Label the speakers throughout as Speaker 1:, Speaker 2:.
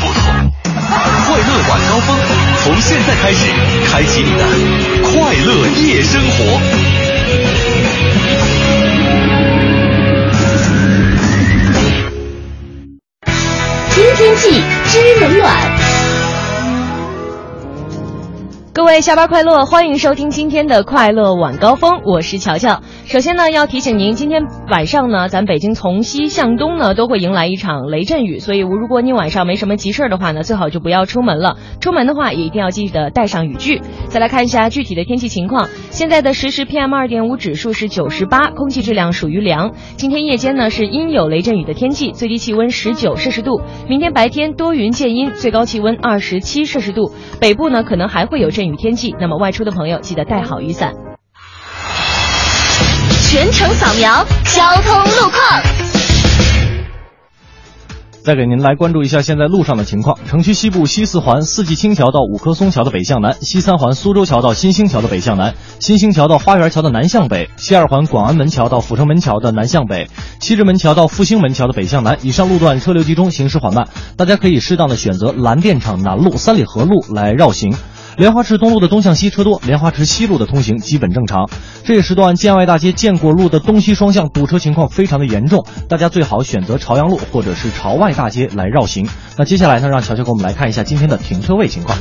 Speaker 1: 不同。快乐晚高峰，从现在开始，开启你的快乐夜生活。
Speaker 2: 听天气知冷暖。
Speaker 3: 各位下班快乐，欢迎收听今天的快乐晚高峰，我是乔乔。首先呢，要提醒您，今天晚上呢，咱北京从西向东呢都会迎来一场雷阵雨，所以如果你晚上没什么急事儿的话呢，最好就不要出门了。出门的话也一定要记得带上雨具。再来看一下具体的天气情况，现在的实时 PM 二点五指数是九十八，空气质量属于良。今天夜间呢是阴有雷阵雨的天气，最低气温十九摄氏度。明天白天多云见阴，最高气温二十七摄氏度。北部呢可能还会有阵雨天气，那么外出的朋友记得带好雨伞。
Speaker 2: 全程扫描交通路况。
Speaker 4: 再给您来关注一下现在路上的情况：城区西部西四环四季青桥到五棵松桥的北向南，西三环苏州桥到新兴桥的北向南，新兴桥到花园桥的南向北，西二环广安门桥到阜成门桥的南向北，西直门桥到复兴门桥的北向南。以上路段车流集中，行驶缓慢，大家可以适当的选择蓝电厂南路、三里河路来绕行。莲花池东路的东向西车多，莲花池西路的通行基本正常。这一时段，建外大街建国路的东西双向堵车情况非常的严重，大家最好选择朝阳路或者是朝外大街来绕行。那接下来呢，让乔乔给我们来看一下今天的停车位情况。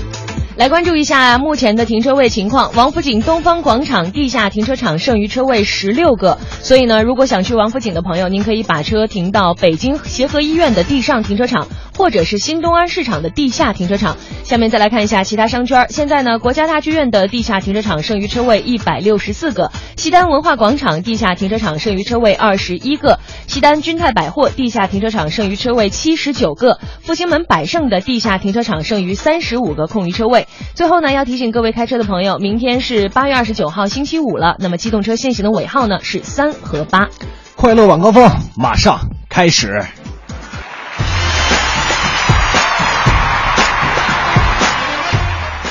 Speaker 3: 来关注一下目前的停车位情况。王府井东方广场地下停车场剩余车位十六个，所以呢，如果想去王府井的朋友，您可以把车停到北京协和医院的地上停车场，或者是新东安市场的地下停车场。下面再来看一下其他商圈。现在呢，国家大剧院的地下停车场剩余车位一百六十四个，西单文化广场地下停车场剩余车位二十一个，西单君泰百货地下停车场剩余车位七十九个，复兴门百盛的地下停车场剩余三十五个空余车位。最后呢，要提醒各位开车的朋友，明天是八月二十九号星期五了，那么机动车限行的尾号呢是三和八。
Speaker 4: 快乐晚高峰马上开始。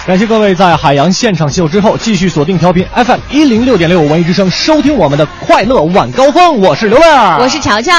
Speaker 4: 感谢各位在海洋现场秀之后，继续锁定调频 FM 一零六点六文艺之声，收听我们的快乐晚高峰。我是刘乐，
Speaker 3: 我是。乔乔，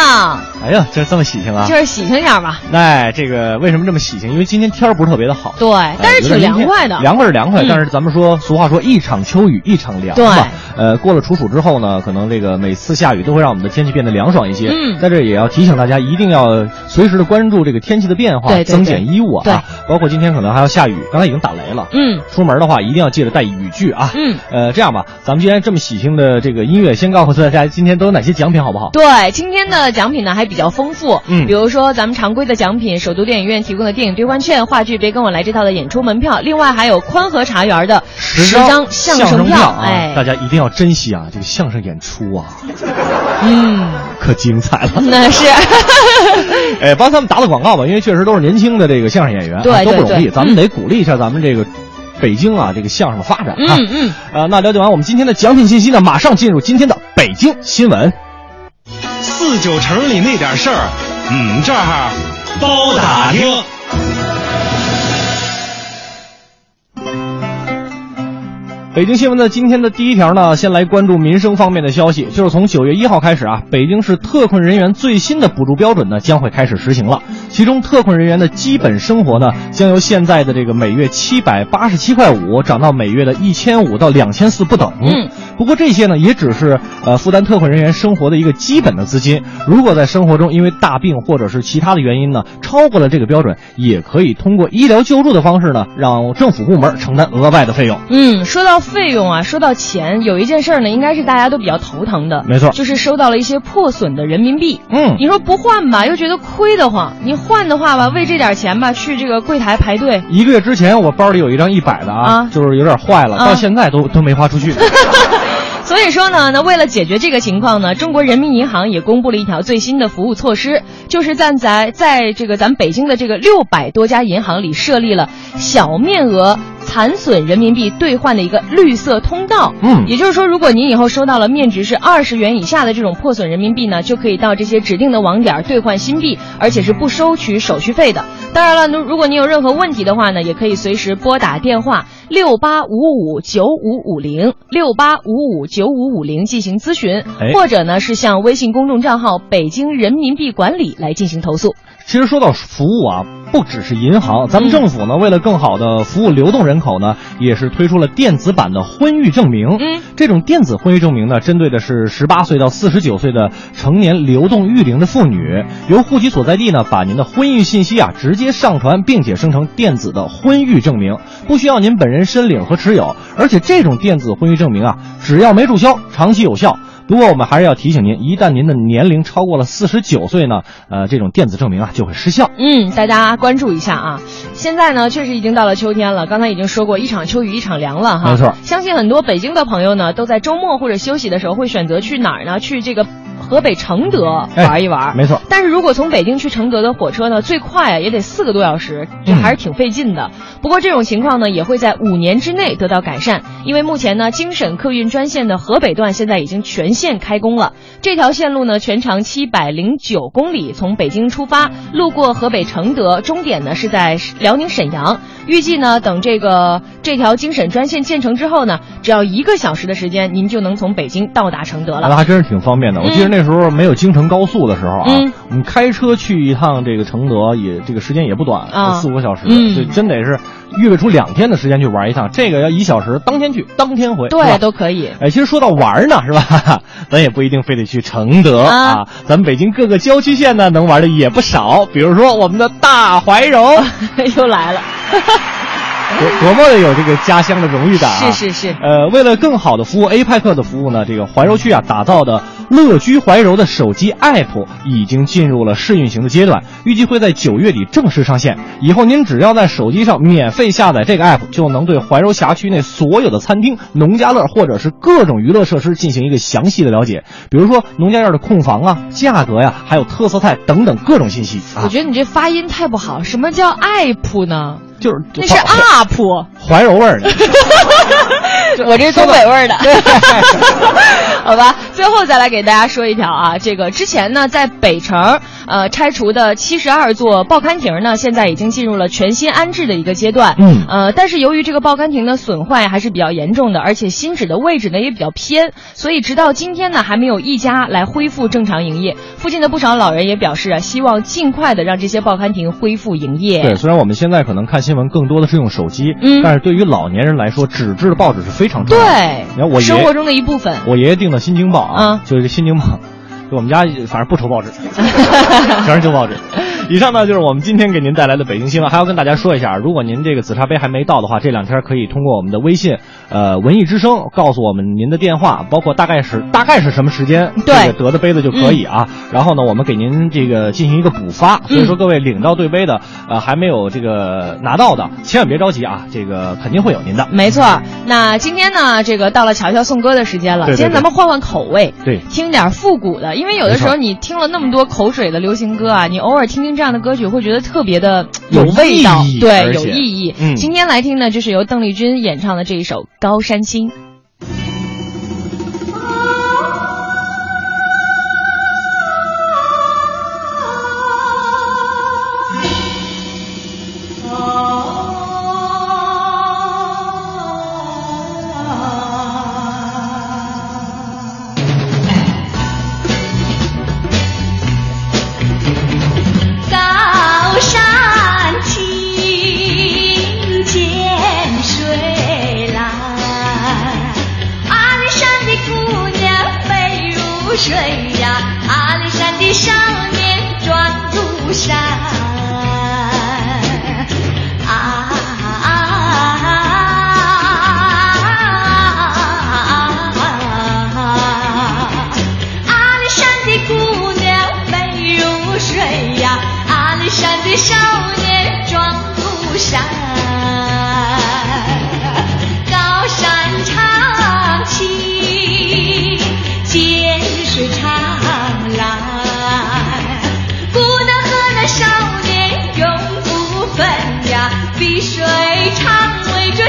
Speaker 4: 哎呀，这这么喜庆啊！
Speaker 3: 就是喜庆点儿嘛。
Speaker 4: 哎，这个为什么这么喜庆？因为今天天儿不是特别的好，
Speaker 3: 对
Speaker 4: 哎
Speaker 3: 但是
Speaker 4: 有点
Speaker 3: 挺凉
Speaker 4: 阴天
Speaker 3: 快的
Speaker 4: 凉快是凉快，
Speaker 3: 嗯
Speaker 4: 但是咱们说俗话说一场秋雨一场凉嘛。
Speaker 3: 对
Speaker 4: 呃，过了处暑之后呢，可能这个每次下雨都会让我们的天气变得凉爽一些。
Speaker 3: 嗯
Speaker 4: 在这也要提醒大家，一定要随时的关注这个天气的变化，
Speaker 3: 对对
Speaker 4: 增减衣物啊。
Speaker 3: 对
Speaker 4: 包括今天可能还要下雨，刚才已经打雷了。
Speaker 3: 嗯
Speaker 4: 出门的话一定要记得带雨具啊。
Speaker 3: 嗯。
Speaker 4: 呃，这样吧，咱们既然这么喜庆的这个音乐，先告诉大家今天都有哪些奖品好不好？
Speaker 3: 对，今天的奖品呢还比较丰富，
Speaker 4: 嗯
Speaker 3: 比如说咱们常规的奖品，首都电影院提供的电影兑换券、话剧《别跟我来这套》的演出门票，另外还有宽和茶园的
Speaker 4: 十
Speaker 3: 张
Speaker 4: 相
Speaker 3: 声
Speaker 4: 票啊，
Speaker 3: 哎，
Speaker 4: 大家一定要珍惜啊！这个相声演出啊，
Speaker 3: 嗯，
Speaker 4: 可精彩了。
Speaker 3: 那是，
Speaker 4: 哎，帮他们打打广告吧，因为确实都是年轻的这个相声演员，
Speaker 3: 对
Speaker 4: 啊都不
Speaker 3: 对
Speaker 4: 容易。
Speaker 3: 对嗯
Speaker 4: 咱们得鼓励一下咱们这个北京啊，这个相声的发展啊。
Speaker 3: 嗯嗯。
Speaker 4: 啊，那了解完我们今天的奖品信息呢，马上进入今天的北京新闻。
Speaker 1: 四九城里那点事儿，嗯，这儿包打听。
Speaker 4: 北京新闻的今天的第一条呢，先来关注民生方面的消息，就是从九月一号开始啊，北京市特困人员最新的补助标准呢将会开始实行了。其中，特困人员的基本生活呢将由现在的这个每月七百八十七块五涨到每月的一千五到两千四不等。
Speaker 3: 嗯，
Speaker 4: 不过这些呢也只是呃负担特困人员生活的一个基本的资金。如果在生活中因为大病或者是其他的原因呢超过了这个标准，也可以通过医疗救助的方式呢让政府部门承担额外的费用。
Speaker 3: 嗯，说到费用啊，说到钱，有一件事儿呢，应该是大家都比较头疼的，
Speaker 4: 没错
Speaker 3: 就是收到了一些破损的人民币。
Speaker 4: 嗯，
Speaker 3: 你说不换吧，又觉得亏得慌；你换的话吧，为这点钱吧，去这个柜台排队，
Speaker 4: 一个月之前，我包里有一张一百的啊，
Speaker 3: 啊
Speaker 4: 就是有点坏了，
Speaker 3: 啊
Speaker 4: 到现在都都没花出 去。
Speaker 3: 所以说呢，那为了解决这个情况呢，中国人民银行也公布了一条最新的服务措施，就是站在在这个咱们北京的这个六百多家银行里设立了小面额残损人民币兑换的一个绿色通道。
Speaker 4: 嗯
Speaker 3: 也就是说，如果您以后收到了面值是二十元以下的这种破损人民币呢，就可以到这些指定的网点儿兑换新币，而且是不收取手续费的。当然了，如如果您有任何问题的话呢，也可以随时拨打电话六八五五九五五零六八五五九五五零进行咨询，
Speaker 4: 哎
Speaker 3: 或者呢是向微信公众账号“北京人民币管理”来进行投诉。
Speaker 4: 其实说到服务啊，不只是银行，咱
Speaker 3: 嗯
Speaker 4: 们政府呢，为了更好的服务流动人口呢，也是推出了电子版的婚育证明。
Speaker 3: 嗯，
Speaker 4: 这种电子婚育证明呢，针对的是十八岁到四十九岁的成年流动育龄的妇女，由户籍所在地呢，把您的婚育信息啊直接上传，并且生成电子的婚育证明，不需要您本人申领和持有。而且这种电子婚育证明啊，只要没注销，长期有效。不过我们还是要提醒您，一旦您的年龄超过了四十九岁呢，呃，这种电子证明啊就会失效。
Speaker 3: 嗯，大家关注一下啊！现在呢，确实已经到了秋天了。刚才已经说过，一场秋雨一场凉了哈。
Speaker 4: 没错
Speaker 3: 相信很多北京的朋友呢，都在周末或者休息的时候会选择去哪儿呢？去这个河北承德
Speaker 4: 哎
Speaker 3: 玩一玩。
Speaker 4: 没错，
Speaker 3: 但是如果从北京去承德的火车呢，最快啊也得四个多小时，这
Speaker 4: 嗯
Speaker 3: 还是挺费劲的。不过这种情况呢，也会在五年之内得到改善，因为目前呢，京沈客运专线的河北段现在已经全线开工了。这条线路呢，全长七百零九公里，从北京出发，路过河北承德，终点呢是在辽宁沈阳。预计呢，等这个这条京沈专线建成之后呢，只要一个小时的时间，您就能从北京到达承德了。
Speaker 4: 那还真是挺方便的。我记得那时候没有京承高速的时候啊，
Speaker 3: 嗯
Speaker 4: 我们开车去一趟这个承德也这个时间也不短，
Speaker 3: 啊
Speaker 4: 四五个小时，
Speaker 3: 嗯
Speaker 4: 就真得是预备出两天的时间去玩一趟。这个要一小时，当天去，当天回，是吧
Speaker 3: 对，都可以。
Speaker 4: 哎，其实说到玩儿呢，是吧？ 咱也不一定非得去承德啊
Speaker 3: 啊
Speaker 4: 咱们北京各个郊区县呢，能玩的也不少。比如说我们的大怀 柔，
Speaker 3: 又来了，
Speaker 4: 多多么的有这个家乡的荣誉感啊！
Speaker 3: 是是是，
Speaker 4: 呃，为了更好的服务 A 派克的服务呢，这个怀柔区啊打造的乐居怀柔的手机 App 已经进入了试运行的阶段，预计会在九月底正式上线。以后您只要在手机上免费下载这个 App，就能对怀柔辖区内所有的餐厅、农家乐或者是各种娱乐设施进行一个详细的了解，比如说农家院的控房啊、价格呀、还有特色菜等等各种信息啊。
Speaker 3: 我觉得你这发音太不好。什么叫 up 呢？
Speaker 4: 就是
Speaker 3: 那是 up，
Speaker 4: 怀柔味儿的。
Speaker 3: 我这是东北味儿的。 好吧，最后再来给大家说一条啊，这个之前呢，在北城呃拆除的七十二座报刊亭呢，现在已经进入了全新安置的一个阶段。
Speaker 4: 嗯
Speaker 3: 呃，但是由于这个报刊亭的损坏还是比较严重的，而且新址的位置呢也比较偏，所以直到今天呢，还没有一家来恢复正常营业。附近的不少老人也表示啊，希望尽快的让这些报刊亭恢复营业。
Speaker 4: 对，虽然我们现在可能看新闻更多的是用手机，
Speaker 3: 嗯
Speaker 4: 但是对于老年人来说，纸质的报纸是非常重要的。
Speaker 3: 对
Speaker 4: 你看我爷
Speaker 3: 生活中的一部分
Speaker 4: 我爷爷订的《新京报》啊
Speaker 3: 啊，
Speaker 4: 就是《新京报》，就我们家反正不愁报 纸，全是旧报纸。以上呢就是我们今天给您带来的北京新闻，还要跟大家说一下，如果您这个紫砂杯还没到的话，这两天可以通过我们的微信，呃，文艺之声告诉我们您的电话，包括大概是大概是什么时间，
Speaker 3: 对嗯
Speaker 4: 这个得的杯子就可以啊。然后呢，我们给您这个进行一个补发，所以说各位领到对杯的，呃，还没有这个拿到的，千万别着急啊，这个肯定会有您的。
Speaker 3: 没错儿，那今天呢，这个到了乔乔送歌的时间了。
Speaker 4: 对对
Speaker 3: 今天
Speaker 4: 对
Speaker 3: 咱们换换口味，
Speaker 4: 对
Speaker 3: 听点复古的，因为有的时
Speaker 4: 没
Speaker 3: 候你听了那么多口水的流行歌啊，你偶尔听听这样的歌曲，会觉得特别的
Speaker 4: 有
Speaker 3: 味道
Speaker 4: 意义，而
Speaker 3: 对，有
Speaker 4: 且
Speaker 3: 意义。
Speaker 4: 嗯
Speaker 3: 今天来听呢，就是由邓丽君演唱的这一首《高山青》。
Speaker 2: 高山青涧水来。啊啊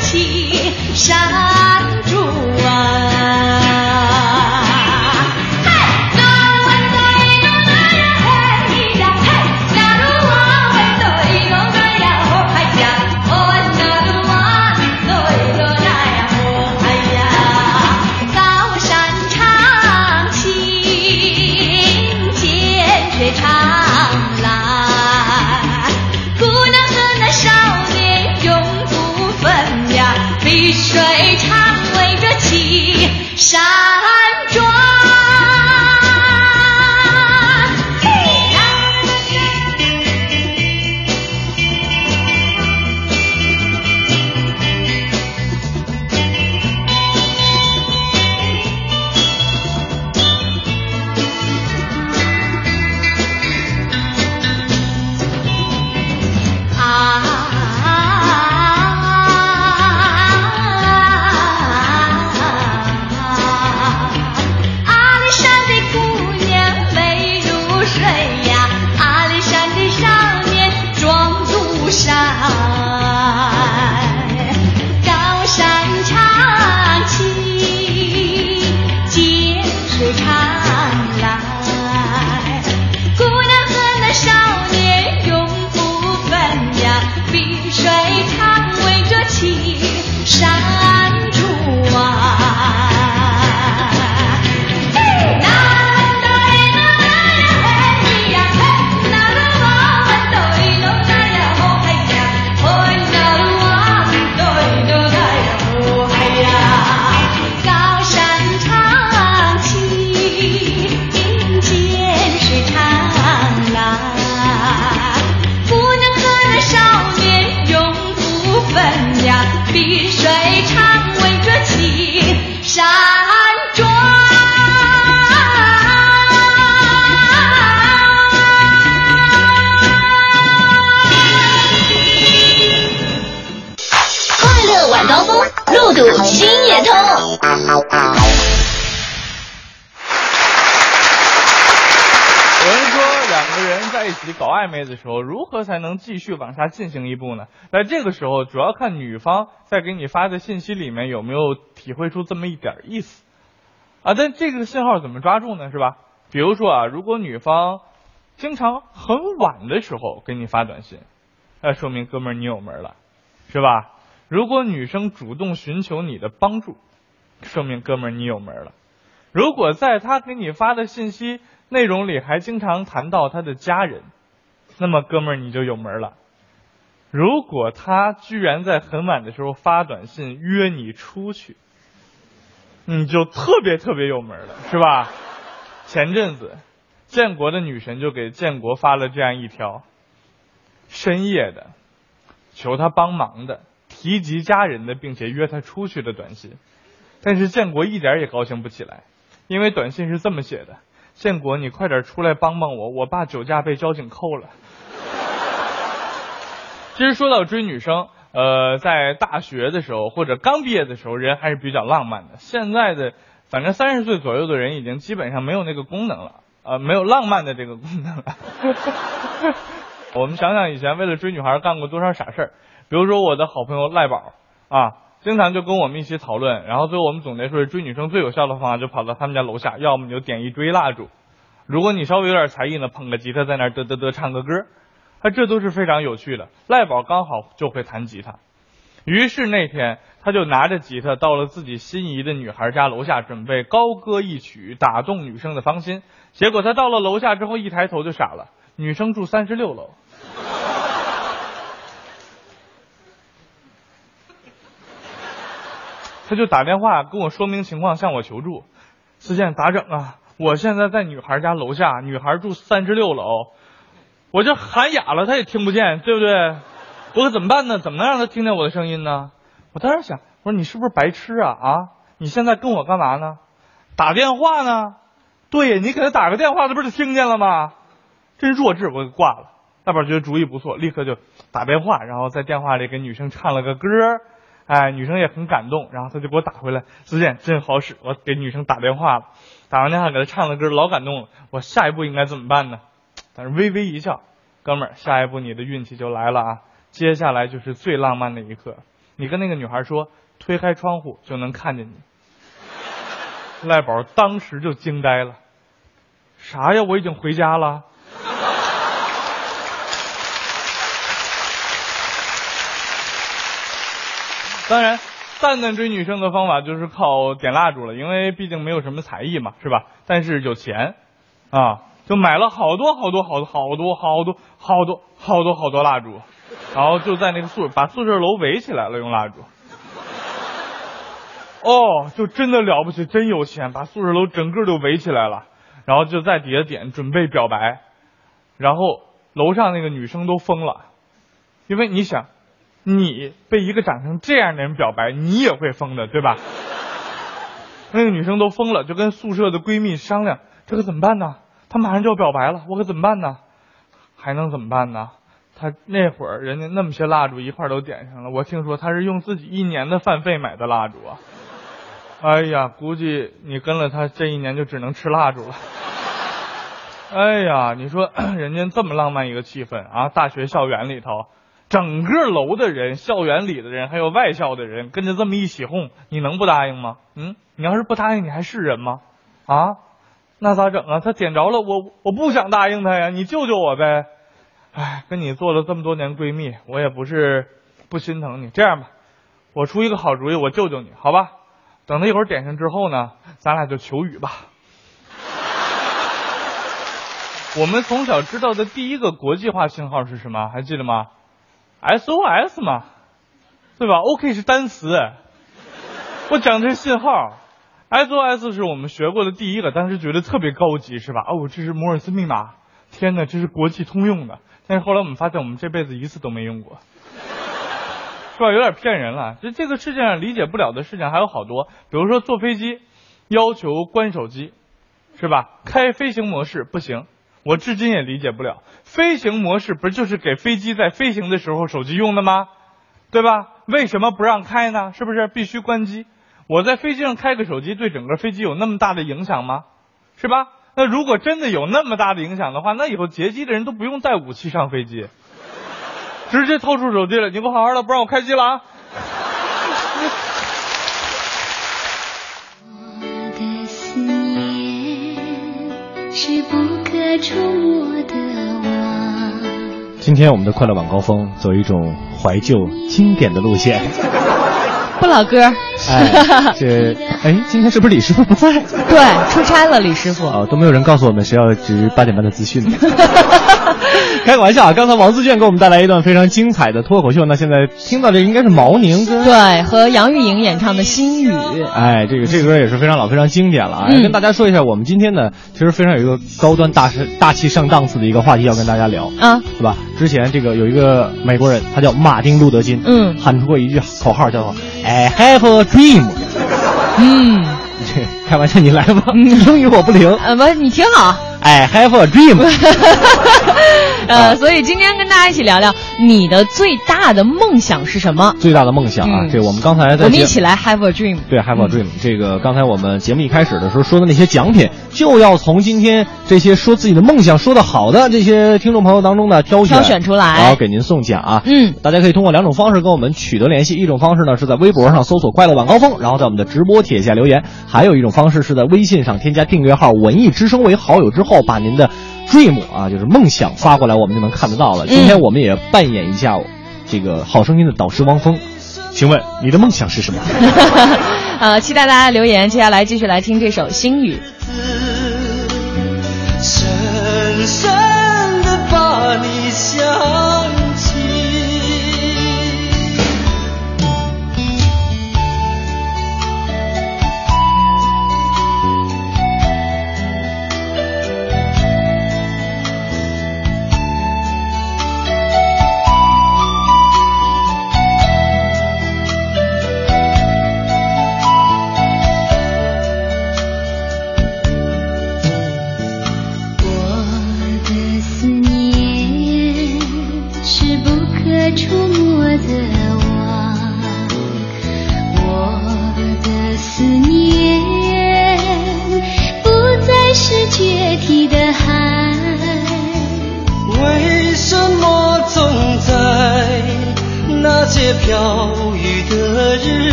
Speaker 5: 的山竹啊。高山长青，涧水长蓝，姑娘和那少年永不分呀，碧水长围着青山转。啊啊！阿里山的姑娘美如水呀，阿里山的少年壮如山。高山长青，涧水长蓝，姑娘和那少年永不分呀，碧水长围着青山竹啊。嘿，那门对那呀嘿呀嘿，那路啊门对路那呀哦嘿呀，嘿那路啊门对路那呀哦嘿呀，高山长青，涧水长蓝，姑娘和那少年永不分呀，碧水长围着青山转。
Speaker 2: 快乐晚高峰，路堵心也通。
Speaker 6: 有人说，两个人在一起搞暧昧的时候，如何才能继续往下进行一步呢？那这个时候主要看女方在给你发的信息里面有没有体会出这么一点意思啊。但这个信号怎么抓住呢？是吧？比如说啊，如果女方经常很晚的时候给你发短信，那说明哥们儿你有门了，是吧？如果女生主动寻求你的帮助，说明哥们儿你有门了。如果在他给你发的信息内容里还经常谈到他的家人，那么哥们儿你就有门了。如果他居然在很晚的时候发短信约你出去，你就特别特别有门了，是吧？前阵子，建国的女神就给建国发了这样一条：深夜的，求他帮忙的，提及家人的，并且约他出去的短信。但是建国一点也高兴不起来，因为短信是这么写的：“建国，你快点出来帮帮我，我爸酒驾被交警扣了。” 其实说到追女生，呃，在大学的时候或者刚毕业的时候，人还是比较浪漫的。现在的，反正三十岁左右的人已经基本上没有那个功能了，呃，没有浪漫的这个功能了。我们想想以前为了追女孩干过多少傻事儿，比如说我的好朋友赖宝啊，经常就跟我们一起讨论，然后最后我们总结出来追女生最有效的方法就跑到他们家楼下，要么你就点一堆蜡烛，如果你稍微有点才艺呢，捧个吉他在那儿嘚嘚嘚唱个歌，啊，这都是非常有趣的。赖宝刚好就会弹吉他，于是那天他就拿着吉他到了自己心仪的女孩家楼下，准备高歌一曲打动女生的芳心。结果他到了楼下之后，一抬头就傻了，女生住三十六楼。他就打电话跟我说明情况，向我求助。思健咋整啊？我现在在女孩家楼下，女孩住三十六楼，我这喊哑了，她也听不见，对不对？我可怎么办呢？怎么能让她听见我的声音呢？我当时想，我说你是不是白痴啊？啊，你现在跟我干嘛呢？打电话呢？对你给她打个电话，她不是听见了吗？真弱智，我给挂了。大宝觉得主意不错，立刻就打电话，然后在电话里给女生唱了个歌儿，哎，女生也很感动，然后他就给我打回来，子健真好使，我给女生打电话了，打完电话给她唱了歌，老感动了，我下一步应该怎么办呢？但是微微一笑，哥们儿，下一步你的运气就来了啊！接下来就是最浪漫的一刻，你跟那个女孩说，推开窗户就能看见你。赖宝当时就惊呆了，啥呀？我已经回家了。当然，蛋蛋追女生的方法就是靠点蜡烛了，因为毕竟没有什么才艺嘛，是吧？但是有钱，啊，就买了好多好多好多好多好多好多好多好多蜡烛，然后就在那个宿把宿舍楼围起来了，用蜡烛。哦，就真的了不起，真有钱，把宿舍楼整个都围起来了，然后就在底下点准备表白，然后楼上那个女生都疯了，因为你想，你被一个长成这样的人表白，你也会疯的，对吧？那个女生都疯了，就跟宿舍的闺蜜商量，这可怎么办呢？她马上就要表白了，我可怎么办呢？还能怎么办呢？她那会儿人家那么些蜡烛一块儿都点上了，我听说她是用自己一年的饭费买的蜡烛啊。哎呀，估计你跟了她这一年就只能吃蜡烛了。哎呀，你说 人家这么浪漫一个气氛啊，大学校园里头，整个楼的人、校园里的人，还有外校的人，跟着这么一起哄，你能不答应吗？嗯，你要是不答应，你还是人吗？啊，那咋整啊？他点着了，我我不想答应他呀，你救救我呗！哎，跟你做了这么多年闺蜜，我也不是不心疼你。这样吧，我出一个好主意，我救救你，好吧？等他一会儿点上之后呢，咱俩就求雨吧。我们从小知道的第一个国际化信号是什么？还记得吗？SOS 嘛，对吧？OK 是单词。我讲这信号，SOS 是我们学过的第一个，当时觉得特别高级，是吧？哦，这是摩尔斯密码，天哪，这是国际通用的。但是后来我们发现，我们这辈子一次都没用过。是吧？有点骗人了。这这个世界上理解不了的事情还有好多，比如说坐飞机，要求关手机，是吧？开飞行模式不行，我至今也理解不了。飞行模式不就是给飞机在飞行的时候手机用的吗？对吧？为什么不让开呢？是不是必须关机？我在飞机上开个手机，对整个飞机有那么大的影响吗？是吧？那如果真的有那么大的影响的话，那以后劫机的人都不用带武器上飞机。直接掏出手机来，你给我好好的，不让我开机了啊！
Speaker 5: 我的思念是不可触摸的网。
Speaker 4: 今天我们的快乐晚高峰走一种怀旧经典的路 线。
Speaker 3: 不老歌，
Speaker 4: 哎，这哎，今天是不是李师傅不在？
Speaker 3: 对，出差了，李师傅。
Speaker 4: 哦，都没有人告诉我们谁要值八点半的资 讯。开个玩笑啊！刚才王自健给我们带来一段非常精彩的脱口秀，那现在听到这应该是毛宁跟
Speaker 3: 对，和杨钰莹演唱的《心语》。
Speaker 4: 哎，这个这个歌也是非常老、非常经典了啊！
Speaker 3: 嗯
Speaker 4: 跟大家说一下，我们今天呢，其实非常有一个高端大是大气上档次的一个话题要跟大家聊，
Speaker 3: 啊，
Speaker 4: 对吧？之前这个有一个美国人，他叫马丁·路德·金，
Speaker 3: 嗯
Speaker 4: 喊出过一句口号叫做 “I have a dream”。
Speaker 3: 嗯，
Speaker 4: 这 开玩笑，你来吧，英语我不灵。
Speaker 3: 呃，不，你挺好。
Speaker 4: I have a dream。 啊
Speaker 3: 呃，所以今天跟大家一起聊聊你的最大的梦想是什么？
Speaker 4: 最大的梦想啊，
Speaker 3: 嗯
Speaker 4: 这我们刚才在
Speaker 3: 我们
Speaker 4: 节
Speaker 3: 一起来 have a dream。
Speaker 4: 对 Have a dream、这个，刚才我们节目一开始的时候说的那些奖品，就要从今天这些说自己的梦想说的好的这些听众朋友当中呢挑选
Speaker 3: 挑选出来
Speaker 4: 然后给您送奖啊。
Speaker 3: 嗯，
Speaker 4: 大家可以通过两种方式跟我们取得联系，一种方式呢是在微博上搜索“快乐晚高峰”，然后在我们的直播帖下留言；还有一种方式是在微信上添加订阅号“文艺之声”为好友之后，把您的 dream 啊，就是梦想发过来，我们就能看得到
Speaker 3: 嗯
Speaker 4: 了。今天我们也扮演一下这个《好声音》的导师汪峰，请问你的梦想是什么？
Speaker 3: 呃，期待大家留言。接下来继续来听这首《心语》。
Speaker 7: 深深的把你想起，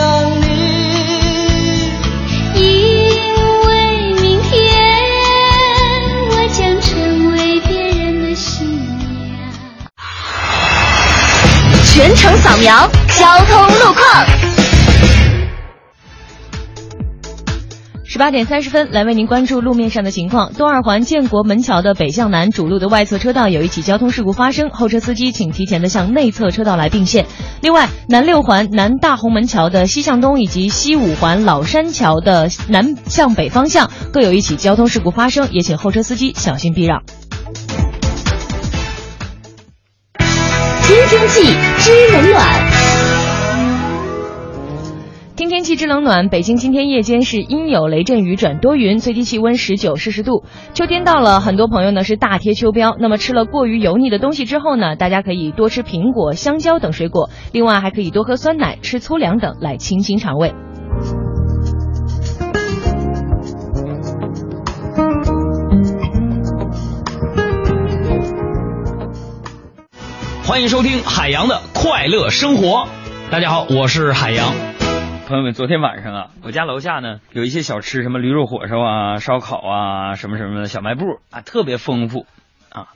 Speaker 8: 聊交通路况。
Speaker 3: 十八点三十分，来为您关注路面上的情况。东二环建国门桥的北向南主路的外侧车道有一起交通事故发生，后车司机请提前的向内侧车道来并线。另外，南六环南大红门桥的西向东以及西五环老山桥的南向北方向各有一起交通事故发生，也请后车司机小心避让。
Speaker 8: 听天气知冷暖，
Speaker 3: 听天气知冷暖，北京今天夜间是阴有雷阵雨转多云，最低气温十九摄氏度。秋天到了，很多朋友呢是大贴秋膘。那么吃了过于油腻的东西之后呢，大家可以多吃苹果、香蕉等水果，另外还可以多喝酸奶、吃粗粮等来清新肠胃。
Speaker 9: 欢迎收听海洋的快乐生活。大家好，我是海洋。
Speaker 2: 朋友们，昨天晚上啊，我家楼下呢有一些小吃，什么驴肉火烧啊、烧烤啊、什么什么的小卖部啊，特别丰富啊。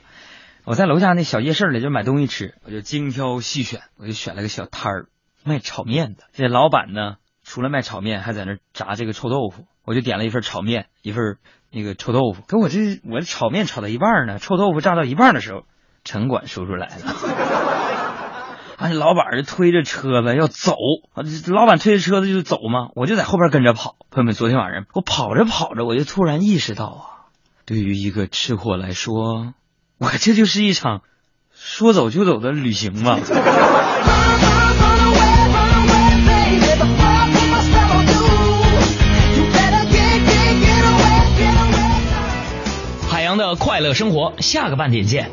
Speaker 2: 我在楼下那小夜市里就买东西吃，我就精挑细选，我就选了个小摊儿卖炒面的。这老板呢，除了卖炒面，还在那儿炸这个臭豆腐。我就点了一份炒面，一份那个臭豆腐。可我这我这炒面炒到一半呢，臭豆腐炸到一半的时候，城管叔叔来了。哎，老板就推着车子要走，啊这老板推着车子就走嘛，我就在后边跟着跑。朋友们，昨天晚上我跑着跑着，我就突然意识到啊，对于一个吃货来说，我这就是一场说走就走的旅行嘛。
Speaker 9: 海洋的快乐生活，下个半点见。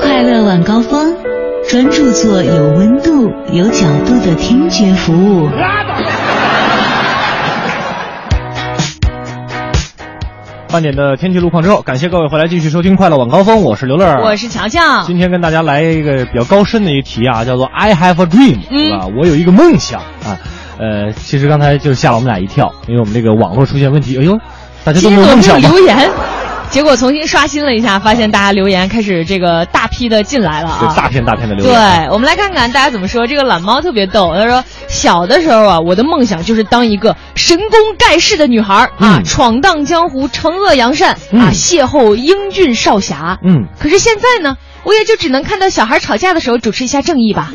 Speaker 1: 快乐晚高峰，专注做有温度、有角度的听觉服 务。
Speaker 4: 半点的天气路况之后，感谢各位回来继续收听《快乐晚高峰》，我是刘乐，
Speaker 3: 我是乔乔，
Speaker 4: 今天跟大家来一个比较高深的一题啊，叫做 “I have a dream”，、对
Speaker 3: 嗯
Speaker 4: 吧？我有一个梦想啊。呃，其实刚才就是吓了我们俩一跳，因为我们这个网络出现问题，哎呦，大家都
Speaker 3: 今
Speaker 4: 没
Speaker 3: 天
Speaker 4: 有
Speaker 3: 我
Speaker 4: 梦
Speaker 3: 没有
Speaker 4: 想吗？
Speaker 3: 留言， 结果重新刷新了一下，发现大家留言开始这个大批的进来了啊，
Speaker 4: 对，大片大片的留
Speaker 3: 对
Speaker 4: 言。，
Speaker 3: 我们来看看大家怎么说。这个懒猫特别逗，他说：“小的时候啊，我的梦想就是当一个神功盖世的女孩儿啊，
Speaker 4: 嗯
Speaker 3: 闯荡江湖，惩恶扬善、啊，
Speaker 4: 嗯
Speaker 3: 邂逅英俊少侠。
Speaker 4: 嗯，
Speaker 3: 可是现在呢，我也就只能看到小孩吵架的时候主持一下正义吧。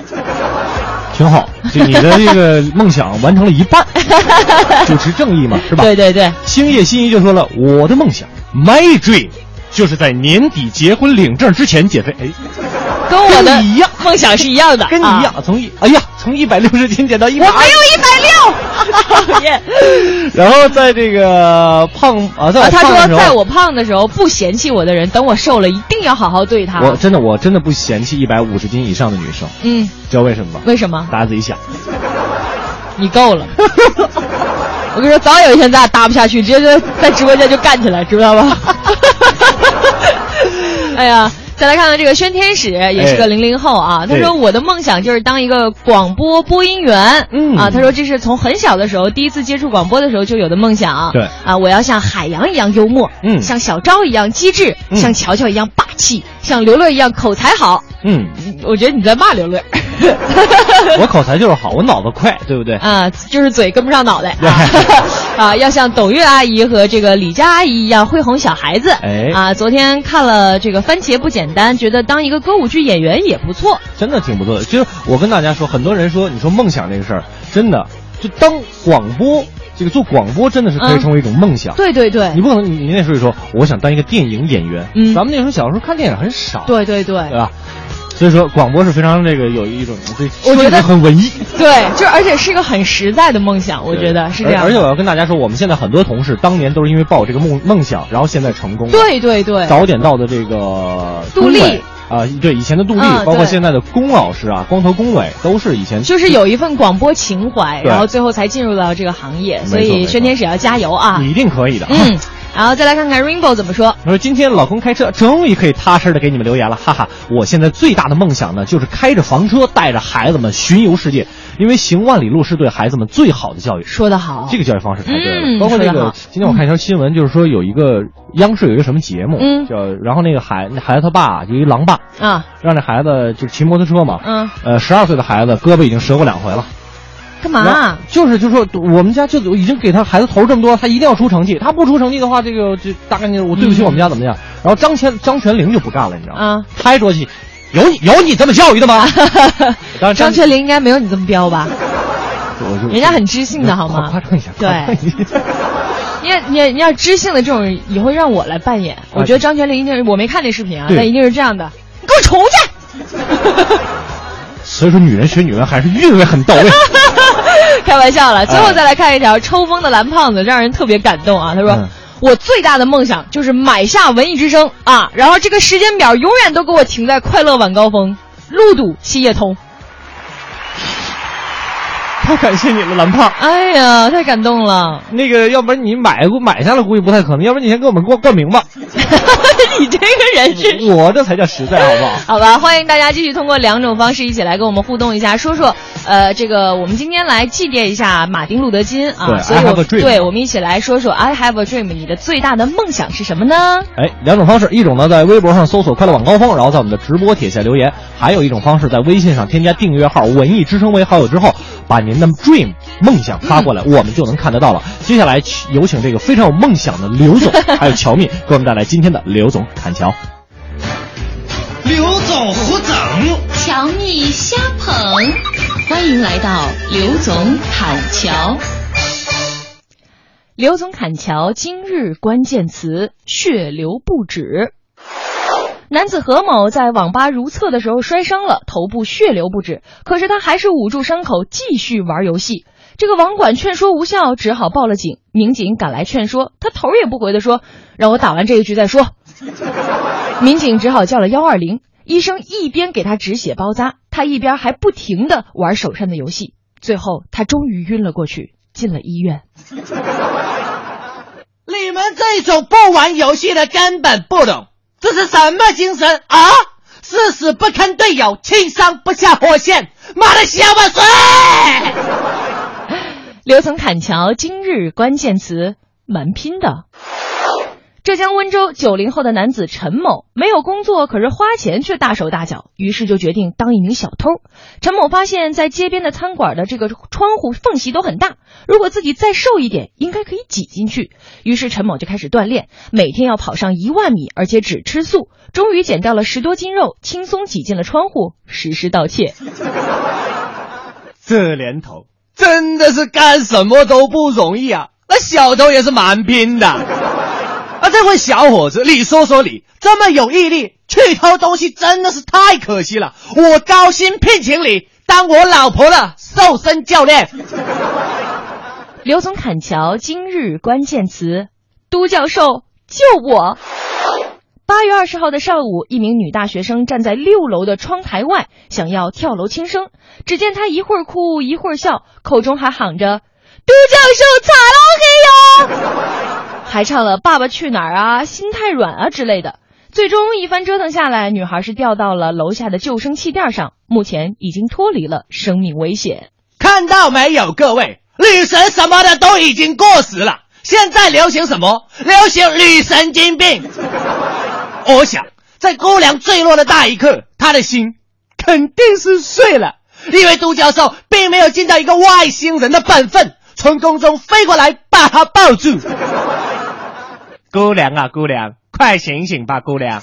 Speaker 4: 挺 好。就你的这个梦想完成了一半， 主持正义嘛，是吧？
Speaker 3: 对对对，
Speaker 4: 星夜心一就说了，我的梦想，my dream，就是在年底结婚领证之前减肥。哎，
Speaker 3: 跟我的
Speaker 4: 跟你一样
Speaker 3: 梦想是一样的，
Speaker 4: 跟你一样，
Speaker 3: 啊
Speaker 4: 从一哎呀，从一百六十斤减到一
Speaker 3: 我
Speaker 4: 百。
Speaker 3: 没有一百六，讨厌。
Speaker 4: 然后在这个胖啊，在
Speaker 3: 啊
Speaker 4: 我
Speaker 3: 他
Speaker 4: 胖的
Speaker 3: 说
Speaker 4: 时候，，
Speaker 3: 在我胖的时候不嫌弃我的人，等我瘦了一定要好好对他。
Speaker 4: 我真的我真的不嫌弃一百五十斤以上的女生，
Speaker 3: 嗯，
Speaker 4: 知道为什么吗？
Speaker 3: 为什么？
Speaker 4: 大家自己想。
Speaker 3: 你 够了。我跟你说，早有一天咱俩搭不下去，直接就在直播间就干起来，知 道吧？哎呀，再来看看这个宣天使，也是个
Speaker 4: 哎
Speaker 3: 零零后啊。他
Speaker 4: 对
Speaker 3: 说：“我的梦想就是当一个广播播音员。”
Speaker 4: 嗯
Speaker 3: 啊，他说这是从很小的时候第一次接触广播的时候就有的梦想。
Speaker 4: 对
Speaker 3: 啊，我要像海洋一样幽默，
Speaker 4: 嗯
Speaker 3: 像小昭一样机智，
Speaker 4: 嗯
Speaker 3: 像乔乔一样霸气，像刘乐一样口才好。
Speaker 4: 嗯，
Speaker 3: 我觉得你在骂刘乐。
Speaker 4: 我口才就是好，我脑子快，对不对？
Speaker 3: 啊，就是嘴跟不上脑袋
Speaker 4: 对
Speaker 3: 啊 啊，要像董月阿姨和这个李佳阿姨一样会哄小孩子。
Speaker 4: 哎
Speaker 3: 啊，昨天看了这个《番茄不简单》，觉得当一个歌舞剧演员也不错。
Speaker 4: 真的挺不错的。其实我跟大家说，很多人说你说梦想这个事儿，真的就当广播这个做广播真的是可以
Speaker 3: 嗯
Speaker 4: 成为一种梦想。
Speaker 3: 对对对
Speaker 4: 你，不可能，你你那时候就说我想当一个电影演员，
Speaker 3: 嗯
Speaker 4: 咱们那时候小时候看电影很少，
Speaker 3: 对对对，
Speaker 4: 对吧？所以说广播是非常这个有一种对，
Speaker 3: 我觉得
Speaker 4: 说一种很文艺。
Speaker 3: 对，就而且是一个很实在的梦想，我觉得是这样
Speaker 4: 而
Speaker 3: 的。
Speaker 4: 而且我要跟大家说，我们现在很多同事当年都是因为抱这个梦梦想，然后现在成功了。
Speaker 3: 对对对，
Speaker 4: 早点到的这个
Speaker 3: 杜丽
Speaker 4: 龚伟啊、对以前的杜丽，
Speaker 3: 嗯
Speaker 4: 包括
Speaker 3: 对
Speaker 4: 现在的龚老师啊，光头龚伟都是以前
Speaker 3: 就是有一份广播情怀，
Speaker 4: 对
Speaker 3: 然后最后才进入到这个行业，
Speaker 4: 错
Speaker 3: 所以
Speaker 4: 没错
Speaker 3: 宣天使要加油啊！
Speaker 4: 你一定可以的。
Speaker 3: 嗯，然后再来看看 Rainbow 怎么说。
Speaker 4: 我说今天老公开车，终于可以踏实的给你们留言了，哈哈！我现在最大的梦想呢，就是开着房车带着孩子们巡游世界，因为行万里路是对孩子们最好的教育。
Speaker 3: 说得好，
Speaker 4: 这个教育方式太对了。
Speaker 3: 嗯
Speaker 4: 包括那
Speaker 3: 说得
Speaker 4: 个
Speaker 3: 好，
Speaker 4: 今天我看一条新闻，就是说有一个央视有一个什么节目，
Speaker 3: 嗯
Speaker 4: 叫然后那个孩那孩子他爸就一狼爸，
Speaker 3: 啊，
Speaker 4: 让那孩子就是骑摩托车嘛，
Speaker 3: 嗯，
Speaker 4: 呃，十二岁的孩子胳膊已经折过两回了。
Speaker 3: 干嘛、
Speaker 4: 然后就是就是说，我们家就已经给他孩子投入这么多，他一定要出成绩。他不出成绩的话，这个就大概就我对不起我们家怎么样。然后张全张泉灵就不干了，你知道吗？
Speaker 3: 嗯啊？
Speaker 4: 拍桌起，有你有你这么教育的 吗？当然
Speaker 3: 张泉灵应该没有你这么彪吧？
Speaker 4: 我就
Speaker 3: 人家很知性的好吗
Speaker 4: 夸张一下，
Speaker 3: 对
Speaker 4: 夸张一下
Speaker 3: 你要你要你要知性的这种，以后让我来扮演。我觉得张泉灵一定是我没看那视频啊，
Speaker 4: 啊对
Speaker 3: 但一定是这样的。你给我重去！
Speaker 4: 所以说，女人学女人还是韵味很到 位。
Speaker 3: 开玩笑了。最
Speaker 4: 啊
Speaker 3: 后再来看一条抽风的蓝胖子，让人特别感动啊。他说。
Speaker 4: 嗯
Speaker 3: 我最大的梦想就是买下《文艺之声》啊，然后这个时间表永远都给我停在快乐晚高峰、路堵、西夜通。
Speaker 4: 太感谢你了，蓝胖。
Speaker 3: 哎呀，太感动了！
Speaker 4: 那个，要不然你买买下来估计不太可能，要不然你先给我们冠冠名吧，
Speaker 3: 你这个人是
Speaker 4: 我这才叫实在，好不好？
Speaker 3: 好吧，欢迎大家继续通过两种方式一起来跟我们互动一下，说说，呃，这个我们今天来祭奠一下马丁路德金啊，
Speaker 4: 对
Speaker 3: 所以
Speaker 4: I have
Speaker 3: 我
Speaker 4: a dream
Speaker 3: 对我们一起来说说 I have a dream，你的最大的梦想是什么呢？
Speaker 4: 哎，两种方式，一种呢在微博上搜索“快乐晚高峰”，然后在我们的直播帖下留言；还有一种方式，在微信上添加订阅号“文艺之声”为好友之后，把您的 dream 梦想发过
Speaker 7: 嗯
Speaker 4: 来，我们就能看得到了。接下来有请这个非常有梦想的刘总，还有乔蜜，给我们带来今天的刘总侃乔。
Speaker 7: 刘总胡整。
Speaker 2: 乔蜜瞎捧，欢迎来到刘总侃乔。
Speaker 3: 刘总砍桥，今日关键词：血流不止。男子何某在网吧如厕的时候摔伤了，头部血流不止，可是他还是捂住伤口继续玩游戏。这个网管劝说无效，只好报了警。民警赶来劝说，他头也不回的说：“让我打完这一局再说。”民警只好叫了幺二零。医生一边给他止血包扎，他一边还不停的玩手上的游戏。最后，他终于晕了过去，进了医院。
Speaker 7: 你们这种不玩游戏的根本不懂这是什么精神啊！誓死不坑队友，轻伤不下火线，妈的小万岁！
Speaker 3: 刘总砍桥，今日关键词蛮拼的。浙江温州九零后的男子陈某没有工作，可是花钱却大手大脚，于是就决定当一名小偷。陈某发现，在街边的餐馆的这个窗户缝隙都很大，如果自己再瘦一点，应该可以挤进去。于是陈某就开始锻炼，每天要跑上一万米，而且只吃素，终于减掉了十多斤肉，轻松挤进了窗户，实施盗窃。
Speaker 4: 这年头，
Speaker 7: 真的是干什么都不容易啊！那小偷也是蛮拼的。啊，这位小伙子，你说说你这么有毅力，去偷东西真的是太可惜了。我高薪聘请你当我老婆的瘦身教练。
Speaker 3: 刘总砍桥，今日关键词：都教授救我！八月二十号的上午，一名女大学生站在六楼的窗台外，想要跳楼轻生。只见她一会儿哭一会儿笑，口中还喊着“都教授查了黑哟”，还唱了《爸爸去哪儿》啊、《心太软》啊之类的。最终一番折腾下来，女孩是掉到了楼下的救生气垫上，目前已经脱离了生命危险。
Speaker 7: 看到没有，哎各位，女神什么的都已经过时了，现在流行什么？流行女神经病。我想，在姑娘坠落的那一刻，她的心肯定是碎了，因为杜教授并没有尽到一个外星人的本分，从空中飞过来把她抱住。姑娘啊，姑娘，快醒醒吧，姑娘！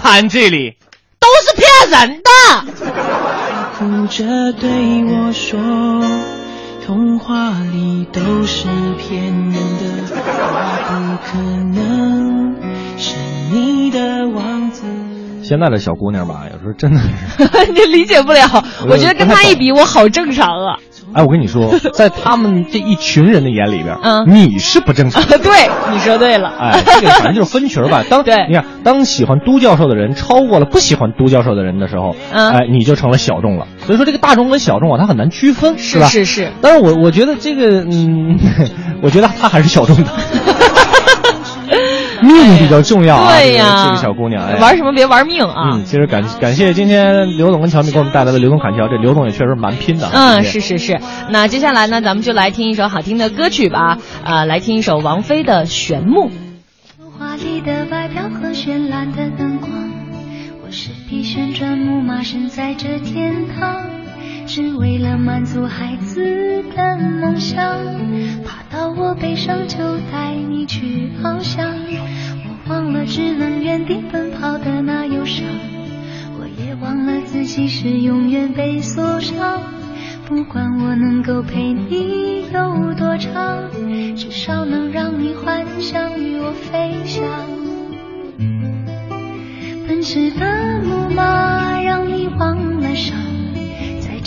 Speaker 7: 韩剧里都是骗人的。
Speaker 5: 哭着对我说，童话里都是骗人的，我不可能是你的王子。
Speaker 4: 现在的小姑娘吧，有时候真的是，
Speaker 3: 你理解不了，我觉得跟他一比，
Speaker 4: 不
Speaker 3: 我好正常啊。
Speaker 4: 哎，我跟你说，在他们这一群人的眼里边，
Speaker 3: 嗯
Speaker 4: 你是不正常的。
Speaker 3: 对，你说对了。
Speaker 4: 哎，这个反正就是分群儿吧。当
Speaker 3: 对
Speaker 4: 你看，当喜欢都教授的人超过了不喜欢都教授的人的时候，
Speaker 3: 嗯
Speaker 4: 哎，你就成了小众了。所以说，这个大众跟小众啊，它很难区分，
Speaker 3: 是
Speaker 4: 吧？
Speaker 3: 是是，
Speaker 4: 但是我我觉得这个，嗯，我觉得他还是小众的。命比较重要啊，
Speaker 3: 对呀、
Speaker 4: 这个这个小姑娘，哎，
Speaker 3: 玩什么别玩命啊！
Speaker 4: 嗯，其实感感谢今天刘总跟乔米给我们带来的刘总砍条，这刘总也确实蛮拼的啊。
Speaker 3: 嗯，
Speaker 4: 谢谢
Speaker 3: 是是是。那接下来呢，咱们就来听一首好听的歌曲吧。啊、来听一首王菲的《玄木》。
Speaker 10: 华丽的外表和绚烂的灯光，我是匹旋转木马，身在这天堂，只为了满足孩子的梦想。爬到我背上就带你去翱翔，我忘了只能原地奔跑的那忧伤，我也忘了自己是永远被锁上。不管我能够陪你有多长，至少能让你幻想与我飞翔。奔驰的木马让你忘了伤，在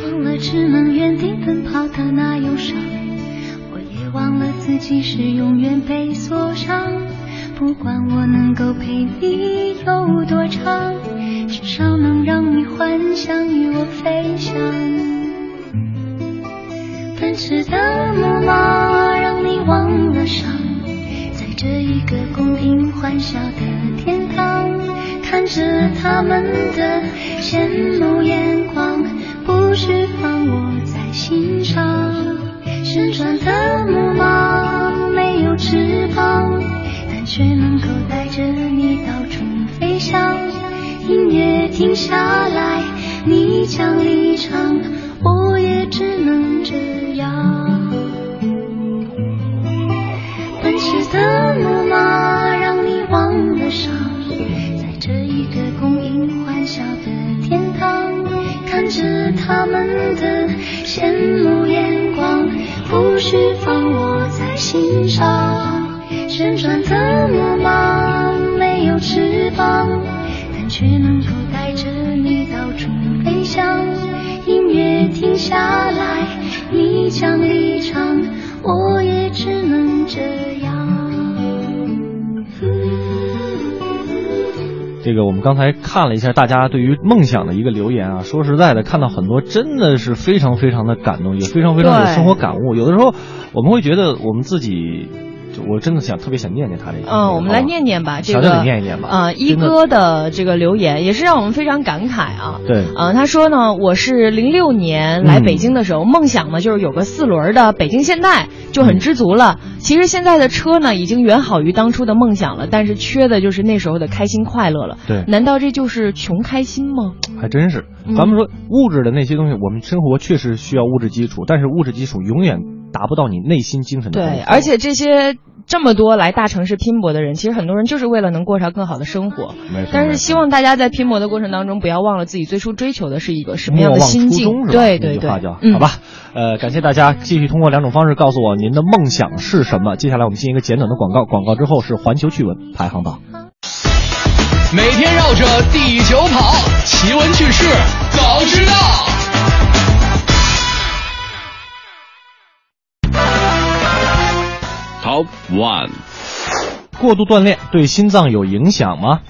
Speaker 10: 忘了只能原地奔跑的那忧伤，我也忘了自己是永远被锁上。不管我能够陪你有多长，至少能让你幻想与我飞翔。奔驰的木马让你忘了伤，在这一个供应欢笑的天堂，看着他们的羡慕眼光，不需放我在心上。旋转的木马没有翅膀，但却能够带着你到处飞翔。音乐停下来，你将离场，我也只能这样。奔驰的木马让你忘了伤，在这一个供应欢笑的天堂，看着他们的羡慕眼光，不需放我在心上。旋转的木马没有翅膀，但却能够带着你到处飞翔。音乐停下来，你将离场，我也只能这样。
Speaker 4: 这个我们刚才看了一下大家对于梦想的一个留言啊，说实在的，看到很多真的是非常非常的感动，也非常非常有
Speaker 3: 对
Speaker 4: 生活感悟。有的时候我们会觉得我们自己，就我真的想特别想念念他这一句。
Speaker 3: 嗯，我们来念念吧，这
Speaker 4: 瞧
Speaker 3: 个
Speaker 4: 瞧你念一念吧。
Speaker 3: 啊、一
Speaker 4: 真的
Speaker 3: 哥的这个留言也是让我们非常感慨啊。
Speaker 4: 对，
Speaker 3: 啊，他说呢，我是零六年来北京的时候，梦想呢就是有个四轮的北京现代，就很知足了。其实现在的车呢，已经远好于当初的梦想了，但是缺的就是那时候的开心快乐了。
Speaker 4: 对
Speaker 3: 难道这就是穷开心吗？
Speaker 4: 还真是。
Speaker 3: 嗯
Speaker 4: 咱们说物质的那些东西，我们生活确实需要物质基础，但是物质基础永远达不到你内心精神的丰
Speaker 3: 对，
Speaker 4: 富
Speaker 3: 而且这些这么多来大城市拼搏的人，其实很多人就是为了能过上更好的生活。
Speaker 4: 没错
Speaker 3: 但
Speaker 4: 没错
Speaker 3: 是希望大家在拼搏的过程当中，不要忘了自己最初追求的是一个什么
Speaker 4: 莫
Speaker 3: 样的
Speaker 4: 忘
Speaker 3: 心
Speaker 4: 初
Speaker 3: 境
Speaker 4: 衷。是吧？
Speaker 3: 对
Speaker 4: 那
Speaker 3: 对
Speaker 4: 句
Speaker 3: 对，
Speaker 4: 话叫
Speaker 3: 嗯
Speaker 4: 好吧。呃，感谢大家继续通过两种方式告诉我您的梦想是什么。接下来我们进一个简短的广告，广告之后是环球趣闻排行榜。
Speaker 11: 每天绕着地球跑，奇闻趣事早知道。
Speaker 4: Top One，过度锻炼对心脏有影响吗？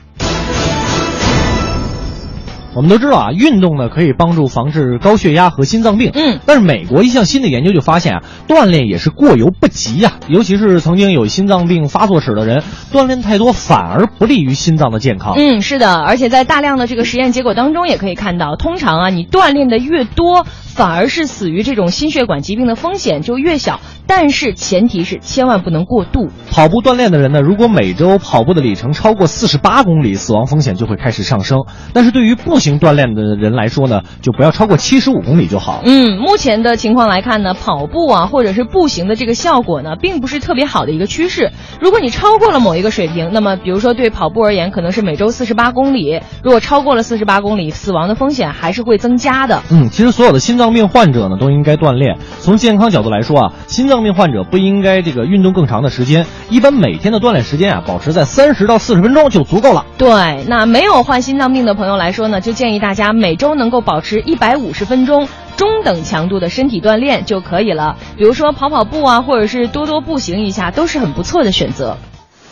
Speaker 4: 我们都知道啊，运动呢可以帮助防治高血压和心脏病。
Speaker 3: 嗯，
Speaker 4: 但是美国一项新的研究就发现啊，锻炼也是过犹不及呀、尤其是曾经有心脏病发作史的人，锻炼太多反而不利于心脏的健康。
Speaker 3: 嗯，是的，而且在大量的这个实验结果当中，也可以看到，通常啊，你锻炼的越多，反而是死于这种心血管疾病的风险就越小。但是前提是千万不能过度。
Speaker 4: 跑步锻炼的人呢，如果每周跑步的里程超过四十八公里，死亡风险就会开始上升。但是对于步行锻炼的人来说呢，就不要超过七十五公里就好。
Speaker 3: 嗯，目前的情况来看呢，跑步啊或者是步行的这个效果呢，并不是特别好的一个趋势。如果你超过了某一个水平，那么比如说对跑步而言，可能是每周四十八公里，如果超过了四十八公里，死亡的风险还是会增加的。
Speaker 4: 嗯，其实所有的心脏病患者呢都应该锻炼。从健康角度来说啊，心脏病患者不应该这个运动更长的时间，一般每天的锻炼时间啊保持在三十到四十分钟就足够了。
Speaker 3: 对，那没有患心脏病的朋友来说呢，就建议大家每周能够保持一百五十分钟中等强度的身体锻炼就可以了。比如说跑跑步啊，或者是多多步行一下，都是很不错的选择。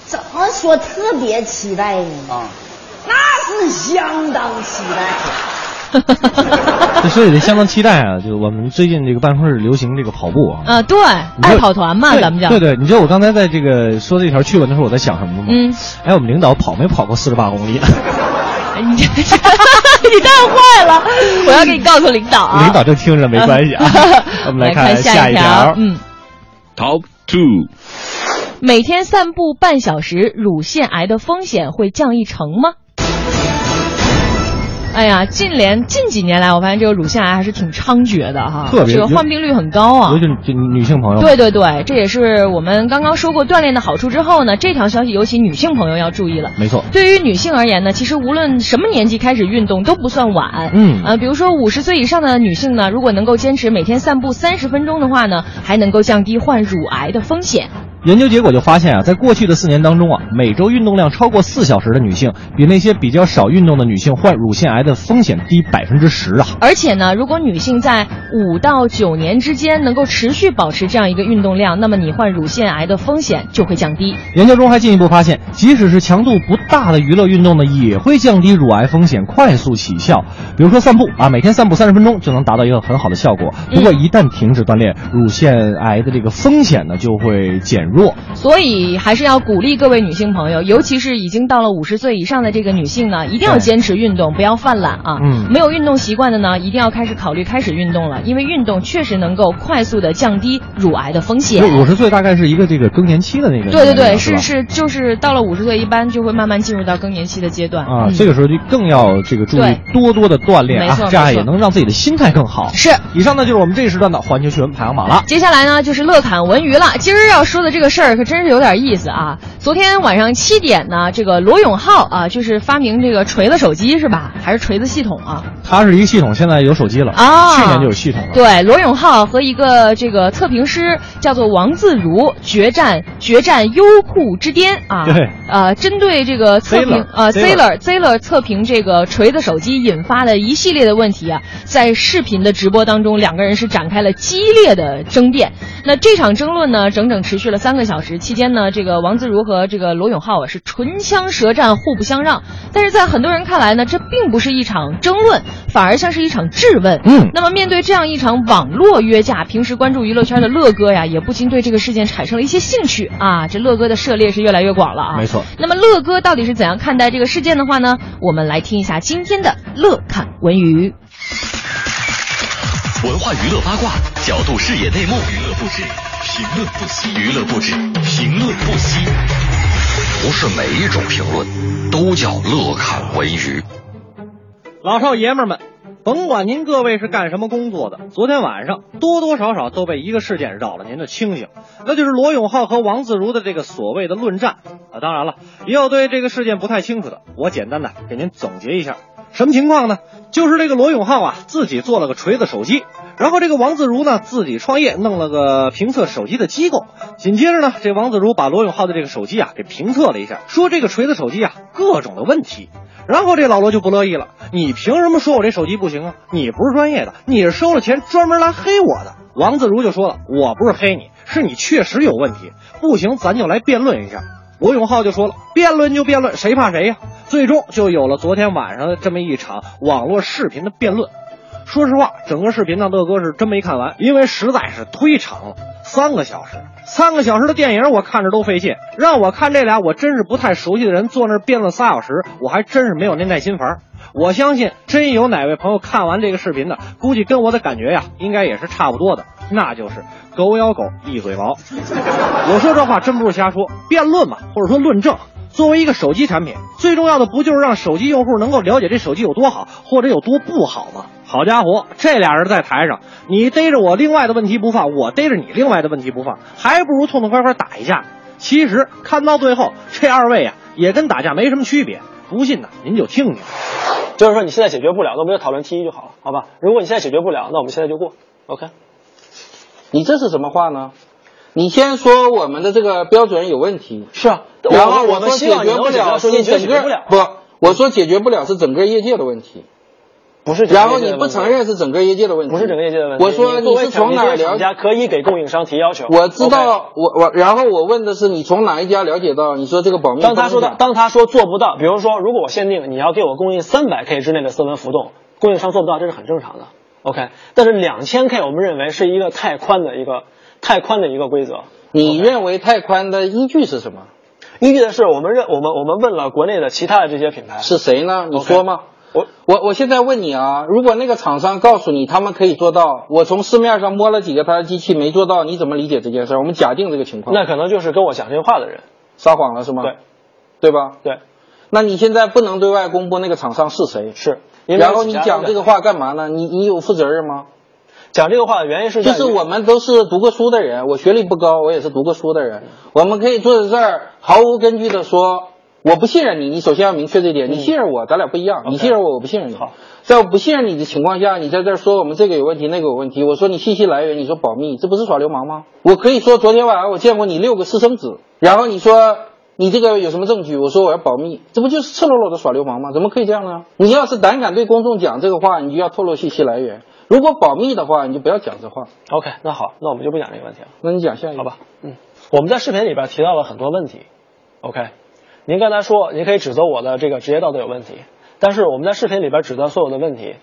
Speaker 12: 怎么说特别期待呢？啊，那是相当期待。
Speaker 4: 所以得相当期待啊！就我们最近这个办公室流行这个跑步啊，
Speaker 3: 啊，对，爱跑团嘛，
Speaker 4: 对
Speaker 3: 咱们叫
Speaker 4: 对对，你知道我刚才在这个说这条趣闻的时候，我在想什么吗？
Speaker 3: 嗯，
Speaker 4: 哎，我们领导跑没跑过四十八公里？
Speaker 3: 你这哎 你太坏了！我要给你告诉领导啊，
Speaker 4: 领导正听着没关系啊我们来
Speaker 3: 来
Speaker 4: 看
Speaker 3: 下
Speaker 4: 下一条
Speaker 3: 条，嗯。
Speaker 13: Top two.
Speaker 3: 每天散步半小时，乳腺癌的风险会降一成吗？哎呀，近年近几年来，我发现这个乳腺癌还是挺猖獗的哈，
Speaker 4: 特别嗯
Speaker 3: 这个患病率很高 啊
Speaker 4: 尤。其是女性朋友，
Speaker 3: 对对对，这也是我们刚刚说过锻炼的好处之后呢，这条消息尤其女性朋友要注意了。
Speaker 4: 没错。
Speaker 3: 对于女性而言呢，其实无论什么年纪开始运动都不算晚。
Speaker 4: 嗯
Speaker 3: 呃，比如说五十岁以上的女性呢，如果能够坚持每天散步三十分钟的话呢，还能够降低患乳癌的风险。
Speaker 4: 研究结果就发现啊，在过去的四年当中啊，每周运动量超过四小时的女性，比那些比较少运动的女性患乳腺癌的风险低百分之十啊。
Speaker 3: 而且呢，如果女性在五到九年之间能够持续保持这样一个运动量，那么你患乳腺癌的风险就会降低。
Speaker 4: 研究中还进一步发现，即使是强度不大的娱乐运动呢，也会降低乳癌风险，快速起效。比如说散步啊，每天散步三十分钟就能达到一个很好的效果。不
Speaker 3: 嗯
Speaker 4: 过一旦停止锻炼，乳腺癌的这个风险呢就会减弱。
Speaker 3: 所以还是要鼓励各位女性朋友，尤其是已经到了五十岁以上的这个女性呢，一定要
Speaker 4: 对
Speaker 3: 坚持运动，不要犯懒啊。
Speaker 4: 嗯
Speaker 3: 没有运动习惯的呢，一定要开始考虑开始运动了，因为运动确实能够快速的降低乳癌的风险。
Speaker 4: 五十岁大概是一个这个更年期的那个
Speaker 3: 对对
Speaker 4: 年龄
Speaker 3: 对，
Speaker 4: 了吧
Speaker 3: 是是，就是到了五十岁，一般就会慢慢进入到更年期的阶段
Speaker 4: 啊，
Speaker 3: 嗯
Speaker 4: 这个时候就更要这个注意
Speaker 3: 对
Speaker 4: 多多的锻炼
Speaker 3: 没
Speaker 4: 啊
Speaker 3: 错，
Speaker 4: 这样
Speaker 3: 没错
Speaker 4: 也能让自己的心态更好。
Speaker 3: 是，
Speaker 4: 以上呢就是我们这一时段的环球趣闻排行榜了。
Speaker 3: 接下来呢，就是乐侃文娱了。今儿要说的这个事儿可真是有点意思啊！昨天晚上七点呢，这个罗永浩啊，就是发明这个锤子手机是吧？还是锤子系统啊？
Speaker 4: 它是一个系统，现在有手机了
Speaker 3: 啊
Speaker 4: 去年就有系统了。
Speaker 3: 对，罗永浩和一个这个测评师叫做王自如决战决战优酷之巅啊。
Speaker 4: 对。
Speaker 3: 呃，针对这个测评
Speaker 4: Zeller，
Speaker 3: 呃
Speaker 4: Zeller
Speaker 3: Zeller Zeller 测评这个锤子手机引发的一系列的问题啊，在视频的直播当中，两个人是展开了激烈的争辩。那这场争论呢，整整持续了三个小时。期间呢，这个王自如和这个罗永浩啊是唇枪舌战，互不相让。但是在很多人看来呢，这并不是一场争论，反而像是一场质问。
Speaker 4: 嗯
Speaker 3: 那么面对这样一场网络约架，平时关注娱乐圈的乐哥呀，也不禁对这个事件产生了一些兴趣啊。这乐哥的涉猎是越来越广了啊。
Speaker 4: 没错
Speaker 3: 那么乐哥到底是怎样看待这个事件的话呢？我们来听一下今天的乐侃文娱。
Speaker 1: 文化娱乐八卦，角度视野内幕，娱乐不止，评论不息，娱乐不止，评论不息。不是每一种评论都叫乐侃文娱。
Speaker 14: 老少爷们儿们，甭管您各位是干什么工作的，昨天晚上多多少少都被一个事件扰了您的清醒，那就是罗永浩和王自如的这个所谓的论战啊。当然了，也有对这个事件不太清楚的，我简单的给您总结一下，什么情况呢？就是这个罗永浩啊自己做了个锤子手机，然后这个王自如呢自己创业弄了个评测手机的机构，紧接着呢这王自如把罗永浩的这个手机啊给评测了一下，说这个锤子手机啊各种的问题。然后这老罗就不乐意了，你凭什么说我这手机不行啊？你不是专业的，你是收了钱专门来黑我的。王自如就说了，我不是黑你，是你确实有问题，不行咱就来辩论一下。罗永浩就说了，辩论就辩论，谁怕谁呀、最终就有了昨天晚上的这么一场网络视频的辩论。说实话，整个视频呢，乐哥是真没看完，因为实在是忒长了，三个小时，三个小时的电影我看着都费劲，让我看这俩我真是不太熟悉的人坐那儿辩论仨小时，我还真是没有那耐心烦儿。我相信，真有哪位朋友看完这个视频的，估计跟我的感觉呀，应该也是差不多的。
Speaker 4: 那就是狗咬狗，一 嘴毛。我说这话真不是瞎说，辩论嘛，或者说论证。作为一个手机产品，最重要的不就是让手机用户能够了解这手机有多好，或者有多不好吗？好家伙，这俩人在台上，你逮着我另外的问题不放，我逮着你另外的问题不放，还不如痛痛快快打一架。其实看到最后，这二位啊也跟打架没什么区别。不信呢，您就听听。
Speaker 15: 就是说你现在解决不了，那我们就讨论 T 一就好了，好吧？如果你现在解决不了，那我们现在就过，OK？
Speaker 16: 你这是什么话呢？你先说我们的这个标准有问题，是啊然后
Speaker 15: 我
Speaker 16: 说
Speaker 15: 们
Speaker 16: 解
Speaker 15: 希望你
Speaker 16: 决
Speaker 15: 能
Speaker 16: 不
Speaker 15: 解
Speaker 16: 了
Speaker 15: 决
Speaker 16: 是
Speaker 15: 说你解
Speaker 16: 整
Speaker 15: 决
Speaker 16: 个
Speaker 15: 不了
Speaker 16: 不，我说解决不了是整个业界的问题，
Speaker 15: 不是整个
Speaker 16: 然
Speaker 15: 业界的
Speaker 16: 后
Speaker 15: 问题
Speaker 16: 你不承认是整个业界的问题，
Speaker 15: 不是整个业界的问题。
Speaker 16: 我说
Speaker 15: 你作为
Speaker 16: 是从哪
Speaker 15: 厂
Speaker 16: 儿
Speaker 15: 你作为
Speaker 16: 了解？
Speaker 15: 厂家可以给供应商提要求。
Speaker 16: 我知
Speaker 15: OK
Speaker 16: 道，我我然后我问的是你从哪一家了解到？你说这个保密
Speaker 15: 当他
Speaker 16: 风
Speaker 15: 说
Speaker 16: 险
Speaker 15: 到，当他说做不到，比如说，如果我限定你要给我供应三百 K 之内的色温浮动，供应商做不到，这是很正常的。OK，但是两千 K 我们认为是一个太宽的一个太宽的一个规则。
Speaker 16: 哦你认为太宽的依据是什么？
Speaker 15: 依据的是我们认我们我们问了国内的其他的这些品牌
Speaker 16: 是谁呢？你说嘛。我我我现在问你啊，如果那个厂商告诉你他们可以做到，我从市面上摸了几个他的机器没做到，你怎么理解这件事儿？我们假定这个情况，
Speaker 15: 那可能就是跟我讲这话的人
Speaker 16: 撒谎了是吗？
Speaker 15: 对，
Speaker 16: 对吧？
Speaker 15: 对。
Speaker 16: 那你现在不能对外公布那个厂商是谁，
Speaker 15: 是因为
Speaker 16: 然后你
Speaker 15: 其他的
Speaker 16: 讲这个话干嘛呢？你你有负责任吗？
Speaker 15: 讲这个话的原因是
Speaker 16: 就
Speaker 15: 在于
Speaker 16: 是我们都是读过书的人，我学历不高，我也是读过书的人，我们可以坐在这儿毫无根据的说，我不信任你，你首先要明确这
Speaker 15: 嗯
Speaker 16: 点，你信任我，咱俩不一样，你信任我，我不信任你。在我不信任你的情况下，你在这儿说我们这个有问题，那个有问题，我说你信息来源，你说保密，这不是耍流氓吗？我可以说昨天晚上我见过你六个私生子，然后你说你这个有什么证据？我说我要保密，这不就是赤裸裸的耍流氓吗？怎么可以这样呢？你要是胆敢对公众讲这个话，你就要透露信息来源。如果保密的话，你就不要讲这话。
Speaker 15: OK，那好，那我们就不讲这个问题了。
Speaker 16: 那你讲下一个
Speaker 15: 好吧？嗯，我们在视频里边提到了很多问题。OK，您刚才说您可以指责我的这个职业道德有问题，但是我们在视频里边指责所有的问题，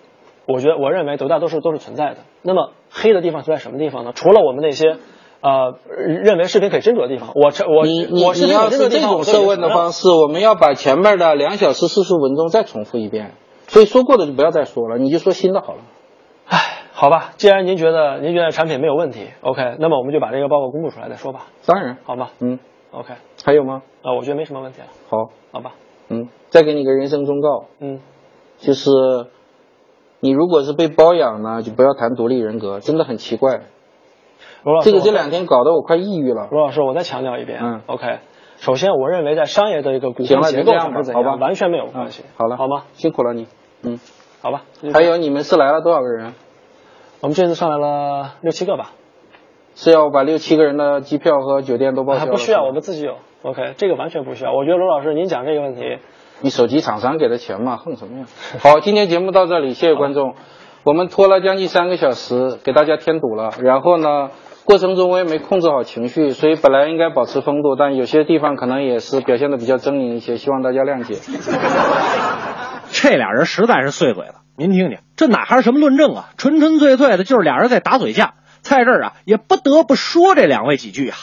Speaker 15: 我觉得我认为绝大多数都是存在的。那么黑的地方是在什么地方呢？除了我们那些。呃，认为视频可以斟酌的地方，我这我
Speaker 16: 你你
Speaker 15: 我视
Speaker 16: 你
Speaker 15: 频可
Speaker 16: 要
Speaker 15: 以斟酌
Speaker 16: 是
Speaker 15: 地
Speaker 16: 这
Speaker 15: 方
Speaker 16: 种设问的方，式，我们要把前面的两小时四十分钟再重复一遍。所以说过的就不要再说了，你就说新的好了。
Speaker 15: 好吧，既然您觉得您觉得产品没有问题，OK，那么我们就把这个报告公布出来再说吧，
Speaker 16: 当然，
Speaker 15: 好吗
Speaker 16: 嗯，
Speaker 15: ？OK，
Speaker 16: 还有吗？
Speaker 15: 啊，我觉得没什么问题了，
Speaker 16: 好，
Speaker 15: 好吧，
Speaker 16: 嗯，再给你个人生忠告，
Speaker 15: 嗯，
Speaker 16: 就是你如果是被包养呢，就不要谈独立人格，真的很奇怪。
Speaker 15: 罗老师，
Speaker 16: 这个这
Speaker 15: 我
Speaker 16: 两天搞得我快抑郁了。
Speaker 15: 罗老师，我再强调一遍，
Speaker 16: 嗯
Speaker 15: ，OK。首先，我认为在商业的一个股
Speaker 16: 行
Speaker 15: 权
Speaker 16: 了，
Speaker 15: 结
Speaker 16: 就
Speaker 15: 构
Speaker 16: 这样
Speaker 15: 上
Speaker 16: 吧
Speaker 15: 是，怎
Speaker 16: 好吧，
Speaker 15: 样，完全没有关系
Speaker 16: 嗯。好了，
Speaker 15: 好吗？
Speaker 16: 辛苦了你，嗯，
Speaker 15: 好吧。
Speaker 16: 还有你们是来了多少个人？
Speaker 15: 我们这次上来了六七个吧，
Speaker 16: 是要把六七个人的机票和酒店都报销
Speaker 15: 还
Speaker 16: 了？
Speaker 15: 啊不需要，
Speaker 16: 是
Speaker 15: 我
Speaker 16: 吗
Speaker 15: 们自己有。OK，这个完全不需要。我觉得罗老师您讲这个问题，
Speaker 16: 你手机厂商给的钱嘛，横什 么呀？好，今天节目到这里，谢谢观众。我们拖了将近三个小时，给大家添堵了。然后呢，过程中我也没控制好情绪，所以本来应该保持风度，但有些地方可能也是表现的比较狰狞一些，希望大家谅解。
Speaker 4: 这俩人实在是碎嘴了。您听听，这哪还是什么论证啊？纯纯粹粹的就是俩人在打嘴架。在这儿啊，也不得不说这两位几句啊。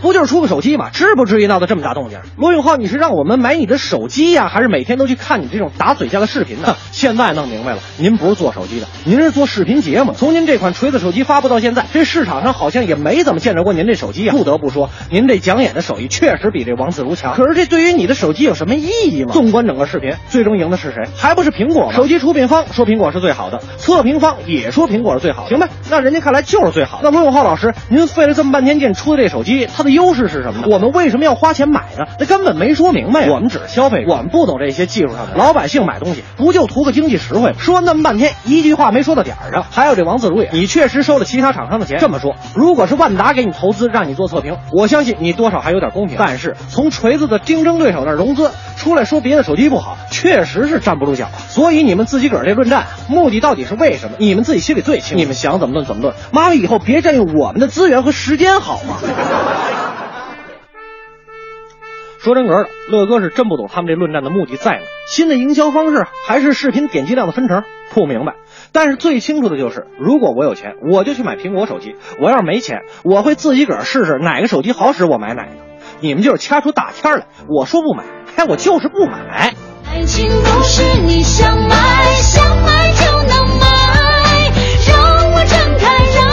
Speaker 4: 不就是出个手机吗？至不至于闹得这么大动静。罗永浩，你是让我们买你的手机呀、还是每天都去看你这种打嘴架的视频呢？现在弄明白了，您不是做手机的，您是做视频节目。从您这款锤子手机发布到现在，这市场上好像也没怎么见着过您这手机啊。不得不说，您这讲演的手艺确实比这王自如强。可是这对于你的手机有什么意义吗？纵观整个视频，最终赢的是谁？还不是苹果吗？手机出品方说苹果是最好的，测评方也说苹果是最好的。行呗，那人家看来就是最好的。那罗永浩老师，您费了这么半天劲出的这手机，它的优势是什么呢？我们为什么要花钱买呢？那根本没说明白呀。我们只是消费者，我们不懂这些技术上的。老百姓买东西不就图个经济实惠吗？说那么半天，一句话没说到点儿上。还有这王自如也，你确实收了其他厂商的钱。这么说，如果是万达给你投资让你做测评，我相信你多少还有点公平。但是从锤子的竞争对手那儿融资出来说别的手机不好，确实是站不住脚。啊所以你们自己个儿这论战，目的到底是为什么？你们自己心里最清楚。你们想怎么论怎么论，妈妈以后别占用我们的资源和时间好吗？说真格的，乐哥是真不懂他们这论战的目的在哪。新的营销方式还是视频点击量的分成，不明白。但是最清楚的就是，如果我有钱，我就去买苹果手机；我要是没钱，我会自己个儿试试哪个手机好使，我买哪个。你们就是掐出大天儿来，我说不买，哎，我就是不买。
Speaker 1: 爱情不是你想买想买就能买，让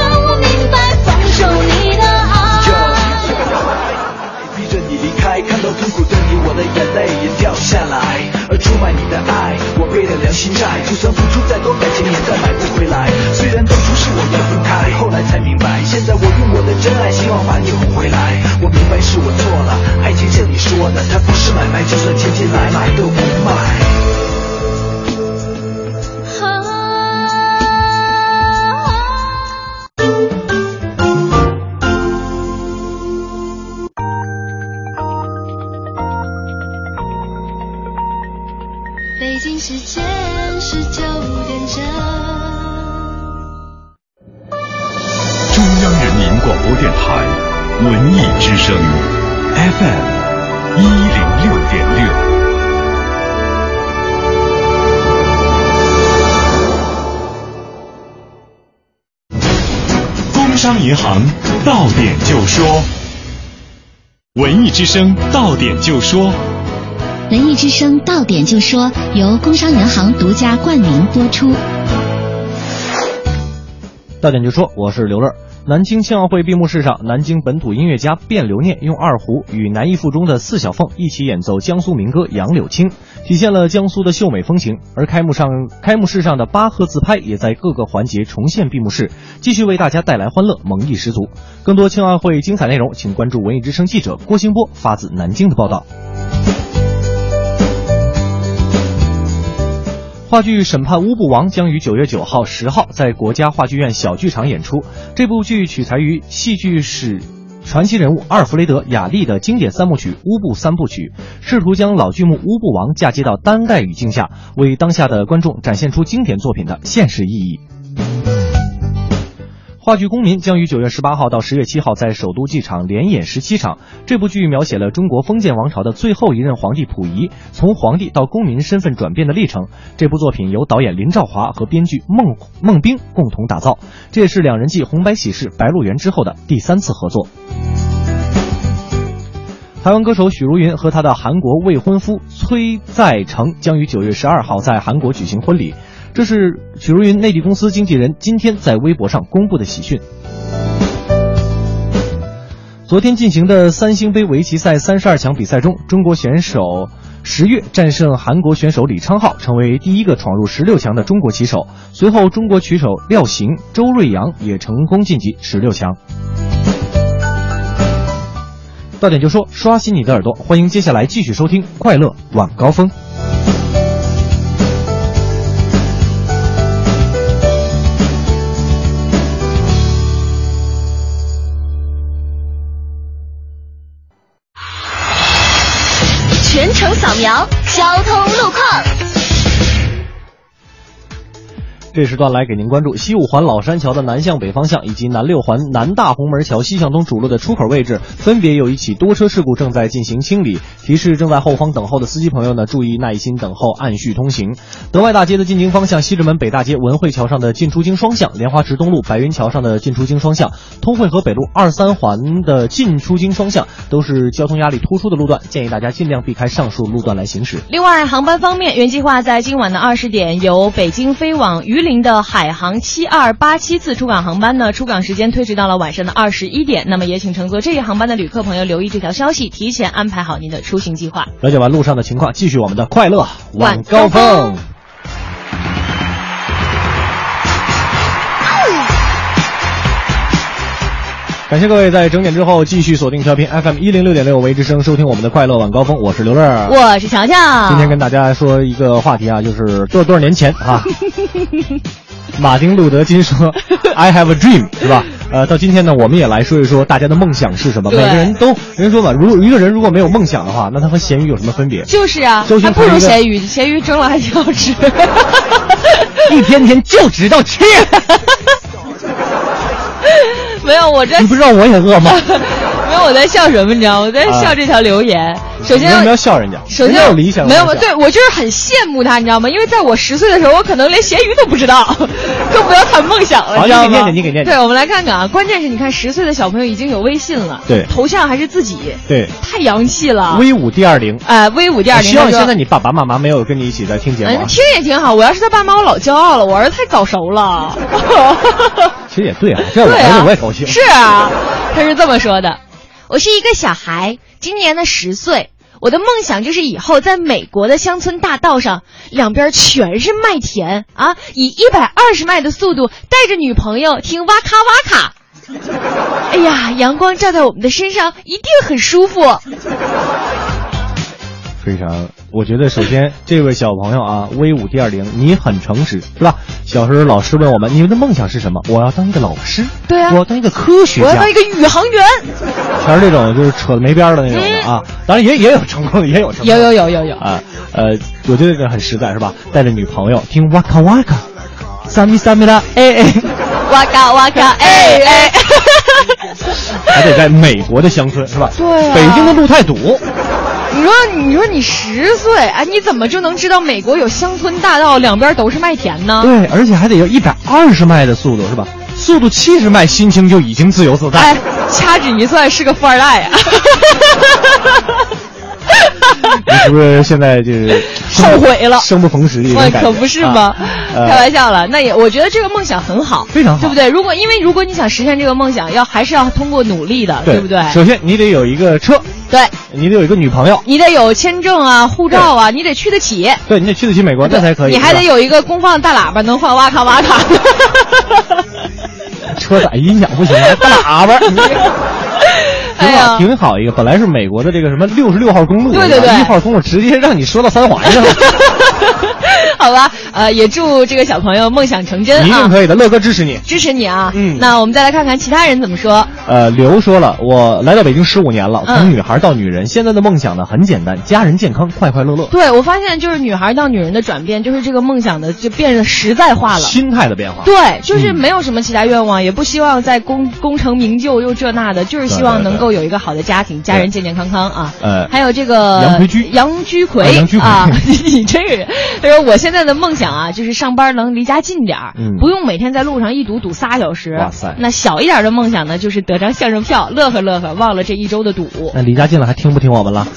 Speaker 17: 就算千金来买都不卖。
Speaker 10: 北京时间十九点整。
Speaker 1: 中央人民广播电台文艺之声，FM 一零六点六。工商银行到点就说，文艺之声到点就说。
Speaker 18: 文艺之声到点就说，由工商银行独家冠名播出。
Speaker 4: 到点就说，我是刘乐。南京青奥会闭幕式上，南京本土音乐家卞留念用二胡与南艺附中的四小凤一起演奏江苏民歌《杨柳青》，体现了江苏的秀美风情。而开幕上开幕式上的巴赫自拍也在各个环节重现闭幕式，继续为大家带来欢乐，萌意十足。更多青奥会精彩内容，请关注文艺之声记者郭兴波发自南京的报道。话剧《审判乌布王》将于九月九号、十号在国家话剧院小剧场演出。这部剧取材于戏剧史传奇人物阿尔弗雷德·雅利的经典三部曲《乌布三部曲》，试图将老剧目《乌布王》嫁接到当代语境下，为当下的观众展现出经典作品的现实意义。话剧《公民》将于九月十八号到十月七号在首都剧场连演十七场。这部剧描写了中国封建王朝的最后一任皇帝溥仪从皇帝到公民身份转变的历程。这部作品由导演林兆华和编剧孟孟冰共同打造，这也是两人继《红白喜事》《白鹿原》之后的第三次合作。台湾歌手许茹芸和她的韩国未婚夫崔在成将于九月十二号在韩国举行婚礼。这是许茹芸内地公司经纪人今天在微博上公布的喜讯。昨天进行的三星杯围棋赛三十二强比赛中，中国选手十月战胜韩国选手李昌镐，成为第一个闯入十六强的中国棋手。随后，中国棋手廖行、周瑞阳也成功晋级十六强。到点就说，刷新你的耳朵，欢迎接下来继续收听《快乐晚高峰》。
Speaker 19: 全程扫描交通路况。
Speaker 4: 这时段来给您关注西五环老山桥的南向北方向，以及南六环南大红门桥西向东主路的出口位置，分别有一起多车事故正在进行清理。提示正在后方等候的司机朋友呢，注意耐心等候，按序通行。德外大街的进京方向，西直门北大街文汇桥上的进出京双向，莲花池东路白云桥上的进出京双向，通惠河北路二三环的进出京双向都是交通压力突出的路段，建议大家尽量避开上述路段来行驶。
Speaker 3: 另外，航班方面，原计划在今晚的二十点由北京飞往榆林的海航七二八七次出港航班呢，出港时间推迟到了晚上的二十一点。那么也请乘坐这一航班的旅客朋友留意这条消息，提前安排好您的出行计划。
Speaker 4: 了解完路上的情况，继续我们的快乐晚
Speaker 3: 晚
Speaker 4: 高
Speaker 3: 高
Speaker 4: 峰
Speaker 3: 峰。
Speaker 20: 啊
Speaker 4: 感谢各位在整点之后继续锁定调频 FM 一零六点六为之声，收听我们的快乐晚高峰，我是刘乐儿。
Speaker 3: 我是乔乔，
Speaker 4: 今天跟大家说一个话题啊，就是多少多少年前啊， 马丁路德金 说 “I have a dream” 是吧？呃，到今天呢，我们也来说一说大家的梦想是什么。每
Speaker 3: 对
Speaker 4: 个人都人家说嘛，如果一个人如果没有梦想的话，那他和咸鱼有什么分别？
Speaker 3: 就是啊
Speaker 4: 周，星
Speaker 3: 还不
Speaker 4: 驰
Speaker 3: 如
Speaker 4: 一个
Speaker 3: 咸鱼，咸鱼蒸了还挺好吃。
Speaker 4: 一天天就知道 吃。
Speaker 3: 没有，我这
Speaker 4: 你不知道我也饿吗？
Speaker 3: 没有我在笑什么，你知道吗？我在笑这条留言。首
Speaker 4: 嗯你为什么要
Speaker 3: 先。
Speaker 4: 笑人家？
Speaker 3: 首
Speaker 4: 人
Speaker 3: 先
Speaker 4: 家有理想，
Speaker 3: 没有
Speaker 4: 我
Speaker 3: 对我就是很羡慕他，你知道吗？因为在我十岁的时候，我可能连咸鱼都不知道， 更不要谈梦想了，
Speaker 4: 好
Speaker 3: 知道吗？
Speaker 4: 你给念念你给念念
Speaker 3: 对，我们来看看啊，关键是你看十岁的小朋友已经有微信了，
Speaker 4: 对啊
Speaker 3: 头像还是自己，
Speaker 4: 对
Speaker 3: 太洋气了。
Speaker 4: ，V 五 D 二零。
Speaker 3: 哎，V 五点
Speaker 4: 我
Speaker 3: 零，
Speaker 4: 希望现在啊你爸爸妈妈没有跟你一起在听节目
Speaker 3: 嗯
Speaker 4: 啊，，
Speaker 3: 听嗯也挺好。我要是他爸妈，我老骄傲了。我儿子太早熟了，
Speaker 4: 其实也对啊，这我
Speaker 3: 对
Speaker 4: 儿
Speaker 3: 啊，
Speaker 4: 子我也高兴。
Speaker 3: 是啊，他是这么说的。我是一个小孩，今年呢十岁。我的梦想就是以后在美国的乡村大道上，两边全是麦田啊，以一百二十迈的速度带着女朋友听 哇咔哇咔。哎呀，阳光照在我们的身上，一定很舒服。
Speaker 4: 非常，我觉得首先这位小朋友啊，V 五 D 二零，你很诚实是吧？小时候老师问我们，你们的梦想是什么？我要当一个老师，
Speaker 3: 对啊，
Speaker 4: 我要当一个科学
Speaker 3: 我
Speaker 4: 家，
Speaker 3: 要当一个宇航员。
Speaker 4: 全是这种就是扯的没边儿的那种的啊。当然也也有成功的，也有成功的
Speaker 3: 嗯有有有有有，
Speaker 4: 啊。呃，我觉得这个很实在是吧？带着女朋友听哇卡哇卡，三米三米啦，哎 哎，
Speaker 3: 哇嘎 哇嘎，哎哎，
Speaker 4: 还得在美国的乡村是吧？
Speaker 3: 对啊
Speaker 4: 北京的路太堵。
Speaker 3: 你说你说你十岁，哎，你怎么就能知道美国有乡村大道两边都是麦田呢？
Speaker 4: 对，而且还得有一百二十迈的速度，是吧？速度七十迈，心情就已经自由自在。
Speaker 3: 哎，掐指一算是个富二代啊呀、
Speaker 4: 你是不是现 在就是
Speaker 3: 后悔了
Speaker 4: 生不逢时的一种
Speaker 3: 那
Speaker 4: 感觉？
Speaker 3: 可不是吗？
Speaker 4: 呃
Speaker 3: 开玩笑了，那也我觉得这个梦想很好，
Speaker 4: 非常好
Speaker 3: 对不对？如果因为如果你想实现这个梦想，要还是要通过努力的，
Speaker 4: 对
Speaker 3: 不对？
Speaker 4: 首先你得有一个车，
Speaker 3: 对，
Speaker 4: 你得有一个女朋友，
Speaker 3: 你得有签证啊、护照啊，你得去得起，
Speaker 4: 对你得去得起美国，这才可以。
Speaker 3: 你还得
Speaker 4: 是吧
Speaker 3: 有一个功放大喇叭，能放哇咔哇咔。
Speaker 4: 车载音响不行，还大喇 叭。你这个
Speaker 3: 哎
Speaker 4: 挺好，
Speaker 3: 呀，
Speaker 4: 挺好一个。本来是美国的这个什么六十六号公路，
Speaker 3: 对对对
Speaker 4: 一号公路直接让你说到三环上 了，
Speaker 3: 好吧，呃，也祝这个小朋友梦想成真
Speaker 4: 你一定
Speaker 3: 啊！
Speaker 4: 可以的。乐哥支持你。
Speaker 3: 支持你啊！
Speaker 4: 嗯
Speaker 3: 那我们再来看看其他人怎么说。
Speaker 4: 呃，刘说了，我来到北京十五年了，从
Speaker 3: 嗯
Speaker 4: 女孩到女人，现在的梦想呢很简单，家人健康，快快乐乐，
Speaker 3: 对我发现，就是女孩到女人的转变，就是这个梦想的就变得实在化了。
Speaker 4: 心态的变化。
Speaker 3: 对，就是没有什么其他愿望，也不希望再功功成名就又这那的，就是希望能够有一个好的家庭，家人健健康康啊。
Speaker 4: 呃
Speaker 3: 还有这个
Speaker 4: 杨培居
Speaker 3: 杨居
Speaker 4: 啊
Speaker 3: 奎
Speaker 4: 杨居奎
Speaker 3: 啊， 你这个人，他说我现在的梦想啊，就是上班能离家近点儿，
Speaker 4: 嗯
Speaker 3: 不用每天在路上一堵堵仨小时。
Speaker 4: 哇塞
Speaker 3: 那小一点的梦想呢，就是得张相声票，乐呵乐呵，忘了这一周的堵。
Speaker 4: 那离家近了还听不听我们了？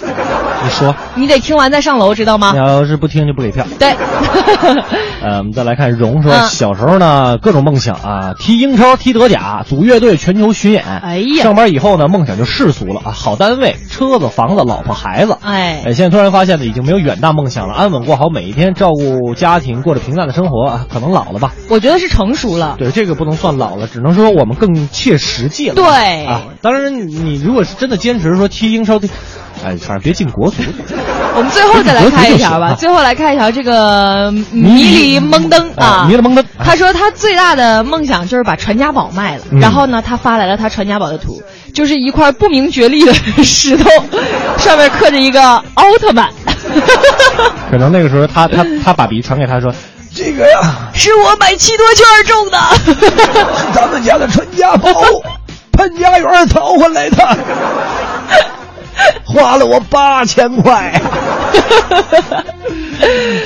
Speaker 4: 你说，
Speaker 3: 你得听完再上楼，知道吗
Speaker 4: 你？要是不听就不给票。
Speaker 3: 对，
Speaker 4: 呃，我们再来看荣说，
Speaker 3: 嗯
Speaker 4: 小时候呢各种梦想啊，踢英超、踢德甲、组乐队、全球巡演。
Speaker 3: 哎呀
Speaker 4: 上班以后呢，梦想就世俗了啊，好单位、车子、房子、老婆、孩子。
Speaker 3: 哎
Speaker 4: 哎，现在突然发现呢，已经没有远大梦想了，安稳过好每一天，照顾家庭，过着平淡的生活啊，可能老了吧。
Speaker 3: 我觉得是成熟了。
Speaker 4: 对，这个不能算老了，只能说我们更切实际了。
Speaker 3: 对
Speaker 4: 啊，当然你如果是真的坚持说踢英超，踢，哎，反正别进国足。
Speaker 3: 我们最后再来看一条吧，
Speaker 4: 这
Speaker 3: 最后来看一条这个迷离蒙登啊，
Speaker 4: 迷离蒙登
Speaker 3: 他说他最大的梦想就是把传家宝卖了，
Speaker 4: 嗯
Speaker 3: 然后呢，他发来了他传家宝的图，就是一块不明觉厉的石头， 上面刻着一个奥特曼，
Speaker 4: 可能那个时候他他他把笔传给他说，
Speaker 3: 这个呀、
Speaker 20: 啊
Speaker 3: 是我买七多圈种的，
Speaker 17: 是咱 们家的传家宝，潘家园淘回来的， 花了我八千块。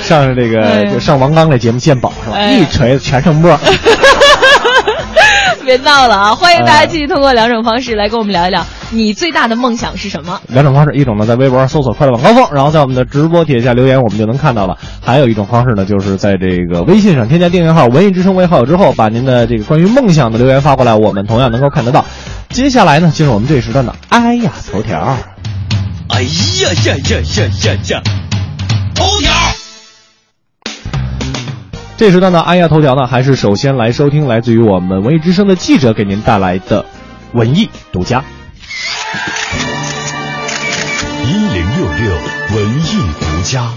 Speaker 4: 上这
Speaker 3: 哎
Speaker 4: 个
Speaker 3: 呀
Speaker 4: 就上王刚那节目鉴宝是吧？
Speaker 3: 哎呀
Speaker 4: 一锤子全胜波。
Speaker 3: 别闹了啊！欢迎大家继续通过两种方式来跟我们聊一聊，你最大的梦想是什么？
Speaker 4: 两种方式，一种呢在微博上搜索“快乐晚高峰”，然后在我们的直播帖下留言，我们就能看到了；还有一种方式呢，就是在这个微信上添加订阅号“文艺之声”为好友之后，把您的这个关于梦想的留言发过来，我们同样能够看得到。接下来呢，进入我们这一时段的“哎呀头条
Speaker 11: 哎呀呀呀呀呀
Speaker 1: 哎
Speaker 11: 呀！头条，”。
Speaker 4: 这时段的“哎呀头条”呢，还是首先来收听来自于我们文艺之声的记者给您带来的文艺独家。
Speaker 20: 一零六六文艺独家。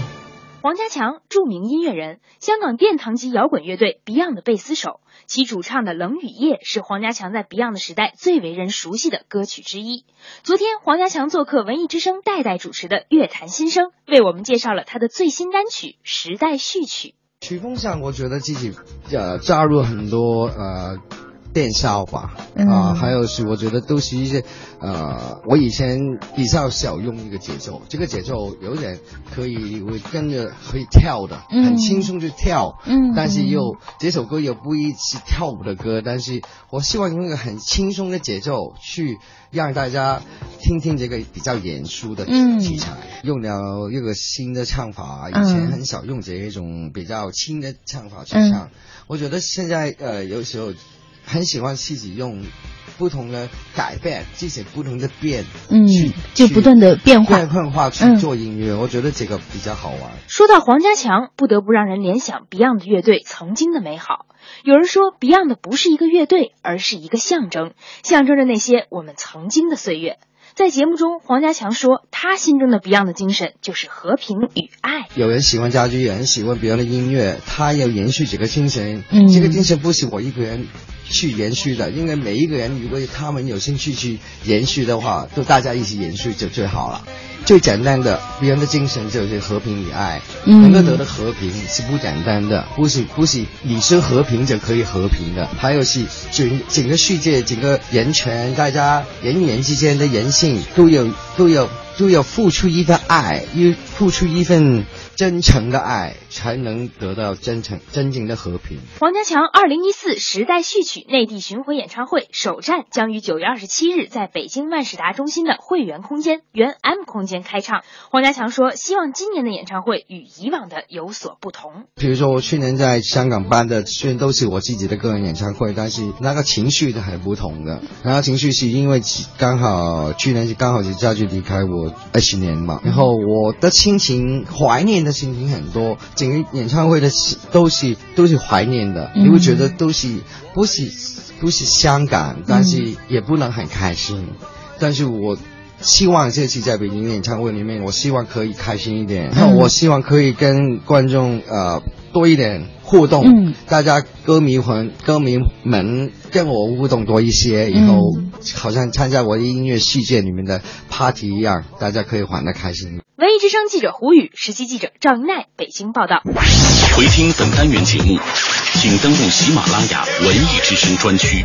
Speaker 21: 黄家强，著名音乐人，香港殿堂级摇滚乐队 Beyond 的贝斯手，其主唱的《冷雨夜》是黄家强在 Beyond 的时代最为人熟悉的歌曲之一。昨天，黄家强做客文艺之声代代主持的《乐坛新生》，为我们介绍了他的最新单曲《时代序曲》。
Speaker 22: 曲风上，我觉得自己呃加入很多呃电效吧，啊、
Speaker 23: 嗯
Speaker 22: 还有是我觉得都是一些呃我以前比较少用一个节奏，这个节奏有点可以我跟着可以跳的，
Speaker 23: 嗯
Speaker 22: 很轻松就跳，
Speaker 23: 嗯
Speaker 22: 但是又这首歌又不一起跳舞的歌，但是我希望用一个很轻松的节奏去让大家听听这个比较严肃的
Speaker 23: 嗯
Speaker 22: 题材，用了一个新的唱法，以
Speaker 23: 嗯
Speaker 22: 前很少用这一种比较轻的唱法去
Speaker 23: 嗯
Speaker 22: 唱。我觉得现在呃，有时候很喜欢自己用不同的改变，这些不同的变，
Speaker 21: 嗯
Speaker 22: 去
Speaker 21: 就不断地变化嗯
Speaker 22: 去变化去做音乐，我觉得这个比较好玩。
Speaker 21: 说到黄家强，不得不让人联想 Beyond 乐队曾经的美好。有人说 Beyond 不是一个乐队，而是一个象征，象征着那些我们曾经的岁月。在节目中，黄家强说，他心中的 Beyond 的精神就是和平与爱。
Speaker 22: 有人喜欢家居，有人喜欢别人的音乐，他要延续这个精神。
Speaker 3: 嗯
Speaker 22: 这个精神不是我一个人去延续的，因为每一个人如果他们有兴趣去延续的话，都大家一起延续就最好了。最简单的，别人的精神就是和平与爱，
Speaker 3: 嗯
Speaker 22: 能够得到和平是不简单的，不是不是你是和平就可以和平的，还有是整整个世界、整个人权，大家人与人之间的人性都有都有都要付出一份爱，要付出一份真诚的爱，才能得到真诚真正的和平。
Speaker 21: 黄家强二零一四时代序曲内地巡回演唱会首站将于九月二十七日在北京万事达中心的会员空间原 M 空间开唱。黄家强说，希望今年的演唱会与以往的有所不同。
Speaker 22: 比如说我去年在香港办的，虽然都是我自己的个人演唱会，但是那个情绪是很不同的。然后情绪是因为刚好去年是刚好是家具离开我二十年嘛，然后我的心情怀念的心情很多，整个演唱会的心都是都是怀念的，
Speaker 3: 嗯
Speaker 22: 你会觉得都是不是不是香港，但是也不能很开心，但是我。希望这次在北京演唱会里面，我希望可以开心一点。
Speaker 3: 嗯
Speaker 22: 那、我希望可以跟观众呃多一点互动，
Speaker 3: 嗯
Speaker 22: 大家歌迷魂、歌迷们跟我互动多一些，以后、
Speaker 3: 嗯
Speaker 22: 好像参加我的音乐世界里面的 party 一样，大家可以玩的开心。
Speaker 21: 文艺之声记者胡宇，实习记者赵英奈，北京报道。
Speaker 6: 回听本单元节目，请登录喜马拉雅文艺之声专区。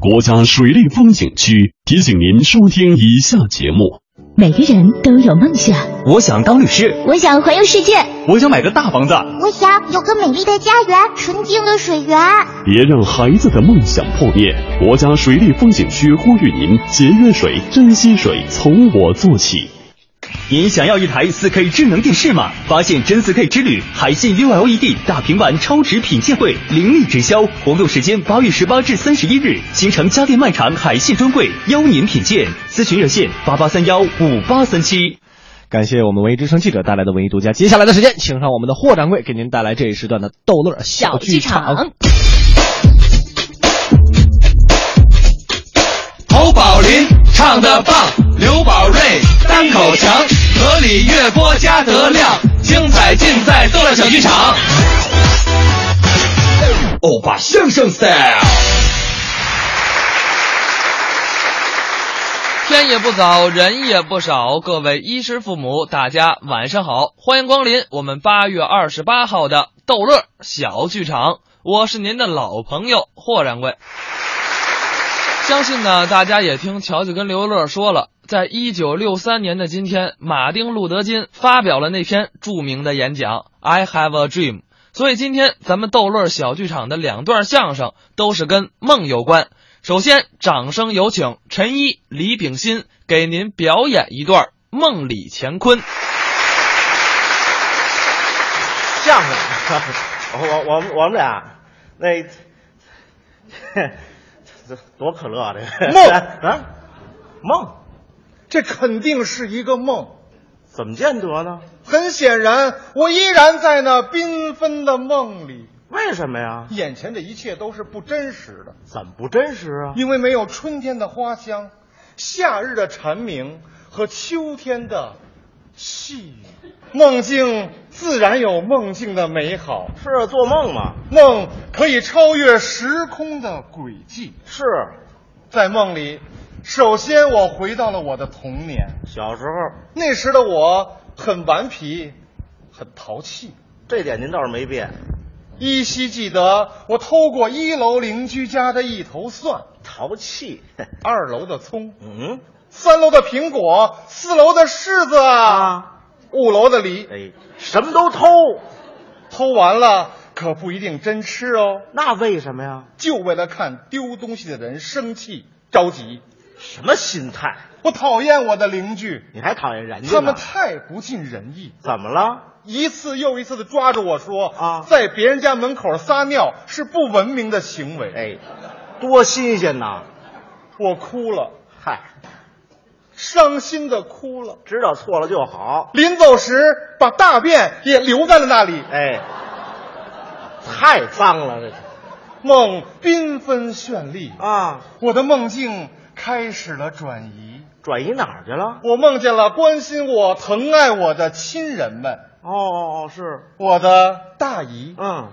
Speaker 20: 国家水利风景区提醒您收听以下节目。
Speaker 18: 每个人都有梦想，
Speaker 1: 我想当律师，
Speaker 23: 我想环游世界，
Speaker 1: 我想买个大房子。
Speaker 23: 我想有个美丽的家园，纯净的水源。
Speaker 20: 别让孩子的梦想破灭。国家水利风景区呼吁您节约水、珍惜水，从我做起。
Speaker 1: 您想要一台 4K 智能电视吗？发现真 4K 之旅，海信 ULED 大屏板超值品鉴会凌厉直销，活动时间八月十八至三十一日，新城家电卖场海信专柜邀您品鉴，咨询热线八八三幺五八三七。
Speaker 4: 感谢我们文艺之声记者带来的文艺独家。接下来的时间，请上我们的霍掌柜给您带来这一时段的逗乐小剧场。
Speaker 11: 侯宝林唱的棒，刘宝瑞单口强，河里月波加德亮，精彩尽在逗乐小剧场。
Speaker 1: 欧巴相声 style。
Speaker 11: 天也不早，人也不少，各位衣食父母，大家晚上好，欢迎光临我们八月二十八号的逗乐小剧场，我是您的老朋友霍掌柜。相信呢，大家也听乔乔跟刘乐说了，在一九六三年的今天，马丁·路德·金发表了那篇著名的演讲《I Have a Dream》。所以今天咱们逗乐小剧场的两段相声都是跟梦有关。首先，掌声有请陈一、李炳新给您表演一段《梦里乾坤》。
Speaker 24: 相声，我我我们我们俩那 多可乐啊！这个
Speaker 25: 梦
Speaker 24: 啊，梦，
Speaker 25: 这肯定是一个梦。
Speaker 24: 怎么见得呢？
Speaker 25: 很显然，我依然在那缤纷的梦里。
Speaker 24: 为什么呀？
Speaker 25: 眼前的一切都是不真实的，
Speaker 24: 怎么不真实啊？
Speaker 25: 因为没有春天的花香、夏日的蝉鸣和秋天的细雨。梦境自然有梦境的美好，
Speaker 24: 是啊做梦嘛。
Speaker 25: 梦可以超越时空的轨迹。
Speaker 24: 是，
Speaker 25: 在梦里，首先我回到了我的童年。
Speaker 24: 小时候
Speaker 25: 那时的我很顽皮，很淘气。
Speaker 24: 这点您倒是没变。
Speaker 25: 依稀记得我偷过一楼邻居家的一头蒜，
Speaker 24: 淘气；
Speaker 25: 二楼的葱，
Speaker 24: 嗯，
Speaker 25: 三楼的苹果，四楼的柿子啊，五楼的梨。
Speaker 24: 哎，什么都偷，
Speaker 25: 偷完了可不一定真吃哦。
Speaker 24: 那为什么呀？
Speaker 25: 就为了看丢东西的人生气着急。
Speaker 24: 什么心态？
Speaker 25: 我讨厌我的邻居，
Speaker 24: 你还讨厌人家呢？
Speaker 25: 他们太不尽人意。
Speaker 24: 怎么了？
Speaker 25: 一次又一次的抓着我说啊，在别人家门口撒尿是不文明的行为。
Speaker 24: 哎，多新鲜呐！
Speaker 25: 我哭了，
Speaker 24: 嗨，
Speaker 25: 伤心的哭了。
Speaker 24: 知道错了就好。
Speaker 25: 临走时把大便也留在了那里。
Speaker 24: 哎，太脏了，这
Speaker 25: 梦缤纷绚丽啊！我的梦境开始了转移。
Speaker 24: 转移哪儿去了？
Speaker 25: 我梦见了关心我、疼爱我的亲人们。
Speaker 24: 哦哦哦，是
Speaker 25: 我的大姨，
Speaker 24: 嗯，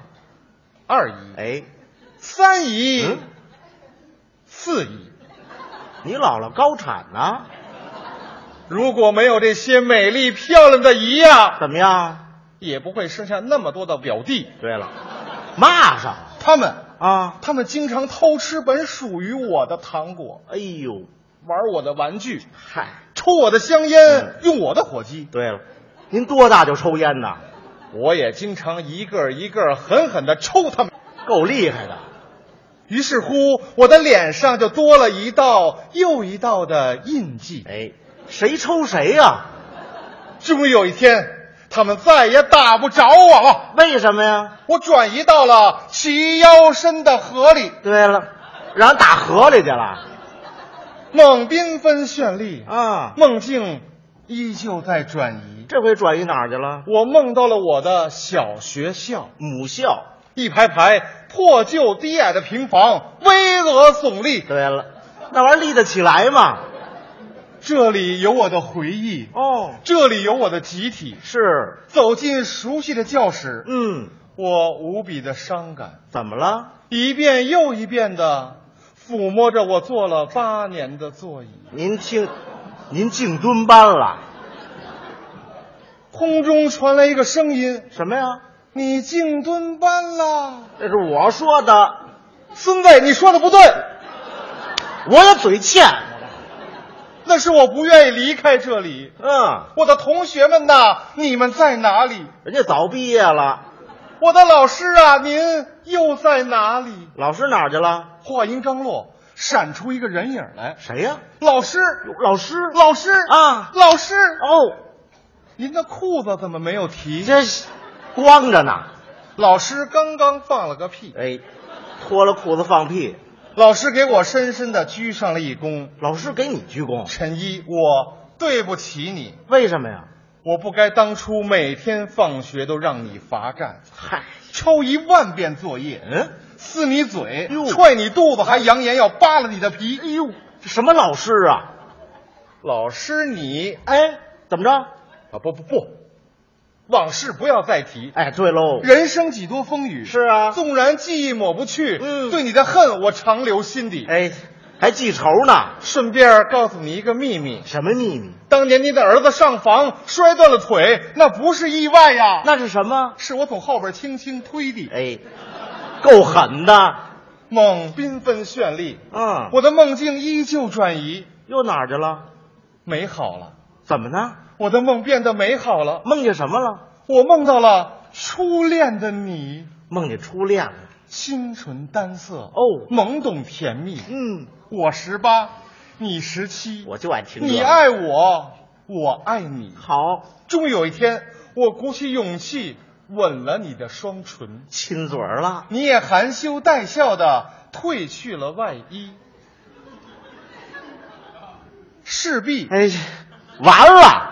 Speaker 25: 二姨，
Speaker 24: 哎，
Speaker 25: 三姨，
Speaker 24: 嗯
Speaker 25: 四姨。
Speaker 24: 你姥姥高产呢、
Speaker 25: 如果没有这些美丽漂亮的姨呀、
Speaker 24: 怎么样？
Speaker 25: 也不会生下那么多的表弟。
Speaker 24: 对了，骂上了
Speaker 25: 他们，
Speaker 24: 啊！
Speaker 25: 他们经常偷吃本属于我的糖果，
Speaker 24: 哎呦，
Speaker 25: 玩我的玩具，
Speaker 24: 嗨，嗯
Speaker 25: 抽我的香烟，用我的火机。
Speaker 24: 对了，您多大就抽烟呐？
Speaker 25: 我也经常一个一个狠狠地抽他们。
Speaker 24: 够厉害的，
Speaker 25: 于是乎，我的脸上就多了一道又一道的印记。
Speaker 24: 哎，谁抽谁啊呀、
Speaker 25: 终于有一天，他们再也打不着我了。
Speaker 24: 为什么呀？
Speaker 25: 我转移到了齐腰深的河里，
Speaker 24: 对了，让人打河里去了
Speaker 25: 梦缤纷绚丽，
Speaker 24: 啊！
Speaker 25: 梦境依旧在转移。
Speaker 24: 这回转移哪儿去了？
Speaker 25: 我梦到了我的小学校，
Speaker 24: 母校。
Speaker 25: 一排排破旧低矮的平房，巍峨耸立。
Speaker 24: 对了，那玩意儿立得起来吗？
Speaker 25: 这里有我的回忆，
Speaker 24: 哦，
Speaker 25: 这里有我的集体。
Speaker 24: 是，
Speaker 25: 走进熟悉的教室，
Speaker 24: 嗯，
Speaker 25: 我无比的伤感，
Speaker 24: 怎么了？
Speaker 25: 一遍又一遍的抚摸着我坐了八年的座椅。
Speaker 24: 您听，您进蹲班了？
Speaker 25: 空中传来一个声音
Speaker 24: 什么呀？：“
Speaker 25: 你进蹲班啦
Speaker 24: 这是我说的，！”
Speaker 25: 孙子，你说的不对，
Speaker 24: 我有嘴欠。
Speaker 25: 那是我不愿意离开这里。
Speaker 24: 嗯，
Speaker 25: 我的同学们呐，你们在哪里？
Speaker 24: 人家早毕业了，
Speaker 25: 我的老师啊，您又在哪里？
Speaker 24: 老师哪儿去了？
Speaker 25: 话音刚落，闪出一个人影来。
Speaker 24: 谁呀、
Speaker 25: 老师，
Speaker 24: 老师
Speaker 25: 老师
Speaker 24: 啊
Speaker 25: 老师，
Speaker 24: 哦，
Speaker 25: 您的裤子怎么没有提？
Speaker 24: 这是光着呢。
Speaker 25: 老师刚刚放了个屁，
Speaker 24: 哎，脱了裤子放屁，
Speaker 25: 老师给我深深的鞠上了一躬。
Speaker 24: 老师给你鞠躬，
Speaker 25: 陈一，我对不起你，
Speaker 24: 为什么呀？
Speaker 25: 我不该当初每天放学都让你罚站，
Speaker 24: 嗨，
Speaker 25: 抄一万遍作业，
Speaker 24: 嗯，
Speaker 25: 撕你嘴
Speaker 24: 哟，
Speaker 25: 踹你肚子，还扬言要扒拉你的皮。哎呦，
Speaker 24: 这什么老师啊？
Speaker 25: 老师你
Speaker 24: 哎，怎么着？
Speaker 25: 啊不不不，往事不要再提。
Speaker 24: 哎，对喽，
Speaker 25: 人生几多风雨，
Speaker 24: 是啊
Speaker 25: 纵然记忆抹不去，
Speaker 24: 嗯
Speaker 25: 对你的恨我常留心底。
Speaker 24: 哎，还记仇呢？
Speaker 25: 顺便告诉你一个秘密，
Speaker 24: 什么秘密？
Speaker 25: 当年你的儿子上房摔断了腿，那不是意外呀，
Speaker 24: 那是什么？
Speaker 25: 是我从后边轻轻推的。
Speaker 24: 哎，够狠的。
Speaker 25: 梦缤纷绚丽，
Speaker 24: 嗯，
Speaker 25: 我的梦境依旧转移，
Speaker 24: 又哪儿去了？
Speaker 25: 美好了，
Speaker 24: 怎么呢？
Speaker 25: 我的梦变得美好了，
Speaker 24: 梦见什么了？
Speaker 25: 我梦到了初恋的你，
Speaker 24: 梦见初恋了。
Speaker 25: 清纯单色，哦
Speaker 24: 哦
Speaker 25: 懵懂甜蜜，
Speaker 24: 嗯，
Speaker 25: 我十八，你十七，
Speaker 24: 我就爱听这个
Speaker 25: 你爱我，我爱你。
Speaker 24: 好
Speaker 25: 终于有一天，我鼓起勇气吻了你的双唇，
Speaker 24: 亲嘴儿了。
Speaker 25: 你也含羞带笑的褪去了外衣。势必，
Speaker 24: 哎，完了，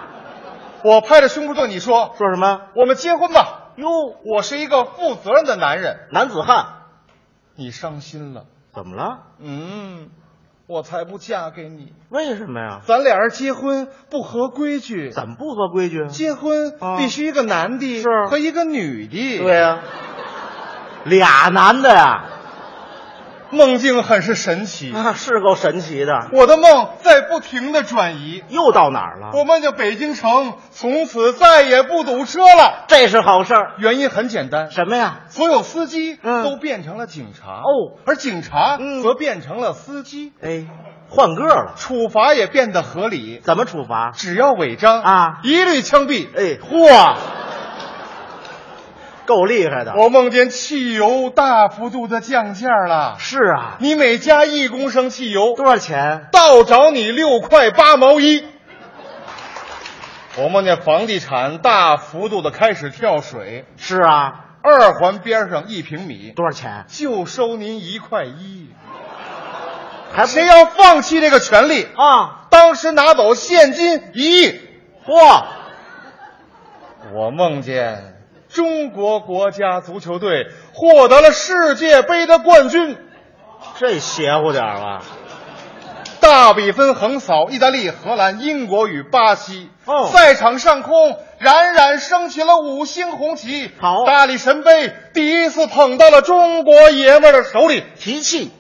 Speaker 25: 我拍着胸脯对你说，
Speaker 24: 说什么？
Speaker 25: 我们结婚吧。
Speaker 24: 哟，
Speaker 25: 我是一个负责任的男人。
Speaker 24: 男子汉，
Speaker 25: 你伤心了？
Speaker 24: 怎么了？
Speaker 25: 嗯，我才不嫁给你。
Speaker 24: 为什么呀？
Speaker 25: 咱俩人结婚不合规矩，
Speaker 24: 怎么不合规矩？
Speaker 25: 结婚
Speaker 24: 啊
Speaker 25: 必须一个男的
Speaker 24: 是
Speaker 25: 和一个女的。
Speaker 24: 对呀、俩男的呀，
Speaker 25: 梦境很是神奇，
Speaker 24: 啊，是够神奇的。
Speaker 25: 我的梦在不停的转移。
Speaker 24: 又到哪儿了？
Speaker 25: 我梦见北京城从此再也不堵车了，
Speaker 24: 这是好事儿。
Speaker 25: 原因很简单，
Speaker 24: 什么呀？
Speaker 25: 所有司机
Speaker 24: 嗯
Speaker 25: 都变成了警察
Speaker 24: 哦，
Speaker 25: 而警察
Speaker 24: 嗯
Speaker 25: 则变成了司机，
Speaker 24: 哎，换个了，
Speaker 25: 处罚也变得合理，
Speaker 24: 怎么处罚？
Speaker 25: 只要违章
Speaker 24: 啊
Speaker 25: 一律枪毙。
Speaker 24: 哎，嚯，够厉害的。
Speaker 25: 我梦见汽油大幅度的降价了，
Speaker 24: 是啊，
Speaker 25: 你每加一公升汽油，
Speaker 24: 多少钱？
Speaker 25: 倒找你六块八毛一。我梦见房地产大幅度的开始跳水，
Speaker 24: 是啊，
Speaker 25: 二环边上一平米
Speaker 24: 多少钱？
Speaker 25: 就收您一块一，
Speaker 24: 还不
Speaker 25: 谁要放弃这个权利，
Speaker 24: 啊？
Speaker 25: 当时拿走现金一亿。
Speaker 24: 嚯，
Speaker 25: 我梦见中国国家足球队获得了世界杯的冠军，
Speaker 24: 这邪乎点儿了。
Speaker 25: 大比分横扫意大利、荷兰、英国与巴西。
Speaker 24: 哦
Speaker 25: 赛场上空冉冉升起了五星红旗。好，大力神杯第一次捧到了中国爷们儿的手里，提气。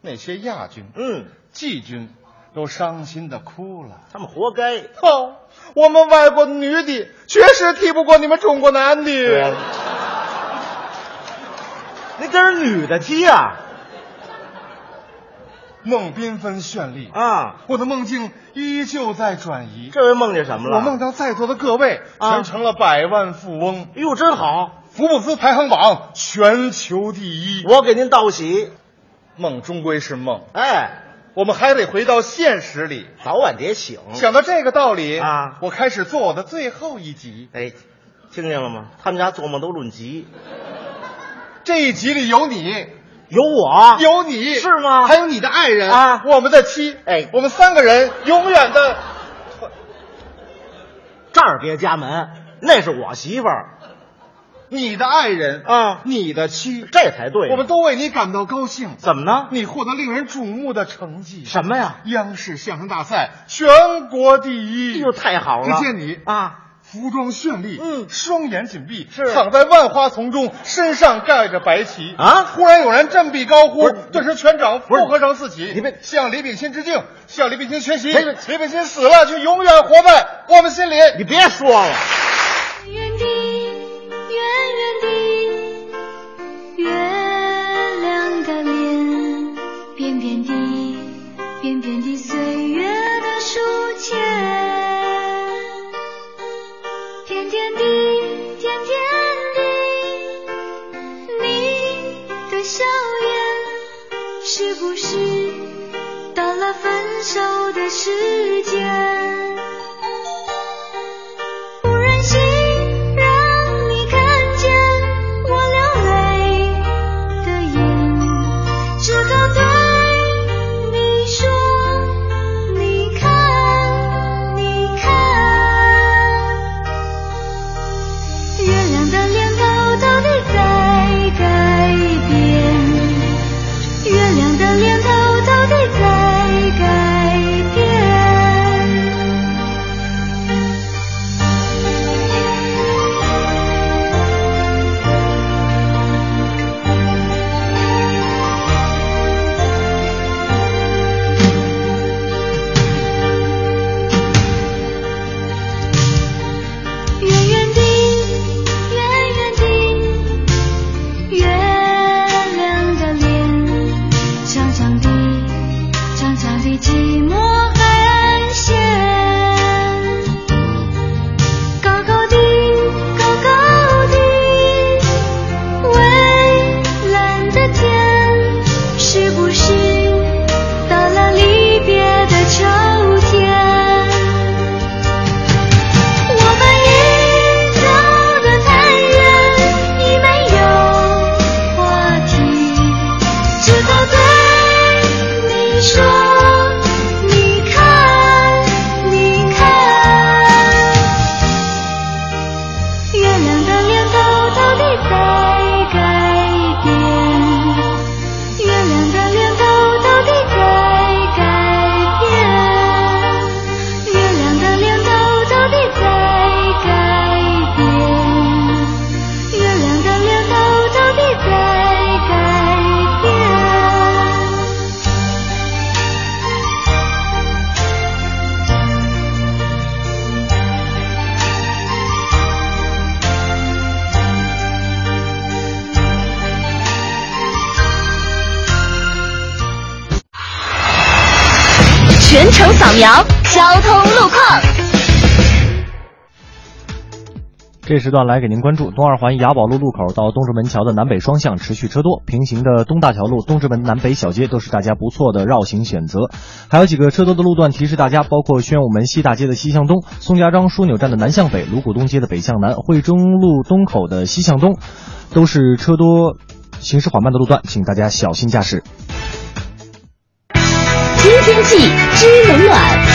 Speaker 25: 那些亚军，嗯，季军都伤心的哭了。他们活该。哦，我们外国女的确实踢不过你们中国男的。那跟人女的踢啊！梦缤纷绚丽啊！我的梦境依旧在转移。这回梦见什
Speaker 24: 么了
Speaker 25: 我梦到在座的各位
Speaker 24: 啊
Speaker 25: 全成了百万富翁。哟，哎真好！福布斯排行榜全球第一。我给您道喜。梦终归是梦，哎，我们还得回到现实里，早晚得醒。想到这个道理啊，我开始做我的最后一集。哎，听见了吗？他们家做梦都论集。这一集里有你，有我，有你是吗？还有你的爱人啊，我们的妻，哎，我们三个人永远的。这儿别加门，那是我媳妇儿。你的爱人啊，你的妻，这才对。我们都为你感到高兴。怎么呢？你获得令人瞩目的成绩。什么呀？央视相声大赛全国第一。哟，哎太好
Speaker 24: 了
Speaker 25: 只见你啊，服装绚丽，嗯，双眼紧闭，是躺在万花丛中，身上盖着白旗啊。忽然有人振臂高呼，顿时全场附和声四起。你们向李炳新致敬，向李炳新学习。
Speaker 24: 别别
Speaker 25: 李炳新死了，却永远活在我们心里。你别说了。
Speaker 10: 圆圆的月亮的脸，扁扁的扁扁的岁月的书签，甜甜的甜甜的你的笑颜，是不是到了分手的时间？不忍心让你看见我流泪的眼，只好对你说：你看，你看，月亮的脸偷偷地在改变，月亮的脸偷偷地在改变。圆圆的，圆圆的，月亮的脸，长长的，长长的寂寞海岸线，高高的，高高的，蔚蓝的天，是不是到了离别的秋天？我们一走得太远，你没有话题，只好对你说：你看，你看，月亮的脸偷偷地在改变，月亮的脸偷偷地在改变。月亮的脸偷偷地在改变，月亮的脸偷偷地在改变。
Speaker 19: 全程扫描交通路况。
Speaker 4: 这时段来给您关注东二环雅宝路路口到东直门桥的南北双向持续车多，平行的东大桥路、东直门南北小街都是大家不错的绕行选择。还有几个车多的路段提示大家，包括宣武门西大街的西向东、宋家庄枢纽站的南向北、卢谷东街的北向南、惠中路东口的西向东，都是车多、行驶缓慢的路段，请大家小心驾驶。
Speaker 19: 知天气，知冷暖。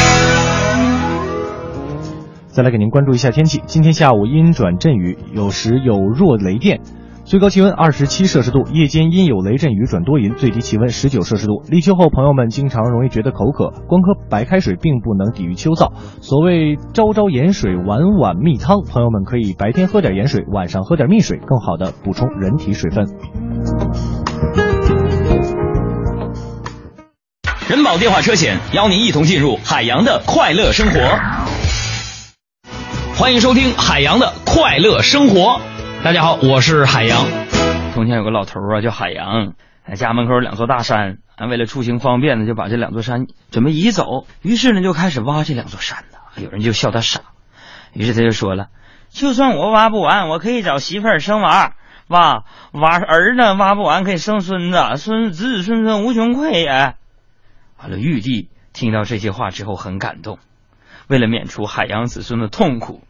Speaker 4: 再来给您关注一下天气，今天下午阴转阵雨，有时有弱雷电。最高气温二十七摄氏度，夜间阴有雷阵雨转多云，最低气温十九摄氏度。立秋后，朋友们经常容易觉得口渴，光喝白开水并不能抵御秋燥。所谓朝朝盐水，晚晚蜜汤，朋友们可以白天喝点盐水，晚上喝点蜜水，更好的补充人体水分。
Speaker 2: 人保电话车险邀您一同进入海洋的快乐生活。欢迎收听海洋的快乐生活。大家好，我是海洋。从前有个老头儿啊，叫海洋，哎家门口有两座大山，啊为了出行方便呢，就把这两座山准备移走。于是呢，就开始挖这两座山呢。有人就笑他傻，于是他就说了：“就算我挖不完，我可以找媳妇儿生娃，挖挖儿子挖不完可以生孙子，孙子子孙孙无穷匮也。”完了，玉帝听到这些话之后很感动，为了免除海洋子孙的痛苦，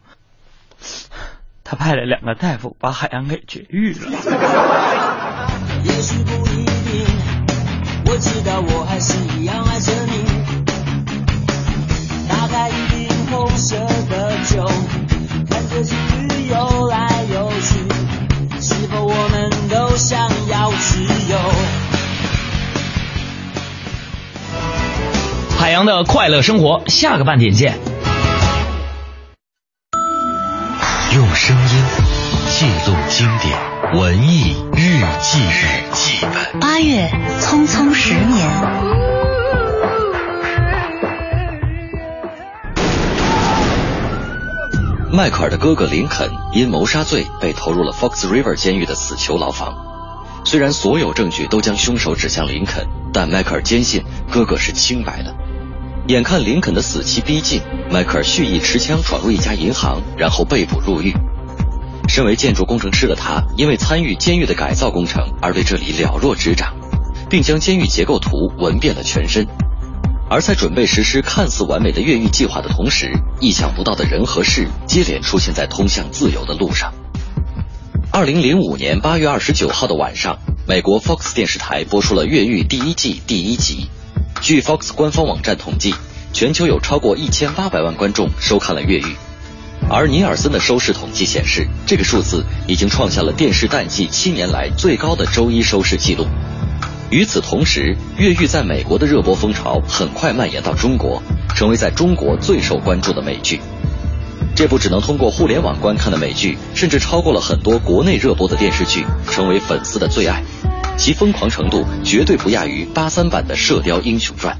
Speaker 2: 他派了两个大夫把海洋给绝育了。
Speaker 7: 也许不一定，我知道我还是一样爱着你。打开一瓶红色的酒，看着情侣游来游去，是否我们都想要自由？
Speaker 2: 海洋的快乐生活，下个半点见。
Speaker 1: 用声音记录经典，文艺日记日记本。
Speaker 18: 八月匆匆十年，
Speaker 26: 迈克尔的哥哥林肯因谋杀罪被投入了 Fox River 监狱的死囚牢房。虽然所有证据都将凶手指向林肯，但迈克尔坚信哥哥是清白的。眼看林肯的死期逼近，迈克尔蓄意持枪闯入一家银行，然后被捕入狱。身为建筑工程师的他，因为参与监狱的改造工程而对这里了若指掌，并将监狱结构图闻遍了全身。而在准备实施看似完美的越狱计划的同时，意想不到的人和事接连出现在通向自由的路上。二零零五年八月二十九号的晚上，美国 Fox 电视台播出了《越狱》第一季第一集。据 Fox 官方网站统计，全球有超过一千八百万观众收看了《越狱》，而尼尔森的收视统计显示，这个数字已经创下了电视淡季七年来最高的周一收视记录。与此同时，《越狱》在美国的热播风潮很快蔓延到中国，成为在中国最受关注的美剧。这部只能通过互联网观看的美剧，甚至超过了很多国内热播的电视剧，成为粉丝的最爱。其疯狂程度绝对不亚于八三版的《射雕英雄传》。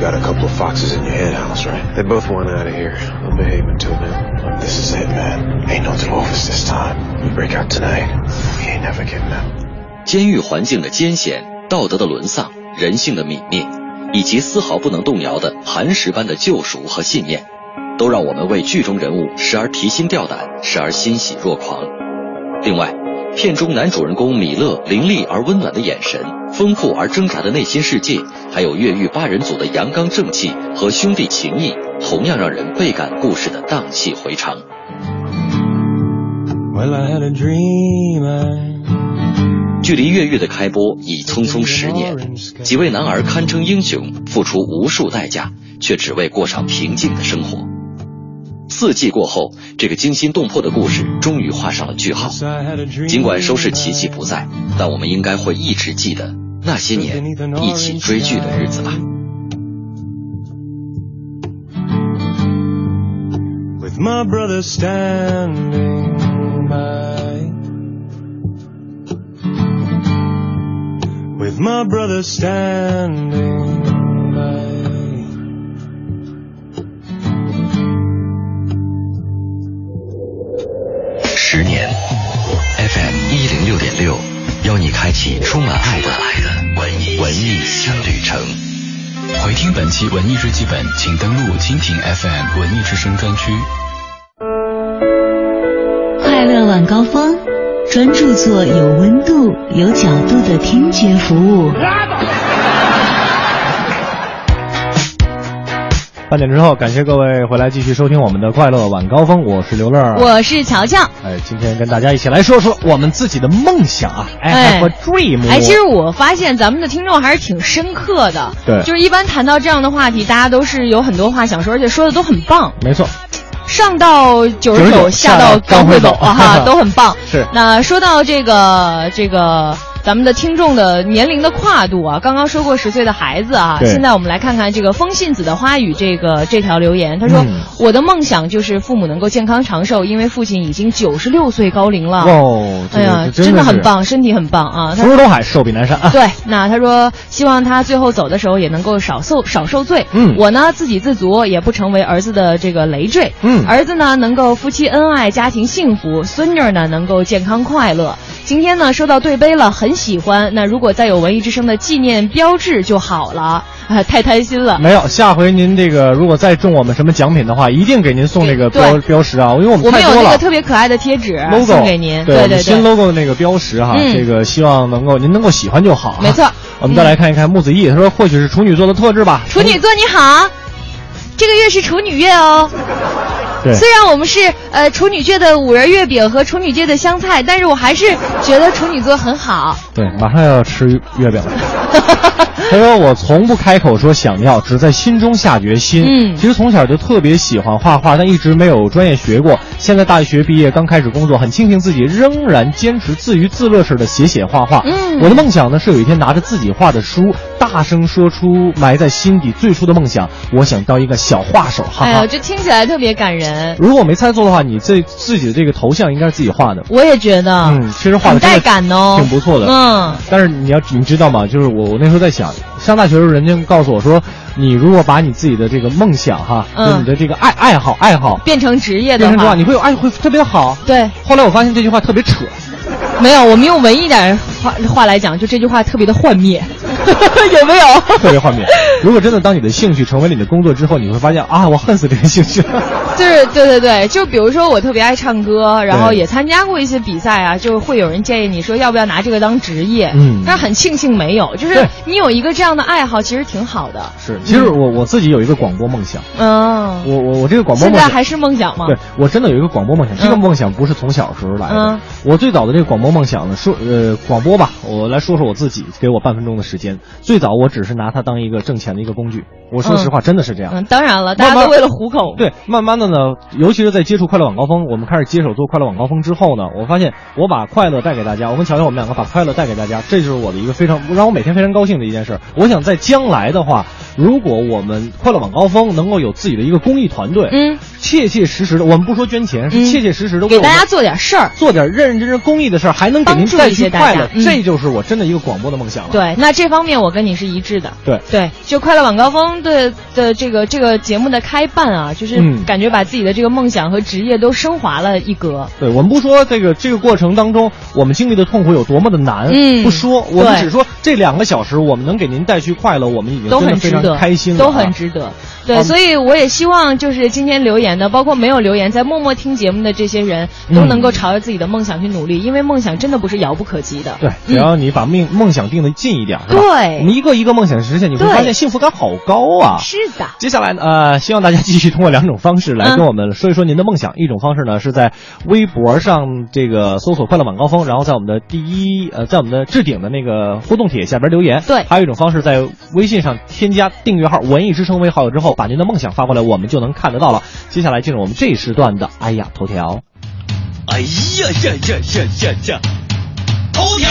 Speaker 12: You got a couple of foxes in your head, Alice, right? They both want out of here. I'm behaving to them. This is it, man. Ain't no dwarfs this time. You break out tonight, you ain't never getting out.
Speaker 26: 监狱环境的艰险、道德的沦丧、人性的泯灭，以及丝毫不能动摇的磐石般的救赎和信念，都让我们为剧中人物时而提心吊胆，时而欣喜若狂。另外，片中男主人公米勒凌厉而温暖的眼神，丰富而挣扎的内心世界，还有越狱八人组的阳刚正气和兄弟情谊，同样让人倍感故事的荡气回肠。
Speaker 12: Well, I had a dream. I
Speaker 26: 距离越狱的开播已匆匆十年，几位男儿堪称英雄，付出无数代价，却只为过上平静的生活。四季过后，这个惊心动魄的故事终于画上了句号。尽管收视奇迹不再，但我们应该会一直记得那些年一起追剧的日子吧。
Speaker 12: with my brother standing by. With my brother standing by.
Speaker 1: FM 一零六点六，邀你开启充满爱的爱的文艺文艺新旅程。
Speaker 2: 回听本期文艺日记本，请登录蜻蜓 FM 文艺之声专区。
Speaker 18: 快乐晚高峰，专注做有温度、有角度的听觉服务。
Speaker 4: 半点之后，感谢各位回来继续收听我们的快乐晚高峰，我是刘乐，
Speaker 3: 我是乔乔。
Speaker 4: 哎，今天跟大家一起来说说我们自己的梦想啊，哎
Speaker 3: 哎
Speaker 4: 和 dream。
Speaker 3: 哎，其实我发现咱们的听众还是挺深刻的，
Speaker 4: 对
Speaker 3: 就是一般谈到这样的话题，大家都是有很多话想说，而且说的都很棒。
Speaker 4: 没错，
Speaker 3: 上到九十
Speaker 4: 99
Speaker 3: 下到刚会走啊 哈，都很棒。
Speaker 4: 是
Speaker 3: 那说到这个这个。咱们的听众的年龄的跨度啊，刚刚说过十岁的孩子啊，
Speaker 4: 对
Speaker 3: 现在我们来看看这个风信子的花语这个这条留言，他说、
Speaker 4: 嗯
Speaker 3: 我的梦想就是父母能够健康长寿，因为父亲已经九十六岁高龄了。
Speaker 4: 哇哦这
Speaker 3: 哎
Speaker 27: 个
Speaker 3: 呀，
Speaker 4: 这真的
Speaker 3: 的
Speaker 4: 是
Speaker 3: 很棒，身体很棒啊！他
Speaker 4: 福如东海，寿比南 山啊。
Speaker 3: 对，那他说希望他最后走的时候也能够少受少受罪。
Speaker 4: 嗯
Speaker 3: 我呢自给自足，也不成为儿子的这个累赘。
Speaker 4: 嗯
Speaker 3: 儿子呢能够夫妻恩爱，家庭幸福；孙女儿呢能够健康快乐。今天呢收到对杯了，很喜欢。那如果再有文艺之声的纪念标志就好了，啊，太贪心了。
Speaker 4: 没有，下回您这个如果再中我们什么奖品的话，一定给您送这个
Speaker 3: 对
Speaker 4: 标标识啊，因为我
Speaker 3: 我
Speaker 4: 们
Speaker 3: 们
Speaker 4: 太
Speaker 3: 有
Speaker 4: 多
Speaker 3: 那
Speaker 4: 了
Speaker 3: 个。特别可爱的贴纸
Speaker 4: logo
Speaker 3: 送给您，对
Speaker 4: 我们
Speaker 3: 对
Speaker 4: 新
Speaker 3: 对，
Speaker 4: logo 的那个标识哈，
Speaker 3: 嗯
Speaker 4: 这个希望能够您能够喜欢就好啊。
Speaker 3: 没错嗯
Speaker 4: 我们再来看一看木子毅，他说或许是处女座的特质吧。
Speaker 3: 处女座你好，这个月是处女月哦。
Speaker 4: 对，
Speaker 3: 虽然我们是呃处女界的五仁月饼和处女界的香菜，但是我还是觉得处女座很好。
Speaker 4: 对，马上要吃月饼了。他说：“我从不开口说想要，只在心中下决心。
Speaker 3: 嗯
Speaker 4: 其实从小就特别喜欢画画，但一直没有专业学过。现在大学毕业，刚开始工作，很庆幸自己仍然坚持自娱自乐式的写写画画。
Speaker 3: 嗯
Speaker 4: 我的梦想呢是有一天拿着自己画的书，大声说出埋在心底最初的梦想，我想当一个小画手。哈哈。
Speaker 3: 哎呦，这听起来特别感人，
Speaker 4: 如果我没猜错的话，你这自己的这个头像应该是自己画的。
Speaker 3: 我也觉得，
Speaker 4: 嗯，其实画的
Speaker 3: 啊很
Speaker 4: 真
Speaker 3: 带
Speaker 4: 的
Speaker 3: 感哦，
Speaker 4: 挺不错的。
Speaker 3: 嗯，
Speaker 4: 但是你要你知道吗？就是我我那时候在想，上大学的时候，人家告诉我说，你如果把你自己的这个梦想哈，
Speaker 3: 嗯
Speaker 4: 就你的这个爱爱好爱好
Speaker 3: 变成职业
Speaker 4: 变
Speaker 3: 的
Speaker 4: 成这
Speaker 3: 话
Speaker 4: 样，，你会有爱会特别好。
Speaker 3: 对，
Speaker 4: 后来我发现这句话特别扯，
Speaker 3: 没有，我们用文艺点儿话话来讲，就这句话特别的幻灭， 有没有？
Speaker 4: 特别幻 灭。如果真的当你的兴趣成为了你的工作之后，你会发现啊，我恨死这个兴趣了。
Speaker 3: 就是对对对，就比如说我特别爱唱歌，然后
Speaker 4: 对
Speaker 3: 也参加过一些比赛啊，就会有人建议你说要不要拿这个当职业，
Speaker 4: 嗯
Speaker 3: 但是很庆幸没有，就是你有一个这样的爱好，其实挺好的，
Speaker 4: 是，其实我我自己有一个广播梦想，
Speaker 3: 嗯，
Speaker 4: 我我我这个广播
Speaker 3: 现
Speaker 4: 梦
Speaker 3: 在
Speaker 4: 想
Speaker 3: 还是梦想吗？
Speaker 4: 对，我真的有一个广播梦想，这个
Speaker 3: 嗯
Speaker 4: 梦想不是从小时候来的。
Speaker 3: 嗯
Speaker 4: 我最早的这个广播梦想呢，说呃广播吧，我来说说我自己，给我半分钟的时间。最早我只是拿它当一个挣钱的一个工具，我说实话、
Speaker 3: 嗯
Speaker 4: 真的是这样。
Speaker 3: 嗯，当然了，
Speaker 4: 慢
Speaker 3: 大家
Speaker 4: 慢
Speaker 3: 都为了糊口，
Speaker 4: 对，慢慢的呢，尤其是在接触快乐晚高峰，我们开始接手做快乐晚高峰之后呢，我发现我把快乐带给大家，我跟乔乔我们两个把快乐带给大家，这就是我的一个非常让我每天非常高兴的一件事儿。我想在将来的话，如果我们快乐晚高峰能够有自己的一个公益团队，
Speaker 3: 嗯，
Speaker 4: 切切实实的，我们不说捐钱，是切切实实的
Speaker 3: 给大家做点事儿，
Speaker 4: 做点认认真真公益的事儿，还能给您
Speaker 3: 帮助
Speaker 4: 带
Speaker 3: 一些
Speaker 4: 去
Speaker 3: 大
Speaker 4: 快
Speaker 3: 家
Speaker 4: 乐，
Speaker 3: 嗯
Speaker 4: 这就是我真的一个广播的梦想了。
Speaker 3: 对，那这方面我跟你是一致的。
Speaker 4: 对
Speaker 3: 对，就快乐晚高峰的的这个这个节目的开办啊，就是
Speaker 4: 嗯
Speaker 3: 感觉把自己的这个梦想和职业都升华了一格。
Speaker 4: 对，我们不说这个这个过程当中我们经历的痛苦有多么的难，
Speaker 3: 嗯
Speaker 4: 不说，我们
Speaker 3: 对
Speaker 4: 只说这两个小时我们能给您带去快乐，我们已经
Speaker 3: 都
Speaker 4: 真的
Speaker 3: 很
Speaker 4: 非
Speaker 3: 值
Speaker 4: 常
Speaker 3: 得，
Speaker 4: 开心了、啊
Speaker 3: 都很。值得。对，
Speaker 4: 嗯
Speaker 3: 所以我也希望就是今天留言的，包括没有留言在默默听节目的这些人，都
Speaker 4: 嗯
Speaker 3: 能够朝着自己的梦想去努力，因为梦想真的不是遥不可及的。
Speaker 4: 对，只要你把梦梦想定的近一点，是吧
Speaker 3: 嗯对
Speaker 4: 你一个一个梦想实现，你会
Speaker 3: 对
Speaker 4: 发现幸福感好高啊。
Speaker 3: 是的。
Speaker 4: 接下来呢，呃，希望大家继续通过两种方式来
Speaker 3: 嗯
Speaker 4: 跟我们说一说您的梦想。一种方式呢是在微博上这个搜索“快乐晚高峰”，然后在我们的第一呃，在我们的置顶的那个互动帖下边留言。
Speaker 3: 对
Speaker 4: 还有一种方式在微信上添加订阅号“文艺之声”为好友之后，把您的梦想发过来，我们就能看得到了。接下来进入我们这一时段的“哎呀头条
Speaker 1: 哎呀呀呀呀呀呀！头条，”。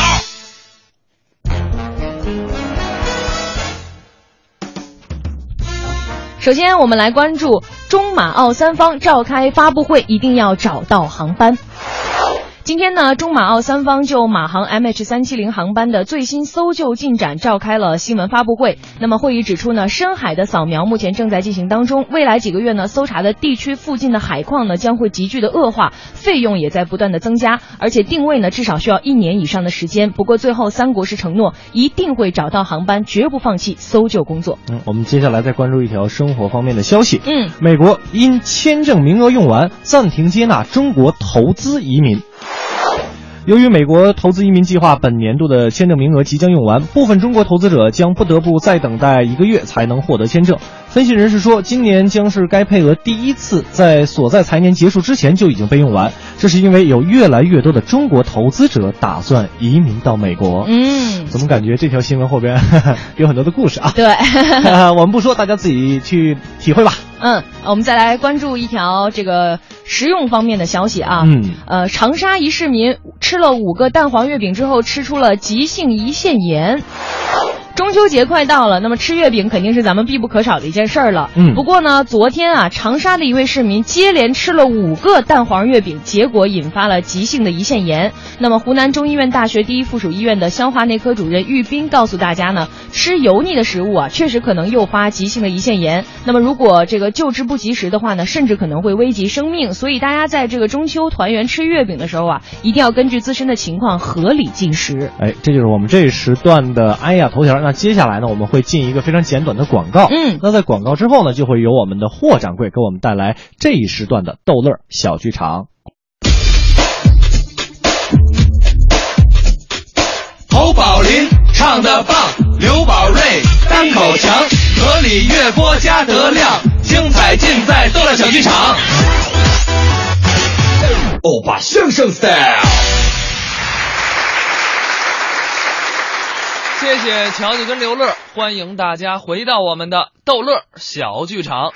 Speaker 3: 首先，我们来关注中马澳三方召开发布会，一定要找到航班。今天呢，中马澳三方就马航 MH 三七零航班的最新搜救进展召开了新闻发布会。那么会议指出呢，深海的扫描目前正在进行当中，未来几个月呢，搜查的地区附近的海况呢将会急剧的恶化，费用也在不断的增加，而且定位呢至少需要一年以上的时间。不过最后三国是承诺一定会找到航班，绝不放弃搜救工作。
Speaker 4: 嗯，我们接下来再关注一条生活方面的消息。
Speaker 3: 嗯，
Speaker 4: 美国因签证名额用完，暂停接纳中国投资移民。由于美国投资移民计划本年度的签证名额即将用完，部分中国投资者将不得不再等待一个月才能获得签证。分析人士说，今年将是该配额第一次在所在财年结束之前就已经被用完，这是因为有越来越多的中国投资者打算移民到美国。
Speaker 3: 嗯，
Speaker 4: 怎么感觉这条 新闻后边 有很多的故事啊？
Speaker 3: 对，
Speaker 4: 我们不说，大家自己去体会吧。
Speaker 3: 嗯，呃我们再来关注一条这个食用方面的消息啊。
Speaker 4: 嗯。
Speaker 3: 呃，长沙一市民吃了五个蛋黄月饼之后，吃出了急性胰腺炎。中秋节快到了，那么吃月饼肯定是咱们必不可少的一件事儿了。
Speaker 4: 嗯
Speaker 3: 不过呢，昨天啊，长沙的一位市民接连吃了五个蛋黄月饼，结果引发了急性的胰腺炎。那么，湖南中医院大学第一附属医院的消化内科主任玉斌告诉大家呢，吃油腻的食物啊，确实可能诱发急性的胰腺炎。那么，如果这个救治不及时的话呢，甚至可能会危及生命。所以，大家在这个中秋团圆吃月饼的时候啊，一定要根据自身的情况合理进食。
Speaker 4: 哎，这就是我们这时段的哎呀头条。那接下来呢，我们会进一个非常简短的广告。
Speaker 3: 嗯，
Speaker 4: 那在广告之后呢，就会由我们的霍掌柜给我们带来这一时段的逗乐儿小剧场。
Speaker 5: 侯宝林唱的棒，刘宝瑞单口强，河里月波加德亮，精彩尽在逗乐小剧场。欧巴相声
Speaker 24: 哎
Speaker 5: style，
Speaker 11: 谢谢乔姐跟刘乐，欢迎大家回到我们的逗乐小剧场。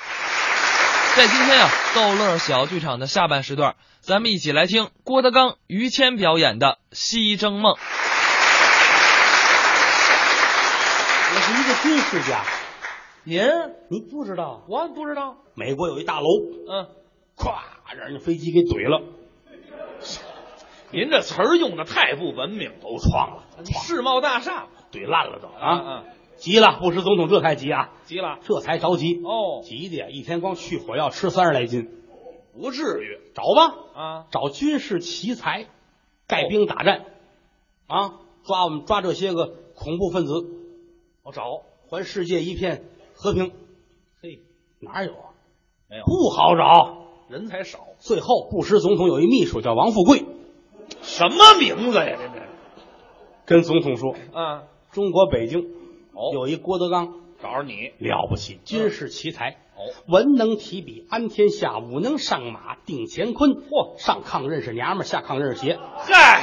Speaker 11: 在今天啊，逗乐小剧场的下半时段，咱们一起来听郭德纲、于谦表演的《西征梦》。
Speaker 24: 我是一个军事家。您您不知道？我不知道。美国有一大楼，嗯，咵，让人家飞机给怼了。
Speaker 14: 您这词儿用的太不文明了，
Speaker 24: 都撞了，
Speaker 14: 世贸大厦
Speaker 24: 怼烂了都
Speaker 14: 啊
Speaker 24: 啊！急了，布什总统这才急啊，
Speaker 14: 急了，
Speaker 24: 这才着急哦，急的呀，一天光去火药吃三十来斤，
Speaker 14: 不至于
Speaker 24: 找吧，
Speaker 14: 啊！哦
Speaker 24: 找军事奇才，带兵打仗，啊，抓我们抓这些个恐怖分子，我找还世界一片和平。
Speaker 14: 嘿，
Speaker 24: 哪有啊？
Speaker 14: 没有
Speaker 24: 不好找。
Speaker 14: 人才少，
Speaker 24: 最后，布什总统有一秘书叫王富贵，
Speaker 14: 什么名字呀？这这
Speaker 24: 跟总统说，
Speaker 14: 啊，
Speaker 24: 中国北京有一郭德纲，
Speaker 14: 哦找着你嗯
Speaker 24: 了不起，军事奇才，
Speaker 14: 哦，
Speaker 24: 文能提笔安天下，武能上马定乾坤。嚯，上炕认识娘们儿，下炕认识鞋。
Speaker 14: 嗨，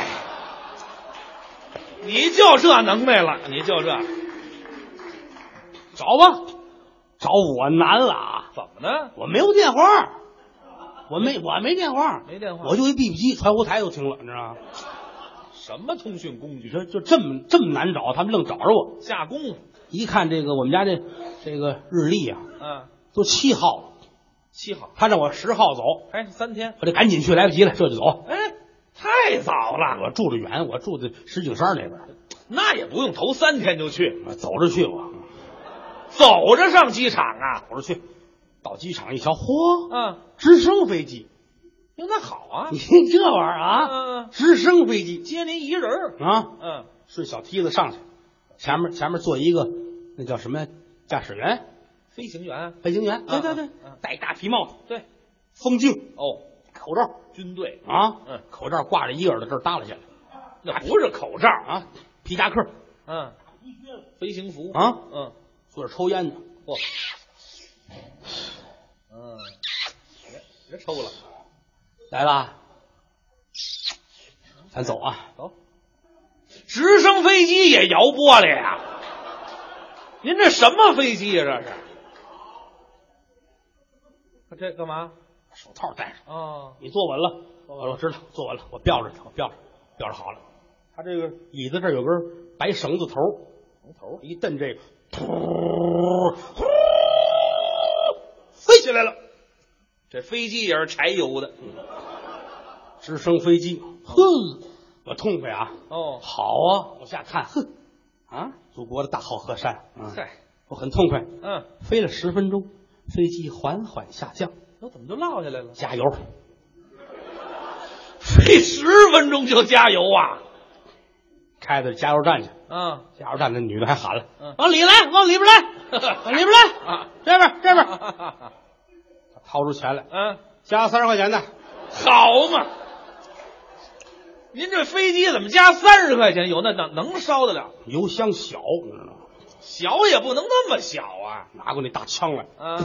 Speaker 14: 你就这能耐了，你就这
Speaker 24: 找吧，找我难了啊！
Speaker 14: 怎么呢？
Speaker 24: 我没有电话，我没我没电话，
Speaker 14: 没电话，
Speaker 24: 我就一 BB 机，传呼台就听了，你知道吗？
Speaker 14: 什么通讯工具？
Speaker 24: 这就这么这么难找，他们愣找着我。
Speaker 14: 下功夫，
Speaker 24: 一看这个我们家这这个日历啊，
Speaker 14: 嗯，
Speaker 24: 都七号了，
Speaker 14: 七号，
Speaker 24: 他让我十号走，
Speaker 14: 还是哎三天，
Speaker 24: 我得赶紧去，来不及了，这就走。
Speaker 14: 哎，太早了，
Speaker 24: 我住的远，我住的石景山那边，
Speaker 14: 那也不用头三天就去，
Speaker 24: 我走着去我，
Speaker 14: 走着上机场啊，
Speaker 24: 走着去。到机场一瞧，嚯，
Speaker 14: 嗯，
Speaker 24: 直升飞机！
Speaker 14: 哟那好啊，
Speaker 24: 你这玩意儿啊，
Speaker 14: 嗯，
Speaker 24: 直升飞机
Speaker 14: 接您一人儿，
Speaker 24: 啊，
Speaker 14: 嗯，
Speaker 24: 顺小梯子上去，前面前面坐一个那叫什么呀？驾驶员、
Speaker 14: 飞行员，
Speaker 24: 飞行员，对
Speaker 14: 啊
Speaker 24: 对对
Speaker 14: 啊啊，
Speaker 24: 戴大皮帽子、
Speaker 14: 对，
Speaker 24: 风镜、
Speaker 14: 哦，
Speaker 24: 口罩
Speaker 14: 军队，
Speaker 24: 啊，
Speaker 14: 嗯，
Speaker 24: 口罩挂着一耳朵这儿耷拉下来
Speaker 14: 那不是口罩，
Speaker 24: 啊，皮夹克
Speaker 14: 嗯，飞行服
Speaker 24: 啊
Speaker 14: 嗯，
Speaker 24: 坐着抽烟呢，
Speaker 14: 嚯，嗯，别别抽了，
Speaker 24: 来了，咱走啊。
Speaker 14: 走。直升飞机也摇玻璃
Speaker 24: 啊
Speaker 14: 呀、您这什么飞机呀、这是？这干嘛？
Speaker 24: 手套戴上。
Speaker 14: 哦，
Speaker 24: 你坐稳了，坐稳了，知道坐稳了，我吊着它，我吊着，吊着好了。它这个椅子这儿有根白绳子头，绳头一蹬这个，突，呼
Speaker 14: 飞起来了。这飞机也是柴油的。
Speaker 24: 直升飞机，哼，我痛快啊！
Speaker 14: 哦，
Speaker 24: 好啊，往下看，哼，啊，祖国的大好河山，啊，
Speaker 14: 嗨，
Speaker 24: 我很痛快。
Speaker 14: 嗯，
Speaker 24: 飞了十分钟，飞机缓缓下降，
Speaker 14: 我怎么就落下来了？
Speaker 24: 加油！
Speaker 14: 飞十分钟就加油啊！
Speaker 24: 开到加油站去，
Speaker 14: 啊，
Speaker 24: 加油站那女的还喊了
Speaker 14: 嗯：“
Speaker 24: 啊往里来，往里边来，往里边来，
Speaker 14: 啊，
Speaker 24: 这边这边。”
Speaker 14: 嗯、
Speaker 24: 掏出钱来，加三十块钱的，
Speaker 14: 啊好嘛！您这飞机怎么加三十块钱油？那能能烧得了？
Speaker 24: 油箱小，你知道吗？
Speaker 14: 小也不能那么小啊！
Speaker 24: 拿过那大枪来，
Speaker 14: 啊，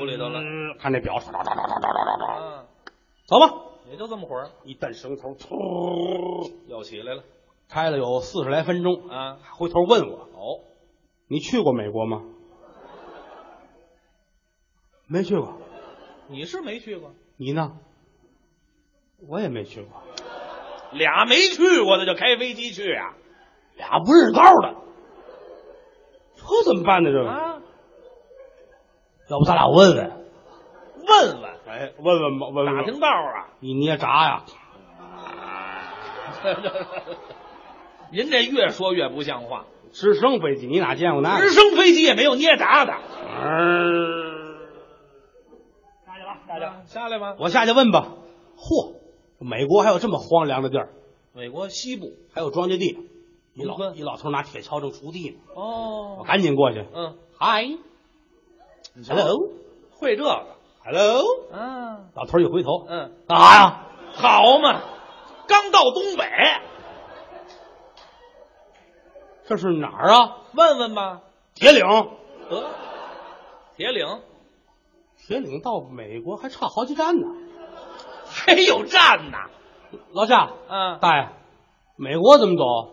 Speaker 14: 屋里头了。
Speaker 24: 看那表，唰唰唰唰唰唰唰唰，
Speaker 14: 啊，
Speaker 24: 走吧。
Speaker 14: 也就这么会儿，
Speaker 24: 一蹬绳头，突，
Speaker 14: 要起来了
Speaker 24: 开了有四十来分钟，
Speaker 14: 啊！
Speaker 24: 回头问我
Speaker 14: 哦，：“
Speaker 24: 你去过美国吗？”没去过。
Speaker 14: 你是没去过，
Speaker 24: 你呢？我也没去过。
Speaker 14: 俩没去过的就开飞机去啊？
Speaker 24: 俩不认识高的，这怎么办呢？这个，
Speaker 14: 啊，
Speaker 24: 要不咱俩问问？
Speaker 14: 问问
Speaker 24: 哎，问问吧，问问吧。
Speaker 14: 打听道啊！
Speaker 24: 你捏闸呀？
Speaker 14: 您这越说越不像话，
Speaker 24: 直升飞机你哪见过那？
Speaker 14: 直升飞机也没有捏闸的。
Speaker 24: 下去吧，下去吧。
Speaker 14: 下来吧，
Speaker 24: 嗯我下去问吧。嚯，美国还有这么荒凉的地儿，
Speaker 14: 美国西部
Speaker 24: 还有庄稼地。一
Speaker 14: 农
Speaker 24: 老
Speaker 14: 村
Speaker 24: 一老头拿铁锹正锄地呢，
Speaker 14: 哦
Speaker 24: 我赶紧过去。
Speaker 14: 嗯
Speaker 24: 嗨，hello
Speaker 14: 会这个
Speaker 24: hello，
Speaker 14: 啊，
Speaker 24: 老头一回头，
Speaker 14: 嗯，
Speaker 24: 干啥呀？
Speaker 14: 好嘛，刚到东北，
Speaker 24: 这是哪儿啊？
Speaker 14: 问问吧。
Speaker 24: 铁岭，
Speaker 14: 得，铁岭
Speaker 24: 铁岭到美国还差好几站呢。
Speaker 14: 还有站呢，
Speaker 24: 老夏，
Speaker 14: 嗯
Speaker 24: 大爷，美国怎么走？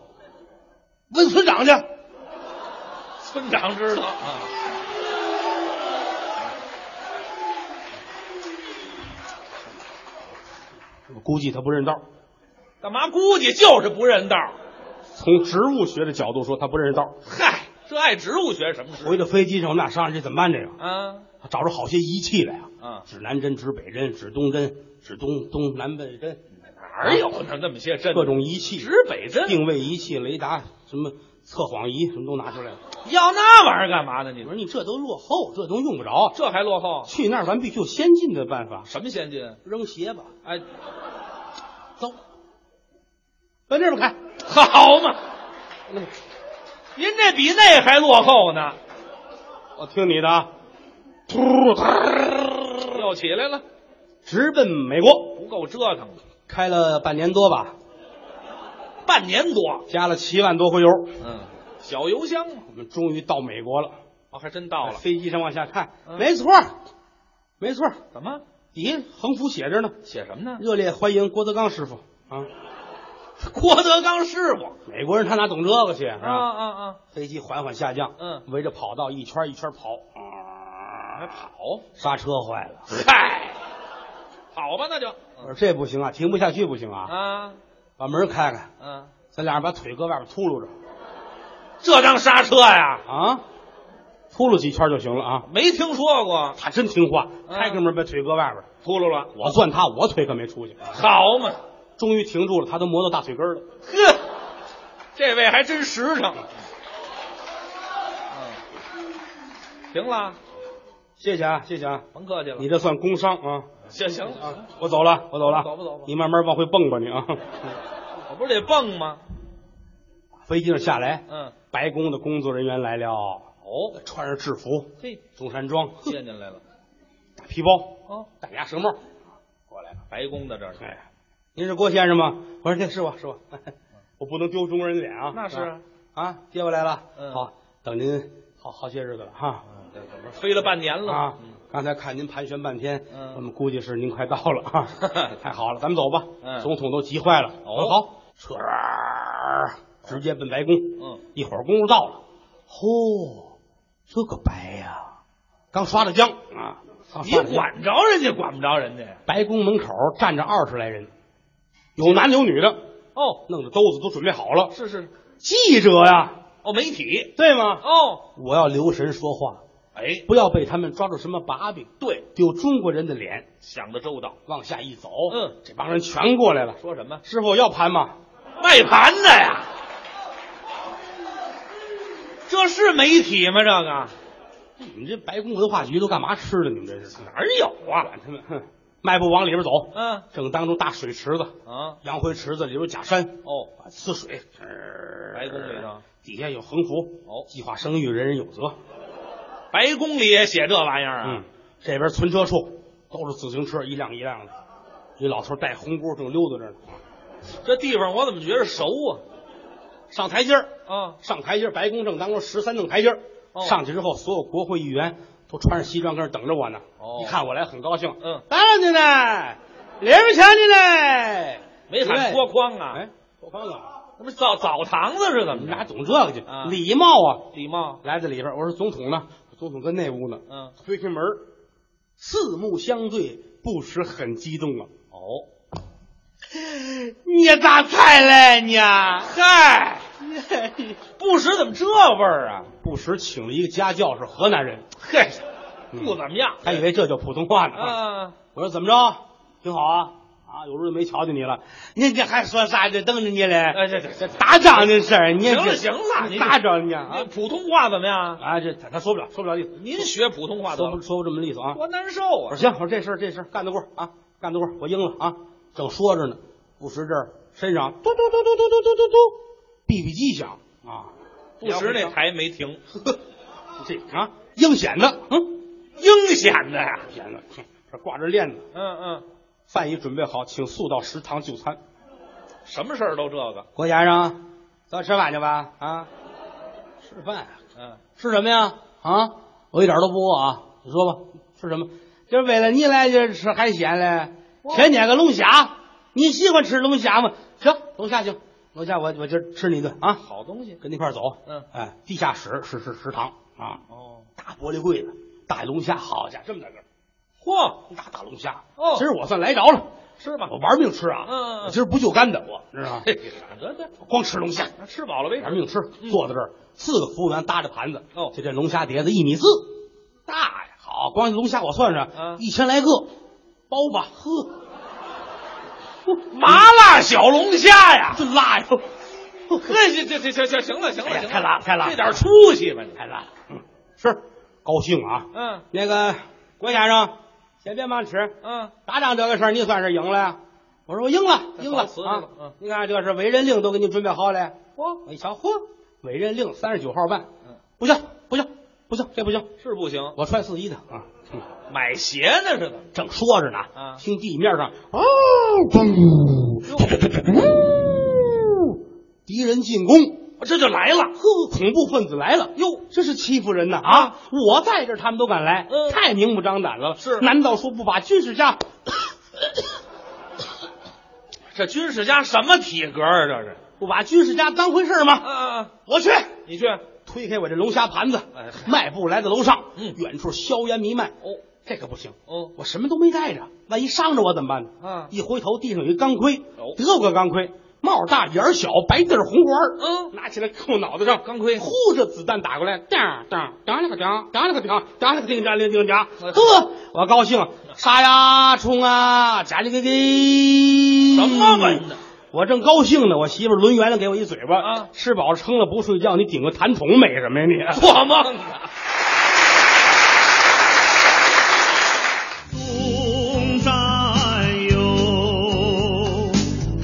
Speaker 24: 问村长去。
Speaker 14: 村长知道啊。
Speaker 24: 我估计他不认道儿，
Speaker 14: 干嘛？估计就是不认道儿。
Speaker 24: 从植物学的角度说，他不认识道儿。
Speaker 14: 嗨，这爱植物学什么事
Speaker 24: 回到飞机上，我们俩商量这怎么办？这个，
Speaker 14: 啊？
Speaker 24: 他找着好些仪器来啊，
Speaker 14: 啊
Speaker 24: 指南针、指北针、指东针、指东东南北针，啊
Speaker 14: 哪有那那么些针？
Speaker 24: 各种仪器、
Speaker 14: 指北针
Speaker 24: 定位仪器、雷达，什么测谎仪，什么都拿出来了。
Speaker 14: 要那玩意儿干嘛呢？你
Speaker 24: 我
Speaker 14: 说
Speaker 24: 说你这都落后，这都用不着。
Speaker 14: 这还落后？
Speaker 24: 去那儿咱必须有先进的办法，
Speaker 14: 什么先进？
Speaker 24: 扔鞋吧，
Speaker 14: 哎，
Speaker 24: 走，往这边嗯看。
Speaker 14: 好嘛，您这比那还落后呢。
Speaker 24: 我听你 的啊，突
Speaker 14: 又起来了，
Speaker 24: 直奔美国，
Speaker 14: 不够折腾的，
Speaker 24: 开了半年多吧，
Speaker 14: 半年多。
Speaker 24: 加了七万多回油，
Speaker 14: 嗯，小油箱嘛，
Speaker 24: 我们终于到美国了。
Speaker 14: 哦，还真到了。
Speaker 24: 飞机上往下看，
Speaker 14: 嗯
Speaker 24: 没错儿，没错儿，
Speaker 14: 怎么
Speaker 24: 底下横幅写着呢，
Speaker 14: 写什么呢？
Speaker 24: 热烈欢迎郭德纲师傅啊！
Speaker 14: 郭德纲师傅
Speaker 24: 美国人他哪懂这个去
Speaker 14: 啊
Speaker 24: 啊？
Speaker 14: 啊啊！
Speaker 24: 飞机缓缓下降，
Speaker 14: 嗯
Speaker 24: 围着跑道一圈一圈跑，
Speaker 14: 啊还跑？
Speaker 24: 刹车坏了，
Speaker 14: 嗨，跑吧那就
Speaker 24: 我说这不行啊，停不下去不行啊，
Speaker 14: 啊
Speaker 24: 把门开开，
Speaker 14: 啊，
Speaker 24: 咱俩人把腿搁外边秃噜着
Speaker 14: 这让刹车呀？
Speaker 24: 啊，秃噜几圈就行了啊。
Speaker 14: 没听说过，
Speaker 24: 他真听话，
Speaker 14: 嗯
Speaker 24: 开开门把腿搁外边，
Speaker 14: 秃噜了，
Speaker 24: 我攥他，我腿可没出去。
Speaker 14: 好嘛，
Speaker 24: 终于停住了，他都磨到大腿根儿了。
Speaker 14: 呵，这位还真实诚。 嗯，行了，
Speaker 24: 谢谢啊，谢谢啊，
Speaker 14: 甭客气了，
Speaker 24: 你这算工伤啊。
Speaker 14: 行行了，
Speaker 24: 我走了，我走了，
Speaker 14: 走吧走吧
Speaker 24: 你慢慢往回蹦吧，你啊。
Speaker 14: 我不是得蹦吗？
Speaker 24: 飞机上下来，
Speaker 14: 嗯，
Speaker 24: 白宫的工作人员来了，哦，穿着制服，
Speaker 14: 嘿，
Speaker 24: 中山装，
Speaker 14: 接进来了，
Speaker 24: 大 皮包，
Speaker 14: 哦，
Speaker 24: 大鸭舌帽。
Speaker 14: 过来了，白宫的这是，
Speaker 24: 哎，您是郭先生吗？我说对，是我是 我，我不能丢中国人的脸啊。
Speaker 14: 那是
Speaker 24: 啊啊，接过来了，
Speaker 14: 嗯
Speaker 24: 好，等您好好些日子了哈。
Speaker 14: 飞了半年了
Speaker 24: 啊
Speaker 14: 嗯，
Speaker 24: 刚才看您盘旋半天，
Speaker 14: 嗯
Speaker 24: 我们估计是您快到了 啊，太好了，咱们走吧。
Speaker 14: 嗯
Speaker 24: 总统都急坏了。
Speaker 14: 哦
Speaker 24: 好，车儿直接奔白宫。
Speaker 14: 嗯，
Speaker 24: 一会儿功夫到了，嚯，这个白呀，刚刷的浆啊，刚
Speaker 14: 你
Speaker 24: 刷的浆
Speaker 14: 管着人家，管不着人家呀。
Speaker 24: 白宫门口站着二十来人，有男的有女的，
Speaker 14: 哦，
Speaker 24: 弄着兜子都准备好了。
Speaker 14: 是是，
Speaker 24: 记者呀，
Speaker 14: 哦，媒体，
Speaker 24: 对吗？
Speaker 14: 哦，
Speaker 24: 我要留神说话，
Speaker 14: 哎，
Speaker 24: 不要被他们抓住什么把柄，
Speaker 14: 对，
Speaker 24: 丢中国人的脸。
Speaker 14: 想的周到。
Speaker 24: 往下一走，
Speaker 14: 嗯
Speaker 24: 这帮人全过来了。
Speaker 14: 说什么？
Speaker 24: 师傅要盘吗？
Speaker 14: 卖盘的呀？这是媒体吗？这个
Speaker 24: 你们这白宫文化局都干嘛吃的？你们这是哪
Speaker 14: 哪有啊？
Speaker 24: 管他们？哼，迈步往里边走。
Speaker 14: 嗯
Speaker 24: 正当中大水池子，
Speaker 14: 啊，
Speaker 24: 洋灰池子里边有假山，
Speaker 14: 哦，
Speaker 24: 啊呲水。呃
Speaker 14: 白宫里头，
Speaker 24: 底下有横幅，
Speaker 14: 哦
Speaker 24: 计划生育，人人有责。
Speaker 14: 白宫里也写这玩意儿
Speaker 24: 嗯
Speaker 14: 啊？，
Speaker 24: 这边存车处都是自行车，一辆一辆的。一老头戴红箍正溜达着呢，
Speaker 14: 这地方我怎么觉着熟啊？
Speaker 24: 上台阶儿，
Speaker 14: 啊，
Speaker 24: 上台阶儿，白宫正当中十三等台阶儿。
Speaker 14: 哦
Speaker 24: 上去之后，所有国会议员都穿着西装跟那儿等着我呢。
Speaker 14: 哦
Speaker 24: 一看我来很高兴，
Speaker 14: 嗯，
Speaker 24: 当然进
Speaker 14: 哎
Speaker 24: 来，里边请进来，
Speaker 14: 没喊脱
Speaker 24: 脱
Speaker 14: 框啊
Speaker 24: 哎？，脱框啊！
Speaker 14: 那不是澡澡堂子是怎
Speaker 24: 你
Speaker 14: 么
Speaker 24: 们俩
Speaker 14: 着？
Speaker 24: 懂这个去
Speaker 14: 啊？
Speaker 24: 礼貌啊！
Speaker 14: 礼貌，
Speaker 24: 来到里边，我说总统呢？总统跟那屋呢。
Speaker 14: 嗯，
Speaker 24: 推开门，四目相对，不时很激动啊。哦，你咋才来啊呢？ 嗨，不时怎么这味儿啊？哎不时请了一个家教，是河南人，嘿，
Speaker 6: 不怎么样。
Speaker 24: 嗯还以为这叫普通话呢。
Speaker 6: 嗯，
Speaker 24: 我说怎么着？挺好啊啊！有日子没瞧见你了，你这还说啥？这瞪着你嘞？
Speaker 6: 哎，这这这
Speaker 24: 打仗这事儿，你
Speaker 6: 行
Speaker 24: 也
Speaker 6: 了
Speaker 24: 是
Speaker 6: 行了，您
Speaker 24: 打仗你啊
Speaker 6: 您普通话怎么样？
Speaker 24: 啊！这他他说不了，说不了利索，
Speaker 6: 您学普通话
Speaker 24: 说
Speaker 6: 多
Speaker 24: 不说不这么利索啊！
Speaker 6: 多难受
Speaker 24: 我说！
Speaker 6: 啊
Speaker 24: 行，我说这事儿这事儿干得过啊，干得过，我应了啊。正说着呢，不时这儿身上嘟嘟嘟嘟嘟嘟嘟嘟嘟，BB 机响啊！
Speaker 6: 不时那台没 停，
Speaker 24: 这啊，应显的，嗯，应显的呀，显的，哼这挂着链子，
Speaker 6: 嗯嗯，
Speaker 24: 饭已准备好，请速到食堂就餐。
Speaker 6: 什么事儿都这个，
Speaker 24: 郭先生，咱吃饭去吧啊！吃饭啊
Speaker 6: 嗯，
Speaker 24: 吃什么呀？啊，我一点都不饿啊！你说吧，吃什么？就是为了你来这吃海鲜嘞。前点个龙虾，你喜欢吃龙虾吗？行，龙虾行，龙虾我我今儿吃你一顿啊！
Speaker 6: 好东西。
Speaker 24: 跟你一块儿走。
Speaker 6: 嗯
Speaker 24: 哎，地下室是是食堂啊，
Speaker 6: 哦，
Speaker 24: 大玻璃柜子，大龙虾，好家伙，这么大个儿，
Speaker 6: 嚯，
Speaker 24: 大大龙虾。
Speaker 6: 哦
Speaker 24: 今儿我算来着了，
Speaker 6: 吃吧
Speaker 24: 我，玩命吃啊！
Speaker 6: 嗯嗯
Speaker 24: 我今儿不就干的，我知道吗？
Speaker 6: 嘿，得得，
Speaker 24: 光吃龙虾，
Speaker 6: 啊吃饱了呗。嗯
Speaker 24: 玩命吃。坐在这儿，四个服务员搭着盘子，
Speaker 6: 哦
Speaker 24: 就这龙虾碟子一米四，大呀！好，光龙虾我算算，
Speaker 6: 嗯
Speaker 24: 一千来个，包吧，呵，
Speaker 6: 麻辣小龙虾呀！
Speaker 24: 真辣呀！呵
Speaker 6: 嘿，这这这这行了行了行
Speaker 24: 哎呀
Speaker 6: 了，
Speaker 24: 太辣了太辣了
Speaker 6: 这点出息吧你。
Speaker 24: 太辣了，嗯，吃，高兴啊！
Speaker 6: 嗯
Speaker 24: 那个郭先生，先别忙吃，
Speaker 6: 嗯，
Speaker 24: 打仗这个事儿你算是赢了呀？我说我赢了，
Speaker 6: 这
Speaker 24: 赢了
Speaker 6: 好词
Speaker 24: 啊
Speaker 6: 了！嗯
Speaker 24: 你看这是委任令都给你准备好了，
Speaker 6: 嚯，
Speaker 24: 我一瞧，嚯，委任令三十九号办
Speaker 6: 嗯，
Speaker 24: 不行不行不行，这不行，
Speaker 6: 是不行，
Speaker 24: 我穿四一的啊。嗯
Speaker 6: 买鞋呢是怎么？
Speaker 24: 正说着呢，
Speaker 6: 啊
Speaker 24: 听地面上哦， 敌人进攻，哦这就来了，呵，恐怖分子来了，哟，这是欺负人呐啊！我在这儿他们都敢来，
Speaker 6: 嗯
Speaker 24: 太明目张胆了，
Speaker 6: 是
Speaker 24: 难道说不把军事家？
Speaker 6: 这军事家什么体格啊？这是？
Speaker 24: 不把军事家当回事儿吗？
Speaker 6: 啊啊！
Speaker 24: 我去，
Speaker 6: 你去，
Speaker 24: 推开我这龙虾盘子
Speaker 6: 哎，
Speaker 24: 迈步来到楼上，
Speaker 6: 嗯
Speaker 24: 远处硝烟弥漫，
Speaker 6: 哦，
Speaker 24: 这可不行，
Speaker 6: 哦，
Speaker 24: 我什么都没带着，万一伤着我怎么办呢？
Speaker 6: 啊
Speaker 24: 一回头，地上有一钢盔
Speaker 6: 哦，
Speaker 24: 德国钢盔，帽大眼儿小，白底儿红花儿。
Speaker 6: 嗯
Speaker 24: 拿起来扣脑袋上，
Speaker 6: 钢盔
Speaker 24: 呼着子弹打过来，当当当了个当，当了个当，当了个叮当叮叮当。
Speaker 6: 哎
Speaker 24: 呵，我高兴，杀呀，冲啊，加里给给。
Speaker 6: 什么文呢？
Speaker 24: 我正高兴呢，我媳妇儿抡圆了给我一嘴巴。
Speaker 6: 啊
Speaker 24: 吃饱了撑了不睡觉，你顶个痰桶美什么呀你？
Speaker 6: 做梦呢。
Speaker 28: 东山有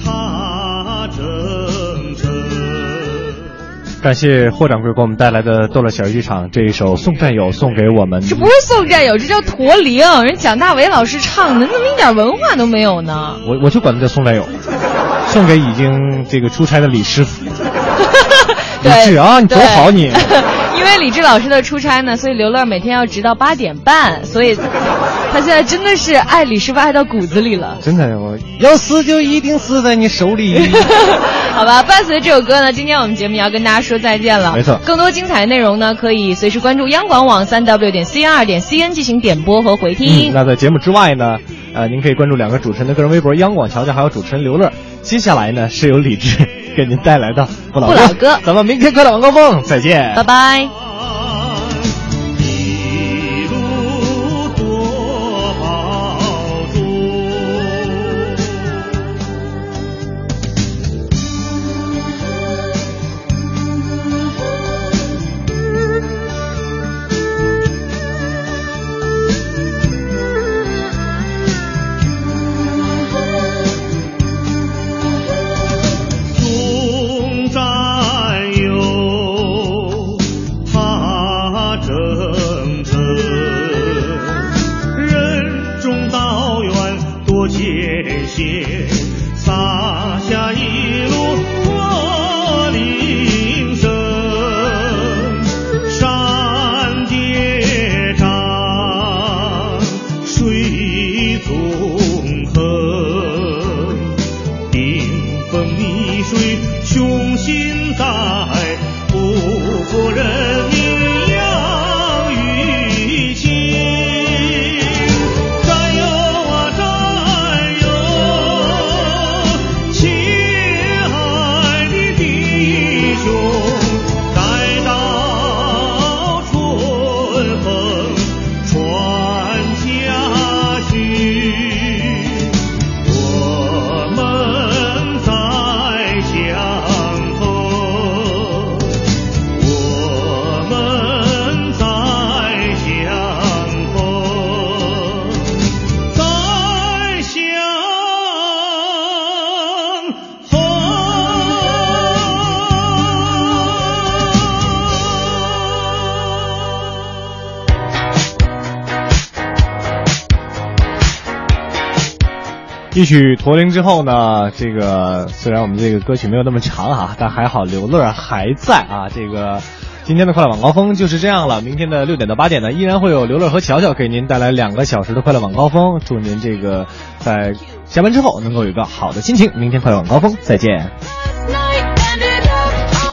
Speaker 28: 他铮铮。
Speaker 4: 感谢霍掌柜给我们带来的《逗乐小剧场》这一首《送战友》送给我们
Speaker 3: 这不是送战友，这叫驼铃。人蒋大为老师唱的，你怎么一点文化都没有呢？
Speaker 4: 我我就管他叫送战友，送给已经这个出差的李师傅。李
Speaker 3: 对
Speaker 4: 志啊，你多
Speaker 3: 对
Speaker 4: 好你！
Speaker 3: 因为李志老师的出差呢，所以刘乐每天要值到八点半，所以他现在真的是爱李师傅爱到骨子里了。
Speaker 4: 真的，我要死就一定死在你手 里。嗯
Speaker 3: 好吧，伴随这首歌呢，今天我们节目也要跟大家说再见了。
Speaker 4: 没错
Speaker 3: 更多精彩内容呢，可以随时关注央广网三 w 点 c r 点 c n 进行点播和回听。
Speaker 4: 嗯，那在节目之外呢，呃，您可以关注两个主持人的个人微博“央广乔乔”还有主持人刘乐。接下来呢，是由李志给您带来的不老
Speaker 3: 不老歌
Speaker 4: 咱们明天快乐晚高峰再见，
Speaker 3: 拜拜。
Speaker 28: 一路多豪纵。纵战友，他
Speaker 4: 一曲驼铃之后呢，这个虽然我们这个歌曲没有那么长啊，但还好刘乐还在啊。这个今天的快乐晚高峰就是这样了。明天的六点到八点呢，依然会有刘乐和乔乔给您带来两个小时的快乐晚高峰。祝您这个在下班之后能够有一个好的心情。明天快乐晚高峰，再见。